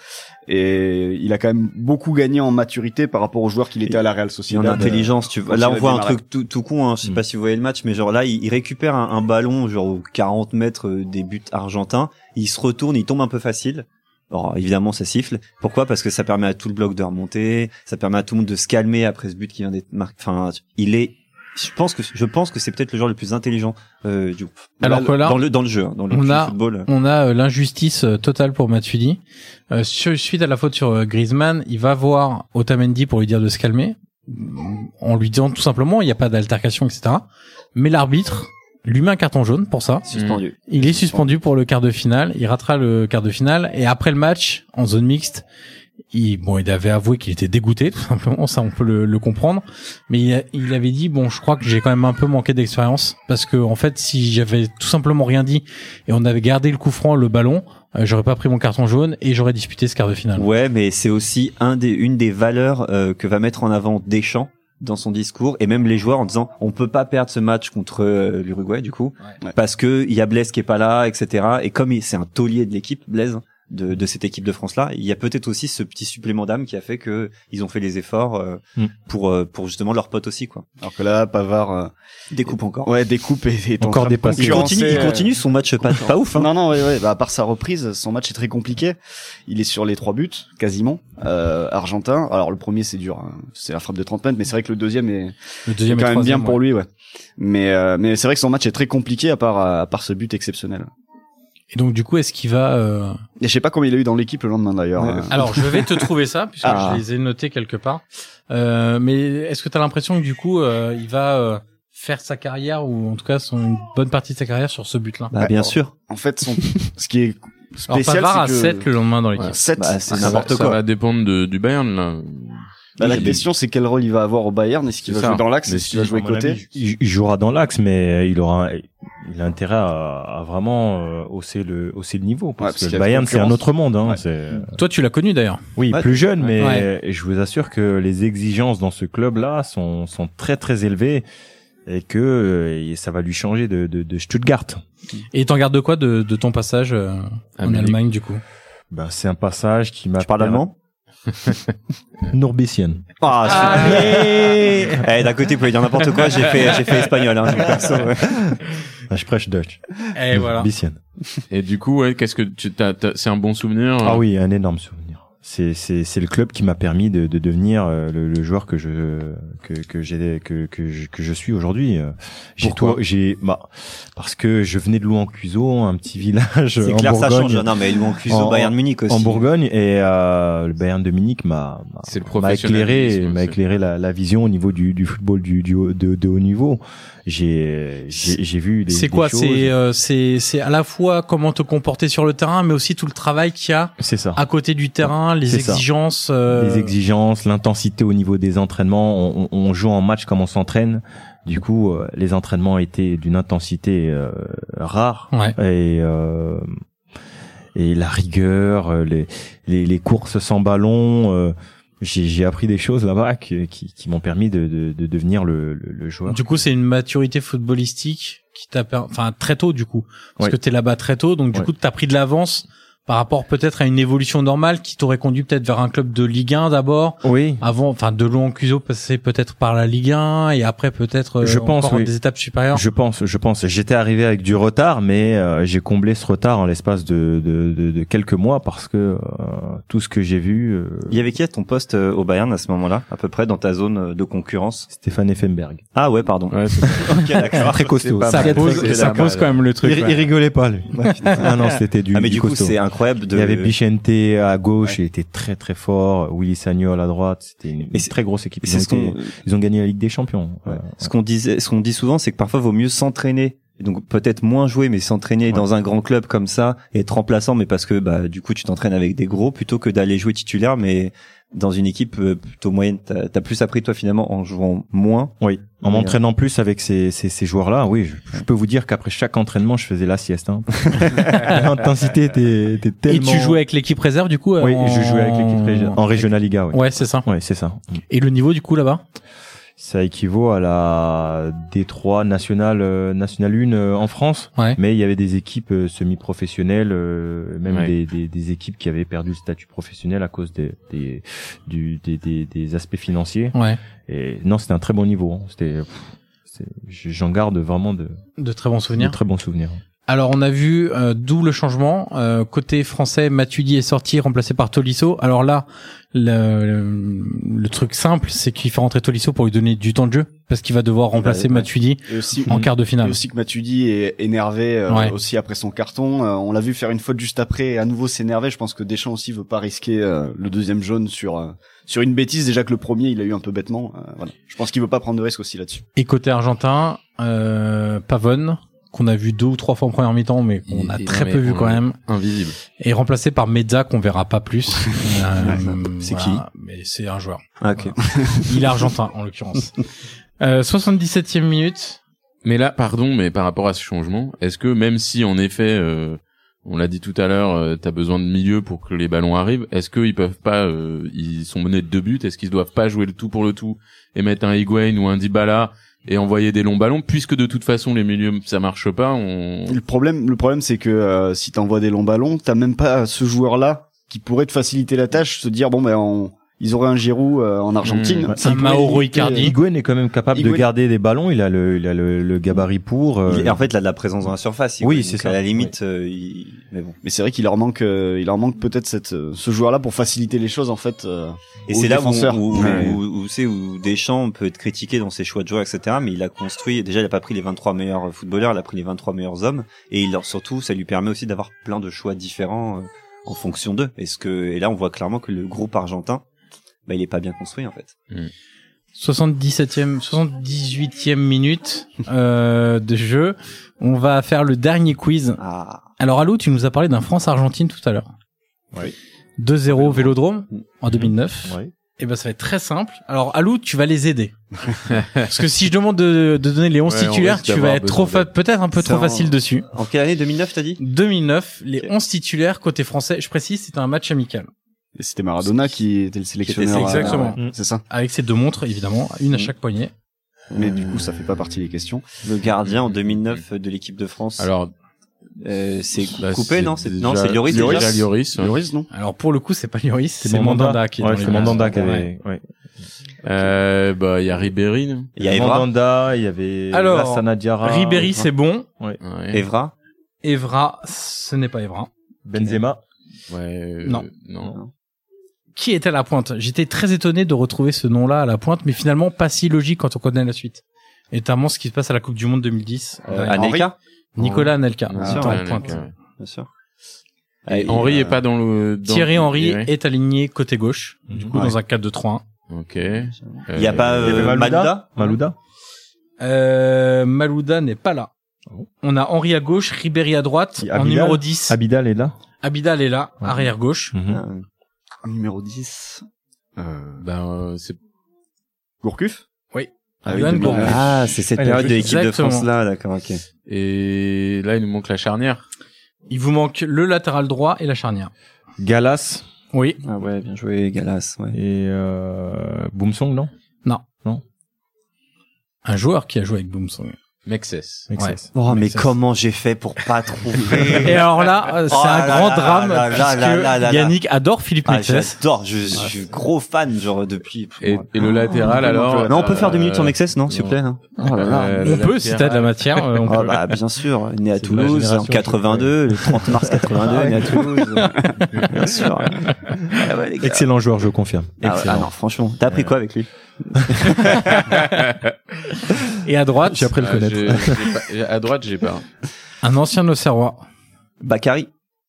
G: et il a quand même beaucoup gagné en maturité par rapport aux joueurs qu'il était à la Real
F: Et en
G: Sociedad.
F: intelligence, tu vois.
G: quand
F: Là,
G: il
F: on
G: a
F: voit un
G: démarré.
F: truc tout, tout con, hein. Je sais pas si vous voyez le match, mais genre là, il, il récupère un, un ballon, genre aux 40 mètres euh, des buts argentins. Il se retourne, il tombe un peu facile. Alors, évidemment, ça siffle. Pourquoi? Parce que ça permet à tout le bloc de remonter. Ça permet à tout le monde de se calmer après ce but qui vient d'être marqué. Enfin, il est, je pense que, je pense que c'est peut-être le joueur le plus intelligent, euh, du groupe.
D: Alors que là,
F: dans le, dans le jeu, hein, dans le
D: on
F: jeu
D: a-
F: football. euh.
D: On a euh, l'injustice euh, totale pour Matuidi. Euh, su- suite à la faute sur euh, Griezmann, il va voir Otamendi pour lui dire de se calmer, Mm, en lui disant tout simplement il n'y a pas d'altercation, etc. Mais l'arbitre lui met un carton jaune pour ça.
F: Suspendu.
D: Il est suspendu pour le quart de finale. Il ratera le quart de finale et après le match en zone mixte, il bon, il avait avoué qu'il était dégoûté tout simplement. Ça, on peut le, le comprendre. Mais il, a- il avait dit bon, je crois que j'ai quand même un peu manqué d'expérience parce que en fait, si j'avais tout simplement rien dit et on avait gardé le coup franc, le ballon, euh, j'aurais pas pris mon carton jaune et j'aurais disputé ce quart de finale.
F: Ouais, mais c'est aussi un des, une des valeurs euh, que va mettre en avant Deschamps dans son discours et même les joueurs en disant on peut pas perdre ce match contre euh, l'Uruguay du coup
G: Ouais.
F: parce que il y a Blaise qui est pas là etc et comme il- c'est un taulier de l'équipe Blaise de, de cette équipe de France là il y a peut-être aussi ce petit supplément d'âme qui a fait que ils ont fait les efforts euh,
H: Mm.
F: pour euh, pour justement leurs potes aussi quoi
G: Alors que là Pavard euh,
F: découpe encore
G: ouais découpe et est en
H: Encore
G: train de
H: des passes.
F: il continue il
G: concurrencer, euh,
F: continue son match pas, pas ouf hein.
G: Non, non, ouais, ouais. Bah, à part sa reprise, son match est très compliqué. Il est sur les trois buts, quasiment, euh, argentin. Alors, le premier, c'est dur. hein. C'est la frappe de 30 mètres, mais c'est vrai que le deuxième est,
D: Le deuxième
G: est quand
D: et
G: même bien
D: troisième,
G: pour
D: ouais.
G: lui, ouais. Mais, euh, mais c'est vrai que son match est très compliqué à part, à part ce but exceptionnel.
D: Et donc du coup, est-ce qu'il va euh,
G: Et je sais pas combien il a eu dans l'équipe le lendemain, d'ailleurs.
F: Ouais.
G: Euh,
D: Alors, je vais te trouver ça puisque
G: Ah.
D: je les ai notés quelque part. Euh, mais est-ce que tu as l'impression que du coup, euh, il va euh, faire sa carrière ou en tout cas son une bonne partie de sa carrière sur ce but-là
F: bah,
G: Ouais,
F: bien
G: alors,
F: sûr
G: En fait, son, ce qui est
D: Alors
G: spécial,
D: Pavard à
H: euh,
G: c'est que...
D: 7 le lendemain dans l'équipe.
G: Ouais, sept.
F: Bah, c'est
G: Ah,
F: n'importe
A: ça,
F: quoi.
A: Ça va dépendre de, du Bayern là.
G: Bah, la
A: Oui.
G: question, c'est quel rôle il va avoir au Bayern Est-ce qu'il
A: C'est ça.
G: va jouer dans l'axe
A: Mais
G: Est-ce qu'il va jouer
H: À mon
G: côté
H: avis, il, il jouera dans l'axe, mais il aura, il a intérêt à, à vraiment euh, hausser le, hausser le niveau parce,
G: Ouais, parce
H: que
G: qu'il y
H: le
G: a
H: Bayern
G: de
H: c'est un
G: concurrence.
H: autre monde. Hein,
G: Ouais.
H: c'est-
D: Toi, tu l'as connu d'ailleurs.
H: Oui,
F: Mm. Ouais.
H: plus jeune, mais
D: Ouais.
H: euh, je vous assure que les exigences dans ce club-là sont, sont très très élevées et que euh, ça va lui changer de, de, de Stuttgart.
D: Et t'en gardes quoi de, de ton passage euh,
A: Ah,
D: en
A: mais-
D: Allemagne du coup
H: Ben, c'est un passage qui m'a.
F: tu parles allemand
H: Norbician.
F: ah, Allez eh, d'un côté vous pouvez dire n'importe quoi j'ai fait j'ai fait espagnol hein, donc, perso, ouais.
H: Ah, je prêche Dutch.
D: Et voilà.
H: Norbician.
A: Et du coup, ouais, qu'est-ce que tu t'as, t'as- c'est un bon souvenir.
H: Ah oui, Ah un énorme souvenir. C'est c'est c'est le club qui m'a permis de, de devenir euh, le, le joueur que je que que j'ai que que je, que je suis aujourd'hui. Euh, j'ai
F: Pourquoi
H: toi- J'ai bah parce que je venais de Louan-Cuiseau, un petit village
F: C'est
H: en
F: clair, ça change.
H: Bourgogne.
F: Non, mais ils l'ont accusé
H: En-
F: au Bayern Munich aussi.
H: en Bourgogne et euh, le Bayern de Munich m'a m'a-
E: C'est le
H: m'a éclairé
E: professionnalisme,
H: m'a
E: c'est-
H: éclairé la, la vision au niveau du, du football du, du haut- de, de haut niveau j'ai j'ai j'ai vu des
D: C'est quoi
H: des choses.
D: C'est euh, c'est c'est à la fois comment te comporter sur le terrain, mais aussi tout le travail qu'il y a
H: c'est ça
D: à côté du terrain, les
H: C'est ça.
D: exigences. euh,
H: les exigences l'intensité au niveau des entraînements on, on- on joue en match comme on s'entraîne du coup euh, les entraînements étaient d'une intensité euh, rare
D: Ouais.
H: et euh, et la rigueur, euh, les les, les courses sans ballon. euh, j'ai j'ai appris des choses là-bas qui qui, qui m'ont permis de, de de devenir le le, le joueur.
D: Du coup, c'est une maturité footballistique qui t'a, per- enfin très tôt du coup, parce
H: Ouais.
D: que t'es là-bas très tôt, donc du
H: Ouais.
D: coup t'as pris de l'avance par rapport peut-être à une évolution normale qui t'aurait conduit peut-être vers un club de Ligue 1 d'abord,
H: Oui.
D: avant, enfin de long en cuiseau passer peut-être par la Ligue 1 et après peut-être euh,
H: Je pense,
D: encore
H: oui.
D: des étapes supérieures.
H: Je pense, je pense. J'étais arrivé avec du retard, mais euh, j'ai comblé ce retard en l'espace de, de, de, de quelques mois parce que euh, tout ce que j'ai vu, euh,
F: Il y avait qui à ton poste euh, au Bayern à ce moment-là, à peu près dans ta zone euh, de concurrence
H: Stéphane Effenberg.
F: Ah ouais, pardon.
E: Ouais, c'est
F: Ok, d'accord.
H: Très costaud.
E: pas
D: Ça
E: mal.
D: pose-
E: C'est
D: ça
E: pas mal.
D: pose quand même le truc.
H: il,
D: ouais.
H: il rigolait pas lui. ah non, c'était du.
F: Ah mais du coup,
H: costaud.
F: c'est incroyable de
H: Il y avait Bichente à gauche, il était très très fort. Willy Sagnol à droite, c'était une, une
F: c'est-
H: très grosse équipe.
F: Et
H: Ils ont,
F: c'est ce
H: été-
F: qu'on
H: ils ont gagné la Ligue des Champions.
F: Ouais.
H: Euh,
F: ce qu'on disait ce qu'on dit souvent c'est que parfois vaut mieux s'entraîner Et donc peut-être moins jouer mais s'entraîner
H: Ouais.
F: dans un grand club comme ça et être remplaçant mais parce que bah du coup tu t'entraînes avec des gros plutôt que d'aller jouer titulaire mais dans une équipe euh, plutôt moyenne t'as as plus appris toi finalement en jouant moins
H: Oui, en
F: Mais,
H: m'entraînant plus avec ces, ces, ces joueurs-là, oui, je, je peux vous dire qu'après chaque entraînement, je faisais la sieste. Hein. L'intensité était, était
D: Et
H: tellement...
D: tu jouais avec l'équipe réserve du coup. euh,
H: Oui,
D: en-
H: je jouais avec l'équipe régi- en Regional Liga, oui. Ouais.
D: Ouais, c'est ça.
H: c'est ça.
D: Et le niveau du coup là-bas
H: Ça équivaut à la D3 nationale euh, nationale 1 euh, en France,
D: Ouais.
H: mais il y avait des équipes euh, semi-professionnelles, euh, même
A: Ouais.
H: des, des, des équipes qui avaient perdu le statut professionnel à cause des des, du, des, des, des aspects financiers.
D: Ouais.
H: Et non, c'était un très bon niveau. hein. C'était, pff, c'est- j'en garde vraiment de
D: De très bons
H: De
D: souvenirs.
H: très bons souvenirs.
D: Alors on a vu euh, d'où le changement Euh, côté français Matuidi est sorti remplacé par Tolisso. Alors là le, le- le truc simple c'est qu'il fait rentrer Tolisso pour lui donner du temps de jeu parce qu'il va devoir remplacer
G: ouais.
D: Matuidi
G: Et aussi,
D: en quart de
G: et
D: finale.
G: aussi que Matuidi est énervé euh,
D: Ouais.
G: aussi après son carton. Euh, on l'a vu faire une faute juste après et à nouveau s'énerver. Je pense que Deschamps aussi veut pas risquer euh, le deuxième jaune sur euh, sur une bêtise déjà que le premier il a eu un peu bêtement. Euh, voilà. Je pense qu'il veut pas prendre de risque aussi là-dessus.
D: Et côté argentin euh, Pavone qu'on a vu deux ou trois fois en première mi-temps mais qu'on
A: Il-
D: a
A: il-
D: très
A: non,
D: peu
A: mais
D: vu
A: on-
D: quand même
A: euh, Invisible.
D: et remplacé par Mezza qu'on verra pas plus. Euh,
F: C'est
D: voilà. Mais c'est un joueur.
F: ah, ok
D: Il est argentin en l'occurrence. Euh, 77e minute.
A: Mais là, pardon, mais par rapport à ce changement, est-ce que même si en effet, euh, on l'a dit tout à l'heure, euh, t'as besoin de milieu pour que les ballons arrivent, est-ce qu'ils peuvent pas, euh, ils sont menés de deux buts, est-ce qu'ils doivent pas jouer le tout pour le tout et mettre un Higuain ou un Dybala et envoyer des longs ballons, puisque de toute façon les milieux ça marche pas, on
G: Le problème, le problème, c'est que euh, si t'envoies des longs ballons, t'as même pas ce joueur-là qui pourrait te faciliter la tâche, se dire bon ben on- ils auraient un Giroud euh, en Argentine,
A: Mmh,
H: ouais.
G: Ça
D: Un
G: pourrait
D: Mauro
G: éviter,
D: Icardi.
G: euh,
H: Higuain est quand même capable de
G: Higuain-
H: garder des ballons. Il a le, il a le, le gabarit pour. euh,
F: Il- en fait là de la présence dans la surface il-
H: Oui,
F: donc,
H: c'est ça.
F: à la limite euh, il- mais bon
G: Mais c'est vrai qu'il leur manque, euh, il leur manque peut-être cette, euh, ce joueur-là pour faciliter les choses en fait. euh.
F: Et
G: Ou
F: c'est là où,
G: défenseur.
F: où, où,
G: Ouais.
F: où, où c'est où Deschamps peut être critiqué dans ses choix de joueurs, etc. Mais il a construit, déjà il a pas pris les 23 meilleurs footballeurs, il a pris les 23 meilleurs hommes, et il leur, surtout ça lui permet aussi d'avoir plein de choix différents euh, en fonction d'eux. Est-ce que et là on voit clairement que le groupe argentin, bah, il est pas bien construit en fait.
D: 77e, 78e minute euh, de jeu. On va faire le dernier quiz.
F: Ah,
D: Alors Alou, tu nous as parlé d'un France-Argentine tout à l'heure.
H: Oui.
D: 2-0 au Vélodrome en 2009.
H: ouais.
D: Et ben ça va être très simple. Alors Alou, tu vas les aider. Parce que si je demande de, de donner les 11
A: Ouais, on
D: titulaires,
A: risque
D: tu vas
A: d'avoir
D: être trop
A: besoin
D: fa- peut-être un peu
F: Ça,
D: trop
F: on-
D: facile dessus.
F: en quelle année 2009 t'as dit
D: 2009, les
F: Ok.
D: 11 titulaires côté français, je précise, c'était un match amical
G: Et C'était Maradona qui était le sélectionneur.
F: sélectionné.
G: euh,
D: Exactement.
G: ouais, C'est ça.
D: avec ces deux montres évidemment, une à chaque poignet.
G: Mais du
A: Euh,
G: coup, ça fait pas partie des questions.
F: Le gardien en 2009 de l'équipe de France.
A: alors
F: Euh, c'est cou-
A: bah,
F: coupé non C'est
A: déjà-
F: non c'est Lloris
A: Lloris,
F: déjà.
A: déjà Lloris, ouais.
G: Lloris, non
D: Alors pour le coup, c'est pas Lloris, c'est
H: mon
D: Mandanda qui est
H: ouais,
D: dans les
H: c'est
D: bras.
H: Mandanda qui
D: Ouais.
H: avait. Ouais.
A: Euh, bah il y a Ribéry, non
F: Il y a Evra.
H: Mandanda, il y avait.
D: Alors,
H: Lassana Diarra,
D: Ribéry, c'est bon.
A: Ouais.
F: Evra.
D: Evra, ce n'est pas Evra.
H: Benzema.
A: Ouais, euh,
D: Non.
A: non.
D: Qui est à la pointe J'étais très étonné de retrouver ce nom-là à la pointe, mais finalement pas si logique quand on connaît la suite. Et notamment ce qui se passe à la Coupe du Monde 2010.
F: Euh,
D: Henri-
F: Anelka,
D: Nicolas
E: Ah,
D: Anelka.
A: Ah,
F: Bien
D: était
F: sûr,
D: en
A: Anelka,
D: pointe.
A: ouais.
F: bien sûr.
A: Et
F: Et,
A: Henri
F: euh,
A: est pas dans le. dans-
D: Thierry Henry
A: Thierry.
D: est aligné côté gauche, du coup
F: Ouais.
D: dans un 4-2-3-1.
A: Ok. Il
F: Il y a pas
H: Il y avait
F: euh,
H: Malouda
F: Ah. Malouda
H: Malouda
D: Euh, Malouda n'est pas là.
H: Ah bon
D: On a Henri à gauche, Ribéry à droite,
H: Et
D: en
H: Abidal
D: numéro 10.
H: Abidal est là
D: Abidal est là,
H: Ouais.
D: arrière gauche.
F: Euh,
G: Numéro 10. Euh,
A: Ben, euh, c'est
G: Gourcuff
D: Oui.
G: Avec
D: Johan
G: des blancs.
D: Gourcuff.
F: Ah, c'est cette
D: Elle est
F: période de l'équipe de
D: exactement.
F: France là, d'accord, ok.
A: Et là, il nous manque la charnière.
D: Il vous manque le latéral droit et la charnière.
H: Galas
D: Oui.
F: Ah ouais, bien joué Galas, ouais.
H: et euh, Boomsong, non
D: Un joueur qui a joué avec Boomsong.
A: Mexes.
H: Excess.
F: Oh, mais
D: ça,
F: comment j'ai fait pour pas
D: Et
F: trouver
D: alors là, euh, c'est
F: Oh
D: un
F: là
D: grand
F: là
D: drame
F: là là
D: puisque
F: là là là là.
D: Yannick adore Philippe
F: ah,
D: Mexès.
F: J'adore, je, je suis gros fan genre depuis.
E: Et,
F: Ouais.
E: et le latéral,
A: Ah,
E: alors.
F: non, on peut faire deux
E: euh,
F: minutes sur Mexès, non, s'il
E: non.
F: vous plaît. hein Oh là là.
E: Euh,
D: on
E: le
D: peut, si t'as de
E: latéral.
D: la matière, euh, on
F: Ah
D: peut.
F: bah bien sûr, né à
H: C'est de la
F: Toulouse en
H: génération,
F: 82, le 30 mars 82, né à Toulouse. Bien sûr. Ah ouais, les gars.
H: Excellent joueur, je confirme.
F: Ah, ouais, ah non, franchement, t'as appris quoi avec lui
D: Et à droite, euh,
H: J'ai appris à le
A: Ah,
H: connaître.
A: j'ai- j'ai pas- j'ai- à droite, j'ai pas.
D: un ancien Auxerrois.
F: Bakary.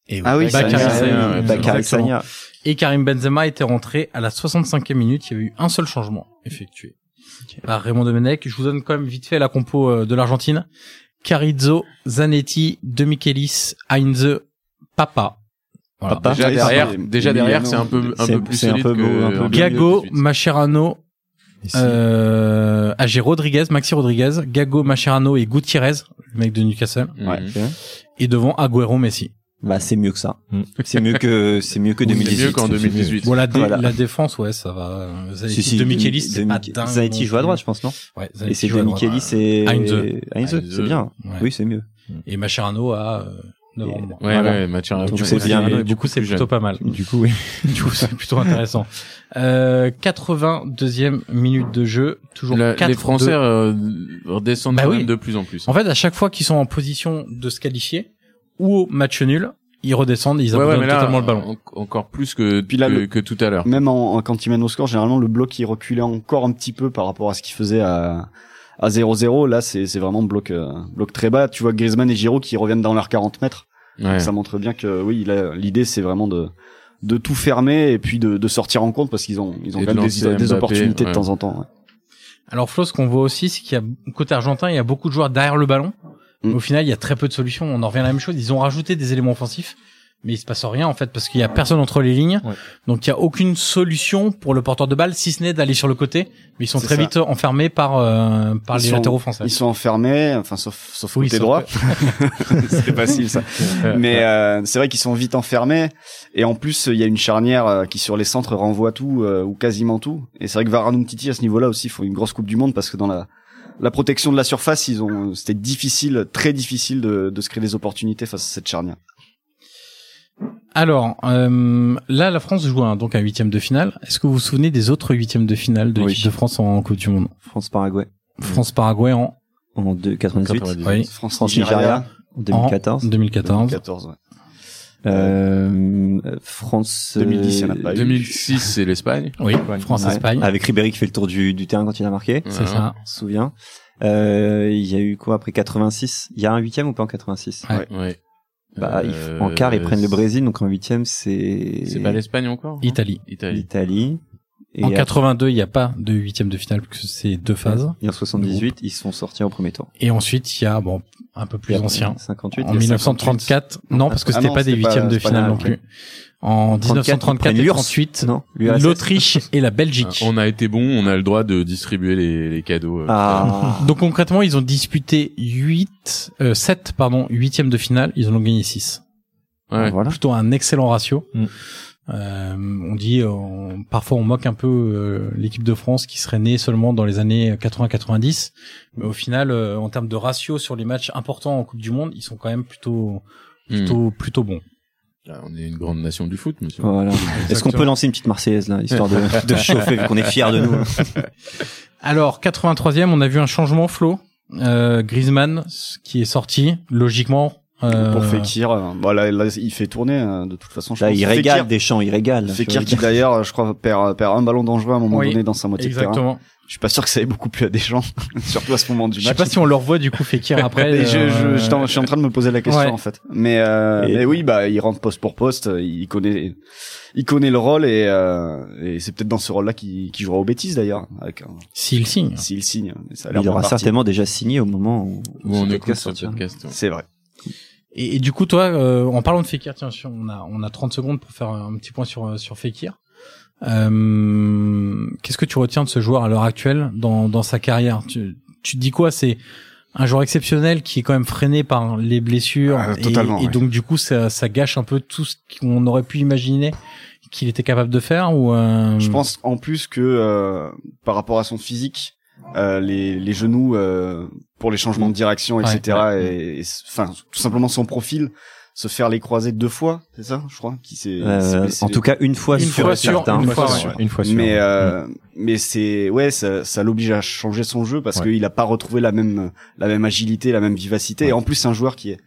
D: Et,
G: Ah oui,
D: Bakary
G: Sagna,
D: Sagna,
A: oui,
D: ouais,
F: Bakary
D: exactement.
F: Sagna.
D: Et Karim Benzema était rentré à la 65e minute. Il y avait eu un seul changement effectué par Raymond Domenech. Je vous donne quand même vite fait la compo euh, de l'Argentine. Carizzo, Zanetti, De Michelis, Heinze, Papa. Voilà.
F: Papa.
A: Déjà
G: oui,
A: derrière,
G: c'est-
A: déjà
G: Emiliano,
A: derrière, c'est un peu, un
F: c'est-
A: peu plus
F: c'est un
A: solide
F: peu beau,
A: que
F: un peu
A: en
F: beau.
D: Gago,
A: 2018.
D: Macherano,
H: Ici.
D: euh, ah, j'ai Rodriguez, Maxi Rodriguez, Gago, Macherano et Gutiérrez, le mec de Newcastle.
A: Mhm.
F: Ouais.
D: Et devant Agüero, Messi.
F: Bah c'est mieux que ça.
H: Mm.
F: C'est mieux que c'est mieux que
A: C'est
F: 2018.
A: mieux qu'en 2018.
D: Bon, la, dé-
F: Voilà.
D: la défense, ouais, ça va. Euh, Zanetti,
F: Si, si,
D: de Michelis, c'est
F: De
D: pas
F: Mich-
D: dingue
F: Zanetti
D: non
F: joue à
D: plus.
F: droite, je pense, non
D: Ouais,
F: Et
D: Zanetti
F: c'est
D: joue
F: De
D: à droite.
F: Michelis et
D: Heinze.
F: Heinze, c'est bien.
D: Ouais.
F: Oui, c'est mieux.
D: Et Macherano à euh, novembre.
A: Ouais,
F: Voilà.
A: ouais, Macherano.
F: Donc,
A: Ouais,
F: c'est
A: ouais,
F: bien.
A: il est
D: Du coup, c'est
A: plus jeune.
D: plutôt pas mal.
H: Du coup, oui.
D: Du coup, c'est plutôt intéressant. Euh, 82e minute de jeu, toujours
A: La-
D: 4
A: les Français euh, redescendent
D: Bah
A: quand
D: oui.
A: même de plus en plus.
D: En fait, à chaque fois qu'ils sont en position de se qualifier ou au match nul, ils redescendent, ils
A: ouais, ouais,
D: abandonnent
A: mais là,
D: totalement le
E: euh,
D: ballon.
A: en- encore plus que,
G: Puis là,
A: que,
G: le-
A: que tout à l'heure.
G: Même en, en- quand ils mènent au score, généralement, le bloc, il reculait encore un petit peu par rapport à ce qu'il faisait à, à 0-0. Là, c'est c'est vraiment bloc, euh, bloc très bas. Tu vois Griezmann et Giroud qui reviennent dans leurs 40 mètres.
A: Ouais.
G: Ça montre bien que, oui, là, l'idée, c'est vraiment de, de tout fermer et puis de, de sortir en compte parce qu'ils ont, ils ont
A: Et
G: quand
A: de
G: même
A: lancer
G: des, des
A: Mbappé,
G: opportunités
A: ouais.
G: de temps en temps. ouais.
D: Alors Flo, ce qu'on voit aussi, c'est qu'il y a côté argentin, il y a beaucoup de joueurs derrière le ballon.
G: Mm.
D: Mais au final, il y a très peu de solutions. On en revient à la même chose. Ils ont rajouté des éléments offensifs, mais il se passe rien en fait parce qu'il y a personne entre les lignes.
H: Ouais.
D: Donc il y a aucune solution pour le porteur de balle, si ce n'est d'aller sur le côté. Mais ils sont
G: C'est
D: très
G: ça.
D: vite enfermés par euh, par
G: Ils
D: les
G: sont-
D: latéraux français.
G: Ils sont enfermés, enfin, sauf, sauf
D: Oui,
G: côté
D: sauf
G: droit. c'est facile, ça. Mais euh, c'est vrai qu'ils sont vite enfermés. Et en plus, il y a une charnière euh, qui sur les centres renvoie tout euh, ou quasiment tout. Et c'est vrai que Varane Titi à ce niveau-là aussi font une grosse coupe du monde parce que dans la la protection de la surface, ils ont c'était difficile, très difficile de, de se créer des opportunités face à cette charnière.
D: Alors euh, là, la France joue un, donc un huitième de finale. Est-ce que vous vous souvenez des autres huitièmes de finale de
F: Oui.
D: l'équipe de France en Coupe du Monde
F: France-Paraguay
D: France-Paraguay en
F: en deux- 98,
D: oui,
G: France
F: France-Nigeria
G: Nigeria
F: en 2014,
D: 2014.
G: 2014. Ouais.
F: euh, France euh,
G: 2010, Bah, il y en a pas eu.
A: 2006, c'est l'Espagne.
D: Oui,
H: Espagne.
D: France-Espagne.
F: Ouais, avec Ribéry qui fait le tour du, du terrain quand il a marqué,
D: C'est
A: Voilà.
D: ça.
F: on se souvient. Euh, il y a eu quoi après 86 Il y a un huitième ou pas en 86
D: Ouais.
A: Ouais.
F: Bah, ils-
A: Euh,
F: en quart, ils prennent le
A: c'est-
F: Brésil, donc en huitième, c'est
A: C'est pas l'Espagne encore non
D: Italie.
A: Italie.
F: l'Italie. Et
D: en
F: après-
D: 82, il n'y a pas de huitième de finale parce que c'est deux phases.
F: Et en 78, ils sont sortis au premier tour.
D: Et ensuite, il y a bon un peu plus
F: Et après,
D: ancien.
F: 58.
D: En
F: il y a
D: 1934, non, parce que
G: Ah
D: c'était
G: non,
D: pas des
G: c'était pas-
D: huitièmes de
G: c'est pas
D: finale
G: là,
D: non
G: ok.
D: plus. En 1934 et 38,
F: 1938, non l'URSS.
D: l'Autriche et la Belgique.
A: Ah, On a été bon, on a le droit de distribuer les, les cadeaux. euh,
F: Ah,
D: Donc concrètement, ils ont disputé 8, euh, 7 pardon, huitièmes de finale, ils en ont gagné 6.
A: Ouais.
G: Hein
F: voilà.
D: Plutôt un excellent ratio.
H: Mm.
D: Euh, on dit, euh, on- parfois on moque un peu euh, l'équipe de France qui serait née seulement dans les années 80-90, mais au final, euh, en termes de ratio sur les matchs importants en Coupe du Monde, ils sont quand même plutôt
G: Mm.
A: hmm.
D: plutôt plutôt bons.
A: Ah, On est une grande nation du foot, monsieur.
F: Voilà. Est-ce qu'on peut lancer une petite Marseillaise là, histoire de, de chauffer, vu qu'on est fiers de nous hein.
D: Alors 83e, on a vu un changement Flo, euh, Griezmann ce qui est sorti logiquement Euh,
G: pour Fekir. euh, Voilà, là, il fait tourner euh, de toute façon. Je
F: Là,
G: pense.
F: il
G: Fekir-
F: régale des champs, il régale.
G: Fekir qui d'ailleurs, je crois, perd, perd un ballon dangereux à un moment
D: Oui,
G: donné dans sa moitié de terrain.
D: Exactement.
G: Je suis pas sûr que ça ait beaucoup plu à des gens, surtout à ce moment du
D: Je
G: match.
D: sais pas si on le revoit du coup Fekir après.
G: Mais je, je,
D: euh,
G: je t'en- je suis en train de me poser la question
D: Ouais.
G: en fait. Mais, euh,
F: Et-
G: mais oui, bah il rentre poste pour poste, il connaît, il connaît le rôle et, euh, et c'est peut-être dans ce rôle-là qu'il qu'il jouera aux bêtises d'ailleurs, avec un-
D: S'il signe.
G: s'il signe. mais ça a l'air
F: Il
G: bien
F: aura
G: parti.
F: certainement déjà signé au moment où,
A: Où on
F: ce
A: écoute
F: podcast
A: ce
F: sortira.
A: podcast.
G: C'est vrai.
D: Et, et du coup, toi, euh, en parlant de Fekir, tiens, sur- on a, on a 30 secondes pour faire un petit point sur, euh, sur Fekir. Euh, Qu'est-ce que tu retiens de ce joueur à l'heure actuelle dans, dans sa carrière tu, tu te dis quoi C'est un joueur exceptionnel qui est quand même freiné par les blessures.
G: Ah,
D: et,
G: totalement,
D: et
G: ouais.
D: donc, du coup, ça, ça gâche un peu tout ce qu'on aurait pu imaginer qu'il était capable de faire ou euh,
G: Je pense en plus que euh, par rapport à son physique, euh, les, les genoux euh, pour les changements de direction,
D: Ouais,
G: etc. et, et s- enfin tout simplement son profil, se faire les croiser deux fois, c'est ça, je crois, qui s'est
F: Euh,
G: s'est blessé
F: en tout cas, une fois
D: Une
F: sur
D: fois sur-
F: certains.
D: une fois
H: Ouais,
D: sûr.
H: Une fois sûr.
G: mais euh, mais c'est ouais ça, ça l'oblige à changer son jeu parce
H: Ouais.
G: qu'il a pas retrouvé la même la même agilité la même vivacité et en plus c'est un joueur qui est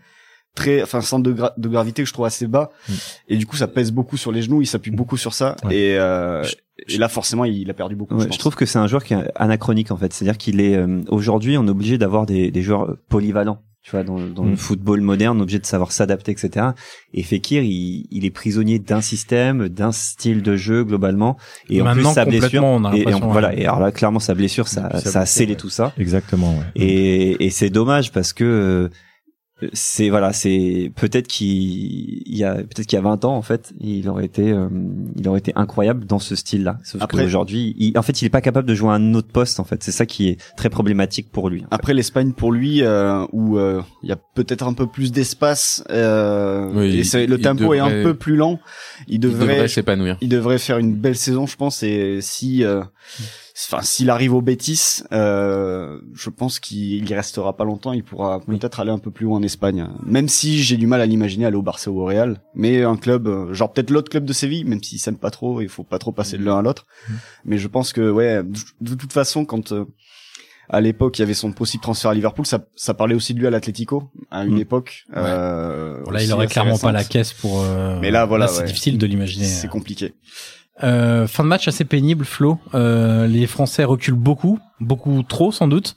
G: très enfin centre de, gra- de gravité que je trouve assez bas
H: Mm.
G: et du coup ça pèse beaucoup sur les genoux il s'appuie beaucoup sur ça
H: Ouais.
G: et euh,
F: Je-
G: et là forcément il a perdu beaucoup
F: Ouais,
G: je,
F: je,
G: pense.
F: trouve que c'est un joueur qui est anachronique en fait. C'est-à-dire qu'il est, euh, aujourd'hui, on est obligé d'avoir des, des joueurs euh, polyvalents. Tu vois, dans, dans le
H: Mm.
F: football moderne, on est obligé de savoir s'adapter, etc. Et Fekir, il, il est prisonnier d'un système, d'un style de jeu globalement. Et en
D: Maintenant,
F: plus, sa blessure.
D: complètement, on a
F: et- et en-
D: l'impression,
F: voilà.
D: ouais.
F: Et alors là, clairement, sa blessure, ça,
H: Et puis sa
F: ça a
H: blessure,
F: scellé
H: ouais.
F: tout ça.
H: Exactement, ouais.
F: Et, et c'est dommage parce que euh, c'est voilà, c'est peut-être qu'il il y a peut-être qu'il y a 20 ans en fait, il aurait été euh, il aurait été incroyable dans ce style-là. Sauf
G: Après-
F: qu'aujourd'hui, il, en fait, il est pas capable de jouer à un autre poste en fait. C'est ça qui est très problématique pour lui.
G: après l'Espagne pour lui euh, où euh, il y a peut-être un peu plus d'espace euh,
A: Oui,
G: et
A: il-
G: c'est- le
A: il
G: tempo est un
A: devrait-
G: peu plus lent il
A: Il
G: devrait,
A: devrait s'épanouir.
G: il devrait faire une belle saison, je pense. Et si, euh, enfin, s'il arrive au Betis, euh, je pense qu'il y restera pas longtemps. Il pourra
F: Oui.
G: peut-être aller un peu plus haut en Espagne. Même si j'ai du mal à l'imaginer aller au Barça ou au Real, mais un club, euh, genre peut-être l'autre club de Séville, même s'ils s'aiment pas trop, il faut pas trop passer de l'un à l'autre.
D: Mmh.
G: Mais je pense que, ouais, de de toute façon, quand euh, à l'époque, il y avait son possible transfert à Liverpool. Ça, ça parlait aussi de lui à l'Atlético à une
F: Mm.
G: époque. euh,
D: Mmh. Bon, là,
G: aussi
D: il aurait
G: assez
D: clairement pas la
G: récente.
D: caisse pour. euh,
G: Mais là, voilà,
D: c'est
G: ouais.
D: difficile de l'imaginer.
G: C'est compliqué.
D: Euh, fin de match assez pénible, Flo. Euh, les Français reculent beaucoup, beaucoup trop sans doute.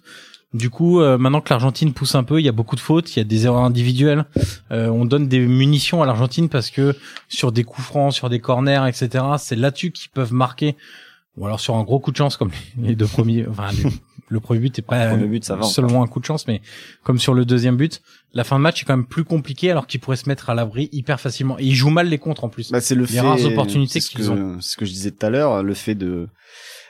D: Du coup, euh, maintenant que l'Argentine pousse un peu, il y a beaucoup de fautes, il y a des erreurs individuelles. Euh, on donne des munitions à l'Argentine parce que sur des coups francs, sur des corners, etc. C'est là-dessus qu'ils peuvent marquer. Ou alors sur un gros coup de chance comme les deux premiers. Enfin, les- le premier but est pas
F: Le but, ça va.
D: seulement un coup de chance, mais comme sur le deuxième but, la fin de match est quand même plus compliquée alors qu'ils pourraient se mettre à l'abri hyper facilement. Et ils jouent mal les contres en plus.
G: Bah, c'est le
D: Les
G: fait,
D: rares opportunités
G: c'est ce
D: qu'ils
G: que- C'est ce que je disais tout à l'heure, le fait de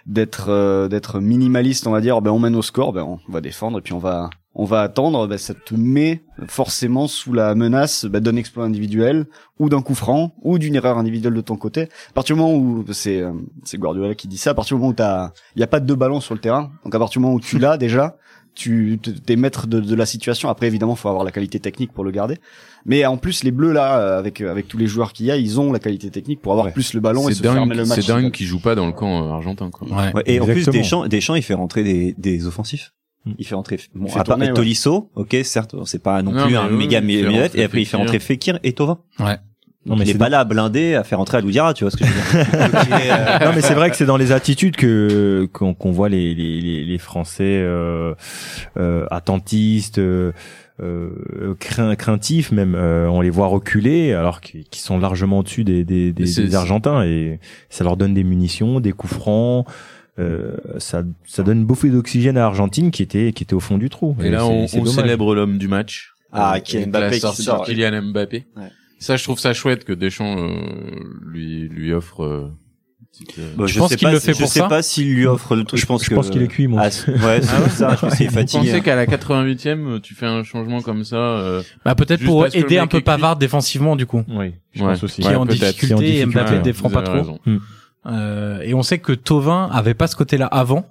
G: d'être euh, d'être minimaliste, on va dire, ben on mène au score, ben on va défendre et puis on va on va attendre, ben ça te met forcément sous la menace ben, d'un exploit individuel ou d'un coup franc ou d'une erreur individuelle de ton côté. À partir du moment où c'est euh, c'est Guardiola qui dit ça, à partir du moment où t'as il y a pas de deux ballons sur le terrain, donc à partir du moment où tu l'as déjà, tu t- t'es maître de, de la situation. Après, évidemment, faut avoir la qualité technique pour le garder. Mais en plus, les Bleus là, euh, avec euh, avec tous les joueurs qu'il y a, ils ont la qualité technique pour avoir
H: Ouais.
G: plus le ballon et se
A: C'est
G: fermer
A: dingue,
G: le match.
A: c'est dingue qu'il joue pas dans le camp euh, argentin, quoi.
D: Ouais.
F: Ouais, et en plus,
H: Exactement.
F: Deschamps, Deschamps, il fait rentrer des, des offensifs.
H: Mm.
F: Il fait rentrer, bon,
G: fait
F: à part
G: tourner, ouais.
F: Tolisso, ok, certes, c'est pas non
A: Non,
F: plus
A: mais
F: un
A: oui,
F: méga
A: il fait
F: milieu
A: rentrer
F: et après il fait
A: Fekir.
F: rentrer Fekir et Tovin.
D: Ouais.
H: Non,
F: il
H: mais
F: est
H: c'est
F: pas là à blinder, à faire rentrer à Loudira, tu vois ce que je veux dire. euh,
H: non mais c'est vrai que c'est dans les attitudes que qu'on qu'on voit les les les, les Français euh, euh, attentistes. Euh, euh, craint- craintifs même euh, on les voit reculer alors qu'ils qu'ils sont largement au-dessus des des, des,
A: Mais c'est-
H: des argentins et ça leur donne des munitions des coups francs euh, ça ça donne une bouffée d'oxygène à l'Argentine qui était qui était au fond du trou
A: Et là,
H: c'est-
A: on,
H: c'est
A: on
H: dommage.
A: célèbre l'homme du match.
F: Ah,
A: Euh,
F: Kylian
A: avec
F: Mbappé
A: la
F: qui
A: sortie
F: sort.
A: de Kylian Mbappé.
F: Ouais.
A: Ça, je trouve ça chouette que Deschamps euh, lui lui offre. euh, petite, euh,
F: Bon,
D: Tu penses
F: sais
D: qu'il
F: pas
D: le
F: si-
D: fait
F: Bah, je
D: pour
F: sais
D: ça
F: pas s'il lui offre le truc. Je pense
H: je
F: que-
H: pense qu'il est cuit moi
F: Ah, c'est- ouais, c'est
A: Ah ouais
F: ça. Je pense qu'il est
A: Vous pensez
F: fatigué. hein.
A: qu'à la 88e, euh, tu fais un changement comme ça euh,
D: Bah peut-être
A: Juste
D: pour
A: parce que le
D: aider un
A: mec
D: peu
A: est cuit.
D: Pavard défensivement du coup,
H: oui je
A: Ouais.
H: pense aussi
D: qui est en
A: peut-être.
D: difficulté,
H: Qui est en
D: Mbappé
H: difficulté,
D: défend
A: vous
D: pas
A: avez
D: trop.
A: raison.
D: Euh, et on sait que Tovin avait pas ce côté-là avant,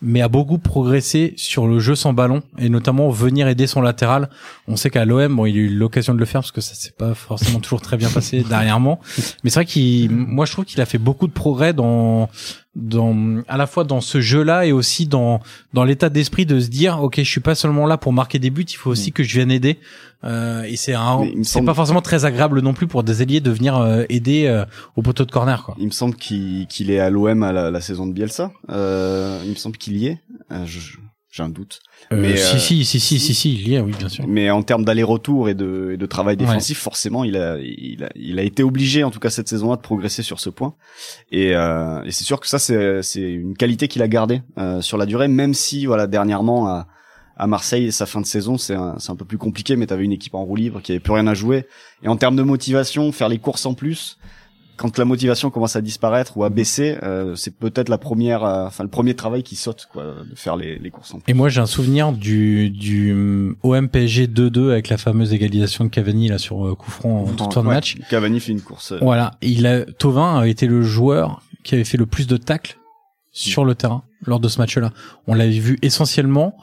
D: mais a beaucoup progressé sur le jeu sans ballon et notamment venir aider son latéral. On sait qu'à l'OM, bon, il a eu l'occasion de le faire parce que ça s'est pas forcément toujours très bien passé dernièrement. Mais c'est vrai qu'il, moi, je trouve qu'il a fait beaucoup de progrès dans dans à la fois dans ce jeu-là et aussi dans dans l'état d'esprit de se dire ok je suis pas seulement là pour marquer des buts il faut aussi que je vienne aider Euh, et c'est un
G: Mm. Mais il me
D: c'est
G: semble-
D: pas forcément très agréable non plus pour des ailiers de venir euh, aider euh, au poteau de corner quoi
G: Il me semble qu'il qu'il est à l'OM à la, la saison de Bielsa. Euh, il me semble qu'il y est. Euh, je- je- J'ai un doute. Mais,
D: Euh, si,
G: euh,
D: si si si si si il y est oui bien sûr
G: Mais en termes d'aller-retour et de, et de travail
D: Ouais.
G: défensif, forcément, il a, il, a, il a été obligé, en tout cas cette saison-là, de progresser sur ce point. Et, euh, et c'est sûr que ça, c'est c'est une qualité qu'il a gardée euh, sur la durée, même si, voilà, dernièrement, à, à Marseille, sa fin de saison, c'est un, c'est un peu plus compliqué, mais t'avais une équipe en roue libre qui avait plus rien à jouer. Et en termes de motivation, faire les courses en plus, quand la motivation commence à disparaître ou à baisser, euh, c'est peut-être la première, euh, enfin le premier travail qui saute, quoi, de faire les, les courses en plus.
D: Et moi, j'ai un souvenir du, du hum, OM PSG 2-2 avec la fameuse égalisation de Cavani là sur euh, coup franc en toute fin de
G: Ouais.
D: match.
G: Cavani fait une course. euh,
D: Voilà, il a Tovin a été le joueur qui avait fait le plus de tacles sur le terrain lors de ce match-là. On l'avait vu essentiellement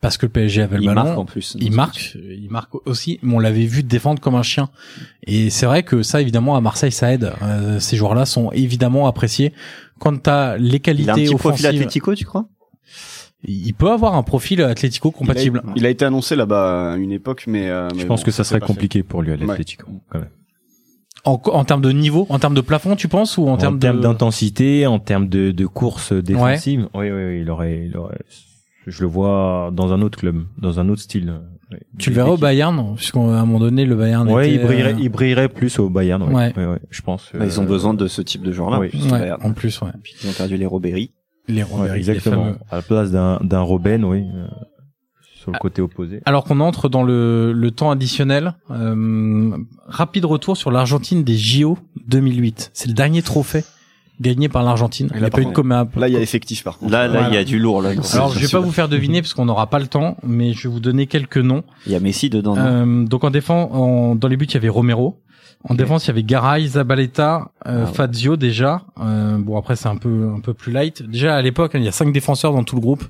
D: parce que le PSG avait le
F: Il
D: ballon.
F: marque en plus.
D: Il marque, euh, il marque aussi, mais on l'avait vu défendre comme un chien. Et c'est vrai que ça, évidemment, à Marseille, ça aide. Euh, ces joueurs-là sont évidemment appréciés. Quant à les
F: Il a un
D: qualités
F: petit profil
D: offensives,
F: athlético, tu crois
D: il peut avoir un profil athlético compatible.
G: Il a, il a été annoncé là-bas à une époque, mais. euh,
H: Je
G: mais
H: pense
G: bon,
H: que ça
G: c'est
H: serait
G: pas
H: compliqué pour lui à
G: Ouais.
H: l'Atlético. quand même.
D: En, en termes de niveau, en termes de plafond, tu penses ou en,
H: En,
D: termes,
H: termes
D: de...
H: d'intensité, en termes de, de course défensive, oui, oui, oui, il aurait, il aurait- je le vois dans un autre club, dans un autre style. ouais.
D: Tu le verras au Bayern, puisqu'à un moment donné, le Bayern
H: Ouais,
D: était,
H: il brillerait,
D: euh,
H: il brillerait plus au Bayern. Ouais,
D: Ouais.
H: ouais. ouais, je pense.
F: Bah, Ils ont
H: euh,
F: besoin de ce type de joueur-là.
H: oui.
F: puisqu'il
D: ouais,
F: a-
D: en plus, ouais.
F: puis Ils ont perdu les Robéry.
D: Les
H: ouais,
D: Robert, les
H: exactement.
D: fameux.
H: À la place d'un d'un Robben, oui, euh, sur
D: Ah.
H: le côté opposé.
D: Alors qu'on entre dans le, le temps additionnel, euh, rapide retour sur l'Argentine des JO 2008. C'est le dernier trophée gagné par l'Argentine. Il
G: Et là,
D: n'y a pas
G: par
D: eu de commun.
G: Là, il y a effectif par contre.
F: Là, là,
D: Voilà.
F: il y a du lourd. Là.
D: Alors, je vais pas vous faire deviner parce qu'on n'aura pas le temps, mais je vais vous donner quelques noms.
F: Il y a Messi dedans. non
D: Euh, donc en défense, en- dans les buts, il y avait Romero. En défense, il y avait Garay, Zabaleta, euh,
F: Ah ouais.
D: Fazio déjà. Euh, bon après, c'est un peu un peu plus light. Déjà à l'époque, hein, il y a cinq défenseurs dans tout le groupe.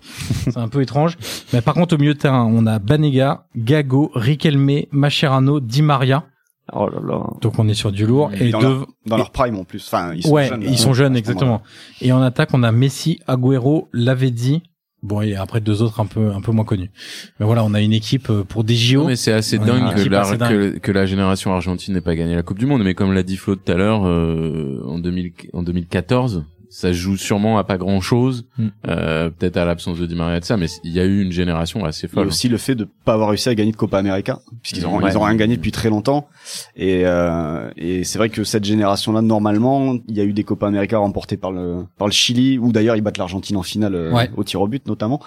D: c'est un peu étrange. Mais par contre, au milieu de terrain, on a Banega, Gago, Riquelme, Mascherano, Di Maria.
F: Oh là là.
D: Donc on est sur du lourd. Et
G: Dans
D: de-
G: leur- Dans leur prime en plus. Enfin, ils sont
D: ouais,
G: jeunes. là.
D: ils sont jeunes
G: À ce moment-là.
D: exactement. Et en attaque, on a Messi, Agüero, Lavezzi. Bon, et après deux autres un peu un peu moins connus. Mais voilà, on a une équipe euh, pour des JO.
A: Non, mais c'est assez
D: Ouais,
A: dingue,
D: une
A: que
D: équipe
A: la,
D: assez
A: que, que la génération argentine n'ait pas gagné la Coupe du Monde. Mais comme l'a dit Flo tout à l'heure, euh, en, 2000 en 2014, ça se joue sûrement à pas grand chose,
H: Mm.
A: euh, peut-être à l'absence de Di Maria et de ça, mais il y a eu une génération assez
G: Il y a
A: folle.
G: aussi le fait de pas avoir réussi à gagner de Copa América, puisqu'ils ont,
A: Ouais.
G: ils ont rien gagné depuis très longtemps. Et, euh, et c'est vrai que cette génération-là, normalement, il y a eu des Copa América remportés par le, par le Chili, ou d'ailleurs ils battent l'Argentine en finale euh,
D: Ouais.
G: au tir au but notamment.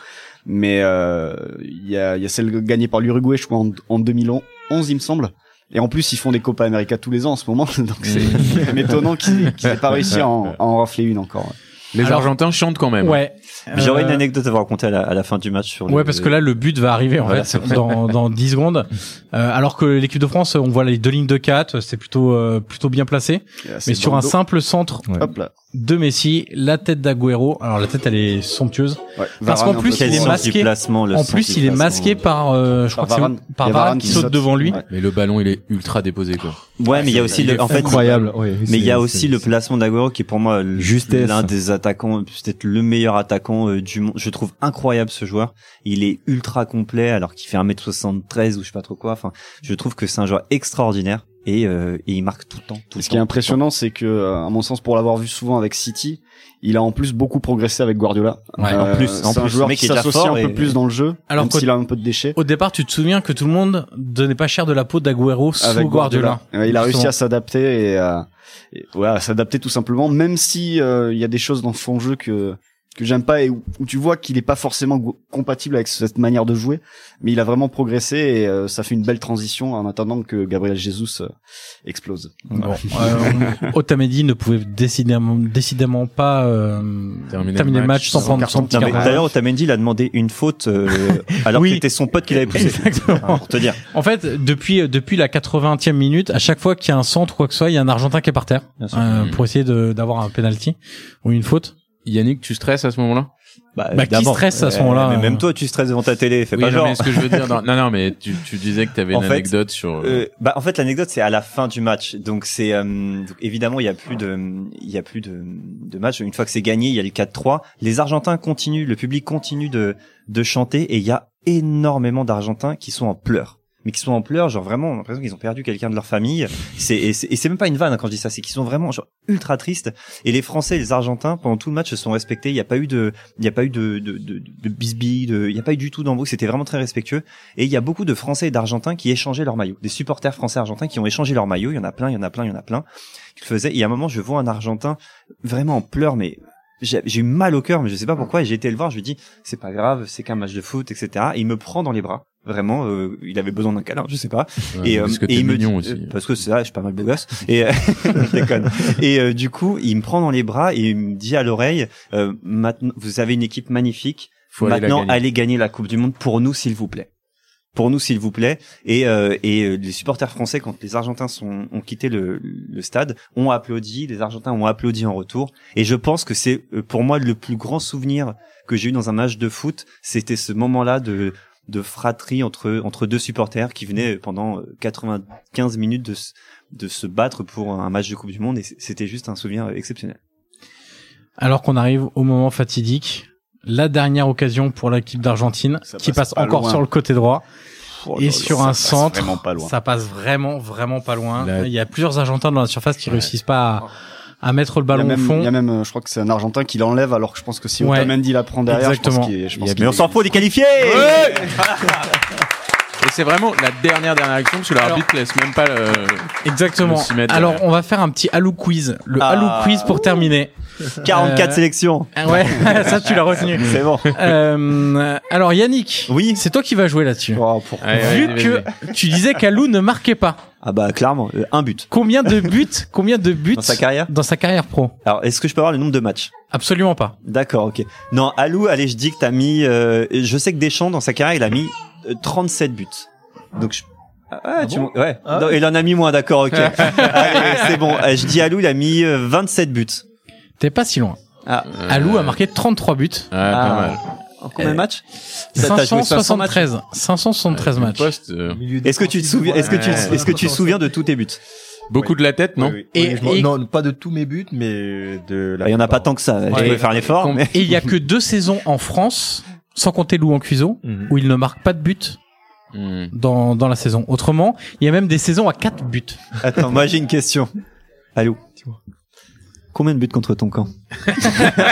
G: Mais euh, il y, a, il y a celle gagnée par l'Uruguay, je crois, en, en 2011, il me semble. Et en plus, ils font des Copa América tous les ans en ce moment, donc c'est
D: Mmh.
G: même étonnant qu'ils qu'ils aient pas réussi à en, à en rafler une encore.
A: Les
D: Alors-
A: Argentins chantent quand même.
D: Ouais.
F: J'aurais une
D: Euh,
F: anecdote à vous raconter à la, à la fin du match sur.
D: Ouais,
F: le-
D: parce que là, le but va arriver en
F: Voilà,
D: fait dans, dans 10 secondes. Euh, alors que l'équipe de France, on voit les deux lignes de 4, c'est plutôt euh, plutôt bien placé. Mais sur un simple
G: simple
D: centre
G: Hop là.
D: de Messi, la tête d'Aguero. Alors la tête, elle est somptueuse.
G: Ouais,
D: Parce
G: Varane
D: qu'en
G: un
D: plus,
G: peu
F: Quel
D: il est
G: trop.
F: sens
D: masqué.
F: du placement, le
D: en
F: sens
D: plus,
F: du
D: il est
F: placement.
D: masqué par, euh, je crois
G: Par
D: que c'est
G: Varane.
D: par
G: Il y a
D: Varane qui saute devant lui.
G: Ouais.
A: Mais le ballon, il est ultra déposé, quoi.
F: Ouais, mais il y a aussi
A: Il est
F: le, en fait,
H: incroyable. ouais,
F: Mais il y
H: c'est-
F: a aussi
H: c'est-
F: le placement d'Aguero qui est pour moi l-
H: Justesse.
F: l'un des attaquants, peut-être le meilleur attaquant euh, du monde. Je trouve incroyable ce joueur. Il est ultra complet alors qu'il fait 1m73 ou je sais pas trop quoi. Enfin, je trouve que c'est un joueur extraordinaire et, euh, et il marque tout le temps. Tout
G: Ce
F: le
G: qui est
F: temps.
G: impressionnant, c'est que, euh, à mon sens, pour l'avoir vu souvent avec City, il a en plus beaucoup progressé avec Guardiola. Euh,
D: Ouais,
F: en plus, en
G: c'est un
F: plus,
G: joueur
F: le mec
G: qui
F: est déjà
G: s'associe
F: fort
G: un
F: et-
G: peu plus dans le jeu,
D: Alors
G: même
D: qu'au-
G: s'il a un peu de déchets.
D: Au départ, tu te souviens que tout le monde donnait pas cher de la peau d'Aguero sous
G: Avec
D: Guardiola.
G: Ouais, il a réussi
D: Justement.
G: à s'adapter et, à- et, ouais, à s'adapter tout simplement, même si euh, il y a des choses dans son jeu que que j'aime pas et où, où tu vois qu'il est pas forcément go- compatible avec cette manière de jouer, mais il a vraiment progressé et euh, ça fait une belle transition en attendant que Gabriel Jesus euh, explose.
D: Bon, euh, Otamendi ne pouvait décidément, décidément pas euh, terminer, le match sans prendre son petit
F: Non, mais
D: carton.
F: D'ailleurs, Otamendi, il a demandé une faute euh, alors
D: Oui.
F: que c'était son pote qui l'avait poussé.
D: Exactement.
F: Pour te dire.
D: En fait, depuis euh, depuis la 80e minute, à chaque fois qu'il y a un centre ou quoi que ce soit, il y a un Argentin qui est par terre
F: Bien sûr.
D: euh,
A: Mmh.
D: pour essayer de- d'avoir un penalty ou une faute.
A: Yannick, tu stresses à ce moment-là
D: Bah, qui
F: évidemment.
D: stresse à ce
F: Euh,
D: moment-là,
F: mais
D: euh.
F: Même toi, tu stresses devant ta télé. Fais
E: Oui,
F: pas
E: non,
F: genre.
E: mais ce que je veux dire, non, non, non, mais tu, tu disais que tu avais
F: En
E: une
F: fait,
E: anecdote sur.
F: Euh, bah, en fait, l'anecdote, c'est à la fin du match. Donc, c'est euh, donc, évidemment, il y a plus de, il y a plus de, de match. Une fois que c'est gagné, il y a les 4-3. Les Argentins continuent, le public continue de, de chanter, et il y a énormément d'Argentins qui sont en pleurs. Mais qui sont en pleurs, genre vraiment, on a l'impression qu'ils ont perdu quelqu'un de leur famille. C'est et c'est et c'est même pas une vanne hein, quand je dis ça, c'est qu'ils sont vraiment genre ultra tristes. Et les Français, et les Argentins, pendant tout le match, se sont respectés. Il n'y a pas eu de, il n'y a pas eu de de, de, de bisbilles, de- il n'y a pas eu du tout d'embrouille. C'était vraiment très respectueux. Et il y a beaucoup de Français et d'Argentins qui échangeaient leurs maillots. Des supporters français argentins qui ont échangé leurs maillots. Il y en a plein, il y en a plein, il y en a plein. Qui le faisaient. Et à un moment, je vois un Argentin vraiment en pleurs, mais j'ai j'ai eu mal au cœur, mais je sais pas pourquoi. Et J'ai été le voir, je lui dis, c'est pas grave, c'est qu'un match de foot, etc. Et il me prend dans les bras. Vraiment, euh, il avait besoin d'un câlin, je sais pas.
E: Ouais,
F: Et, euh,
E: parce que
F: et
E: t'es
F: il me dit-
E: mignon
F: euh,
E: aussi.
F: Parce que c'est vrai, je suis pas mal beau gosse. Et euh, je déconne. Et euh, du coup, il me prend dans les bras et il me dit à l'oreille, euh, maintenant, vous avez une équipe magnifique.
E: Faut aller la
F: maintenant,
E: gagner.
F: allez gagner la Coupe du Monde pour nous, s'il vous plaît. Pour nous, s'il vous plaît. Et, euh, et euh, les supporters français, quand les Argentins sont, ont quitté le, le stade, ont applaudi. Les Argentins ont applaudi en retour. Et je pense que c'est euh, pour moi le plus grand souvenir que j'ai eu dans un match de foot. C'était ce moment-là de de fratrie entre entre deux supporters qui venaient pendant 95 minutes de se- de se battre pour un match de Coupe du Monde et c- c'était juste un souvenir exceptionnel.
D: Alors qu'on arrive au moment fatidique, la dernière occasion pour l'équipe d'Argentine,
G: Ça
D: qui
G: passe
D: passe
G: pas
D: encore
G: loin.
D: sur le côté droit
G: Oh là
D: et
G: là,
D: sur
G: ça
D: un
G: passe
D: centre.
G: vraiment pas loin.
D: Ça passe vraiment, vraiment pas loin.
H: La-
D: Il y a plusieurs Argentins dans la surface qui réussissent pas à, à mettre le
G: Il y a
D: ballon
G: même,
D: au fond.
G: il y a même, euh, je crois que c'est un Argentin qui l'enlève, alors que je pense que si
D: Ouais.
G: Otamendi la prend derrière, je
D: Exactement.
G: pense qu'il est- je pense
E: Il y a-
G: qu'il
E: mais
G: est-
E: on s'en
F: Pour les qualifier
E: Et c'est vraiment la dernière, dernière action, parce que l'arbitre laisse même pas le.
D: Exactement.
E: Le six mètres
D: Alors,
E: derrière.
D: on va faire un petit Alou quiz. Le
F: Ah.
D: Alou quiz pour terminer.
F: 44
D: Euh,
F: sélections.
D: Ah Ouais, ça tu l'as retenu.
F: C'est bon.
D: Euh, alors Yannick,
F: Oui.
D: c'est toi qui vas jouer là-dessus.
F: Oh, pour-
D: Vu que tu disais qu'Alou ne marquait pas,
F: Ah bah clairement, euh, un but
D: combien de buts, combien de buts
F: dans sa carrière.
D: dans sa carrière pro
F: Alors, est-ce que je peux avoir le nombre de matchs
D: Absolument pas.
F: D'accord, OK. Non, Alou, allez, je dis que t'as mis euh, je sais que Deschamps dans sa carrière, il a mis euh, 37 buts. Donc je ah, ouais, tu m'en- ouais.
H: Ah
F: Non, il en a mis moins, d'accord, ok. Allez, c'est bon. Euh, Je dis Alou, il a mis euh, 27 buts. Ah.
D: T'es pas si loin.
E: Euh,
D: Alou a marqué 33 buts,
E: Ah, pas mal.
F: En combien de matchs Ça, t'as joué 500 matchs
D: 573, 573 matchs.
E: Poste, euh,
F: Est-ce que tu te souviens Est-ce que tu
E: Ouais.
F: Est-ce que tu te souviens de tous tes buts
E: beaucoup de la tête, non
D: Et-
H: Et,
D: et-
H: Non, pas de tous mes buts, mais de la.
F: Bah, Il y en a pas
H: plupart.
F: tant que ça. Je
D: Ouais.
F: pouvais faire l'effort, mais
D: Et il y a que deux saisons en France, sans compter Lou en cuiseau,
H: Mhm.
D: où il ne marque pas de but
E: Hmm.
D: dans, dans la saison. Autrement, il y a même des saisons à 4 buts.
F: attends, moi j'ai une question. Alou, combien de buts contre ton camp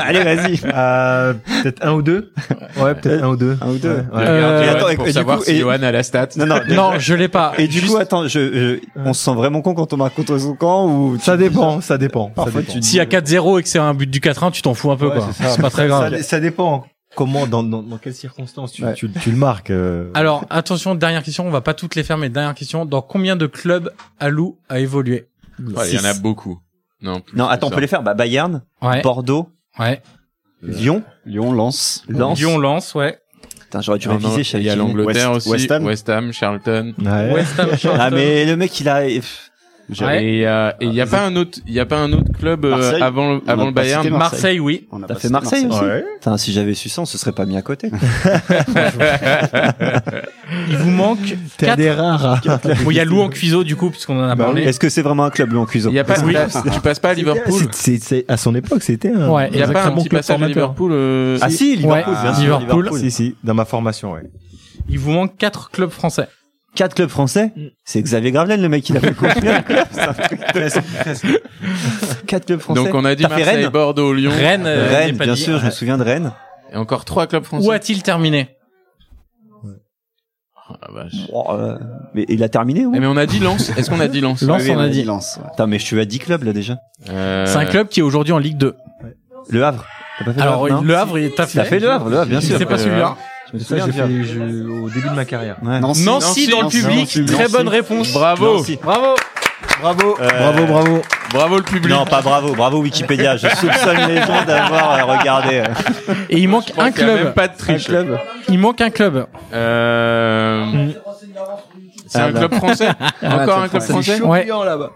F: Allez, vas-y.
H: Euh, peut-être un ou deux. Ouais, peut-être un ou deux.
F: Un ou deux.
H: Ouais, ouais.
D: Euh,
E: Regarde, Johan,
F: attends, et-
E: pour
F: et du
E: savoir
F: coup,
E: si
F: et-
E: Johan a la stat.
F: Non, non,
D: Non, je l'ai pas.
F: Et du
D: Juste-
F: coup, attends, je, je- on se sent vraiment con quand on marque contre son camp ou
H: Ça dépend, ça dépend. ça
F: Parfois,
H: dépend.
F: tu dis-
D: S'il y a 4-0 et que c'est un but du 4-1, tu t'en fous un peu,
H: Ouais,
D: quoi.
H: c'est ça.
D: C'est pas très
H: Ça-
D: grave.
H: Ça, ça dépend comment, dans, dans, dans quelles circonstances tu,
G: Ouais.
H: tu, tu le marques. euh.
D: Alors, attention, dernière question. On va pas toutes les faire, mais dernière question. Dans combien de clubs Alou a évolué?
E: Ouais, Il y en a beaucoup. Non, plus
F: Non,
E: que
F: attends, on
E: ça.
F: peut les faire. Bah, Bayern,
D: Ouais.
F: Bordeaux,
D: Ouais.
E: Euh,
F: Lyon,
G: Lyon lance.
F: Lens.
D: Lyon lance, ouais.
F: Putain, j'aurais dû
E: Non, non,
F: réviser. je
E: Il y a
F: savais qui-
E: l'Angleterre
G: West-
E: aussi,
G: West Ham.
E: Charlton.
H: Ouais.
D: West Ham,
F: Ah,
D: Charlton.
F: mais le mec, il a. pff,
G: J'avais-
E: Et il y a, et il y
F: Ah,
E: a pas un autre, il y a pas un autre club euh,
G: Marseille.
E: avant,
G: a
E: avant le
G: pas cité
F: bah,
E: Bayern.
G: Marseille.
D: Marseille, oui.
G: On a
E: Ah,
F: T'as
G: pas
F: fait
G: cité
F: Marseille aussi.
H: Ouais.
F: Putain, si j'avais su ça, on se serait pas mis à côté.
E: Bah,
D: Il vous manque
H: T'es un
D: 4.
H: des rares.
D: Bon, il y a Lou en cuiseau, du coup, puisqu'on en a parlé.
F: Est-ce que Bah c'est vraiment un club, Lyon Cuiseau
E: Il y a pas,
D: Oui.
E: tu passes pas à Liverpool.
H: C'est- c'est- c'est- à son époque, c'était un.
D: Ouais,
E: Il y a
H: un
E: pas
H: très
E: un petit
H: club
E: passage à
H: formateur.
E: Liverpool. euh,
F: Ah si, Liverpool,
D: Ouais,
F: bien sûr.
D: Liverpool.
H: Si, si, dans ma formation, ouais.
D: Il vous manque 4 clubs français.
F: Quatre clubs français
E: Mm.
F: C'est Xavier Gravelaine, le mec, il a fait combien de clubs C'est un truc de- Quatre clubs français.
E: Donc on a dit
F: T'as fait
E: Marseille,
F: Rennes
E: Bordeaux, Lyon.
D: Rennes, euh, il est
F: Rennes,
D: pas
F: bien
D: dit.
F: sûr, je me souviens de Rennes.
E: Et encore trois clubs français.
D: Où a-t-il terminé?
E: Ah, vache.
F: Oh, euh, mais il a terminé,
E: Eh,
F: oui.
E: mais on a dit Lens. Est-ce qu'on a dit Lens
D: Lens,
G: Oui,
D: on a dit.
G: Lens. ouais.
F: Putain, mais je suis à 10 clubs, là, déjà.
E: Euh,
D: C'est un club qui est aujourd'hui en Ligue 2.
F: Le Havre. T'as pas fait
D: Alors,
F: le Havre, non
D: Le Havre, il t'a fait.
F: T'as fait le Havre, le Havre, bien sûr.
D: C'est pas hein.
E: Euh,
D: celui-là.
F: Je me
H: Ça,
F: souviens
H: j'ai
F: du Havre.
H: fait je- au début de ma carrière.
F: Ouais.
G: Nancy.
D: Nancy dans le
G: Nancy,
D: public.
G: Nancy,
D: Très
G: Nancy.
D: bonne réponse.
E: Bravo.
F: Nancy.
D: Bravo.
H: Bravo,
F: Euh,
H: bravo, bravo.
E: Bravo le public.
F: Non, pas bravo, bravo Wikipédia. Je soupçonne les gens d'avoir euh, regardé. euh.
D: Et il manque
E: Je crois
D: un
E: qu'il y a
D: club.
E: Même pas de triche.
D: Il manque un club.
E: Euh, C'est
F: Ah,
E: un
F: là.
E: club français. Encore un club français.
D: Ouais.
H: là-bas.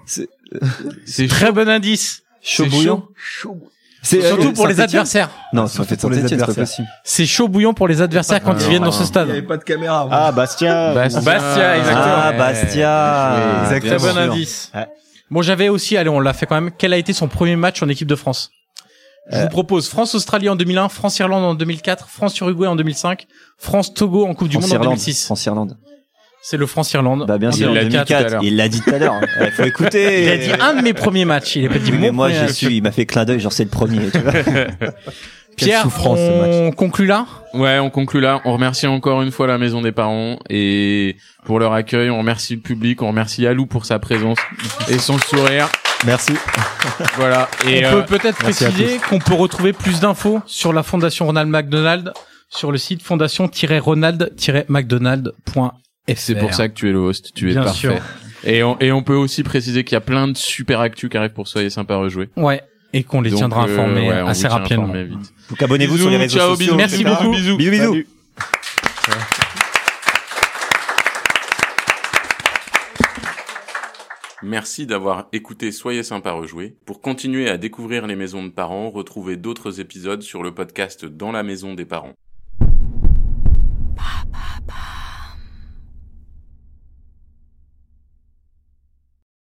E: C'est
D: Très bon indice.
E: chaud.
F: Chaud bouillant. C'est
D: Surtout
F: euh,
D: pour les
F: Saint-Étienne
D: adversaires.
F: Non, surtout pour les adversaires.
D: C'est chaud bouillant pour les adversaires quand ils viennent dans ce stade.
H: pas de caméra.
G: Ah, Bastien.
E: Bastia,
D: Bastia, exactement.
F: Ah,
E: Ouais.
F: Bastia.
E: Oui, bien
F: Exactement.
E: sûr.
D: indice. Bon, j'avais aussi, allez, on l'a fait quand même. Quel a été son premier match en équipe de France Je
F: Euh.
D: vous propose France-Australie en 2001, France-Irlande en 2004, France-Uruguay en 2005, France-Togo en Coupe du Monde en
F: France-Irlande.
D: 2006.
F: France-Irlande.
D: C'est le France-Irlande.
F: Bah, bien
D: en
F: sûr, en
D: 2004.
F: 2004. Il l'a dit tout à l'heure. Il faut écouter.
D: Il a dit un de mes premiers matchs. Il a pas dit
F: Oui,
D: mon
F: mais moi,
D: premier
F: j'ai
D: match.
F: su, il m'a fait clin d'œil, genre c'est le premier, tu vois.
D: Pierre,
F: souffrance, ce match.
D: on conclut là
E: Ouais, on conclut là. On remercie encore une fois la Maison des Parents et pour leur accueil. On remercie le public. On remercie Alou pour sa présence et son sourire.
F: Merci.
E: Voilà. Et
D: on
E: euh,
D: peut peut-être
H: merci à
D: préciser qu'on peut retrouver plus d'infos sur la Fondation Ronald McDonald sur le site fondation-ronald-mcdonald.fr.
E: c'est pour ça que tu es le host. Tu es
D: Bien
E: parfait.
D: sûr.
E: Et on, et on peut aussi préciser qu'il y a plein de super actus qui arrivent pour Soyez sympa à rejouer.
D: Ouais, et qu'on les
E: Donc,
D: tiendra
E: euh,
D: informés
E: ouais, on
D: assez
E: vous tient
D: rapidement.
E: informés vite.
F: Donc abonnez-vous sur les
E: Bisous,
F: réseaux
E: ciao,
F: sociaux.
E: bisous,
D: Merci
E: etc.
D: beaucoup.
E: Bisous.
F: Bisous, bisous.
A: Merci d'avoir écouté Soyez sympa rejouer. Pour continuer à découvrir les maisons de parents, retrouvez d'autres épisodes sur le podcast Dans la maison des parents.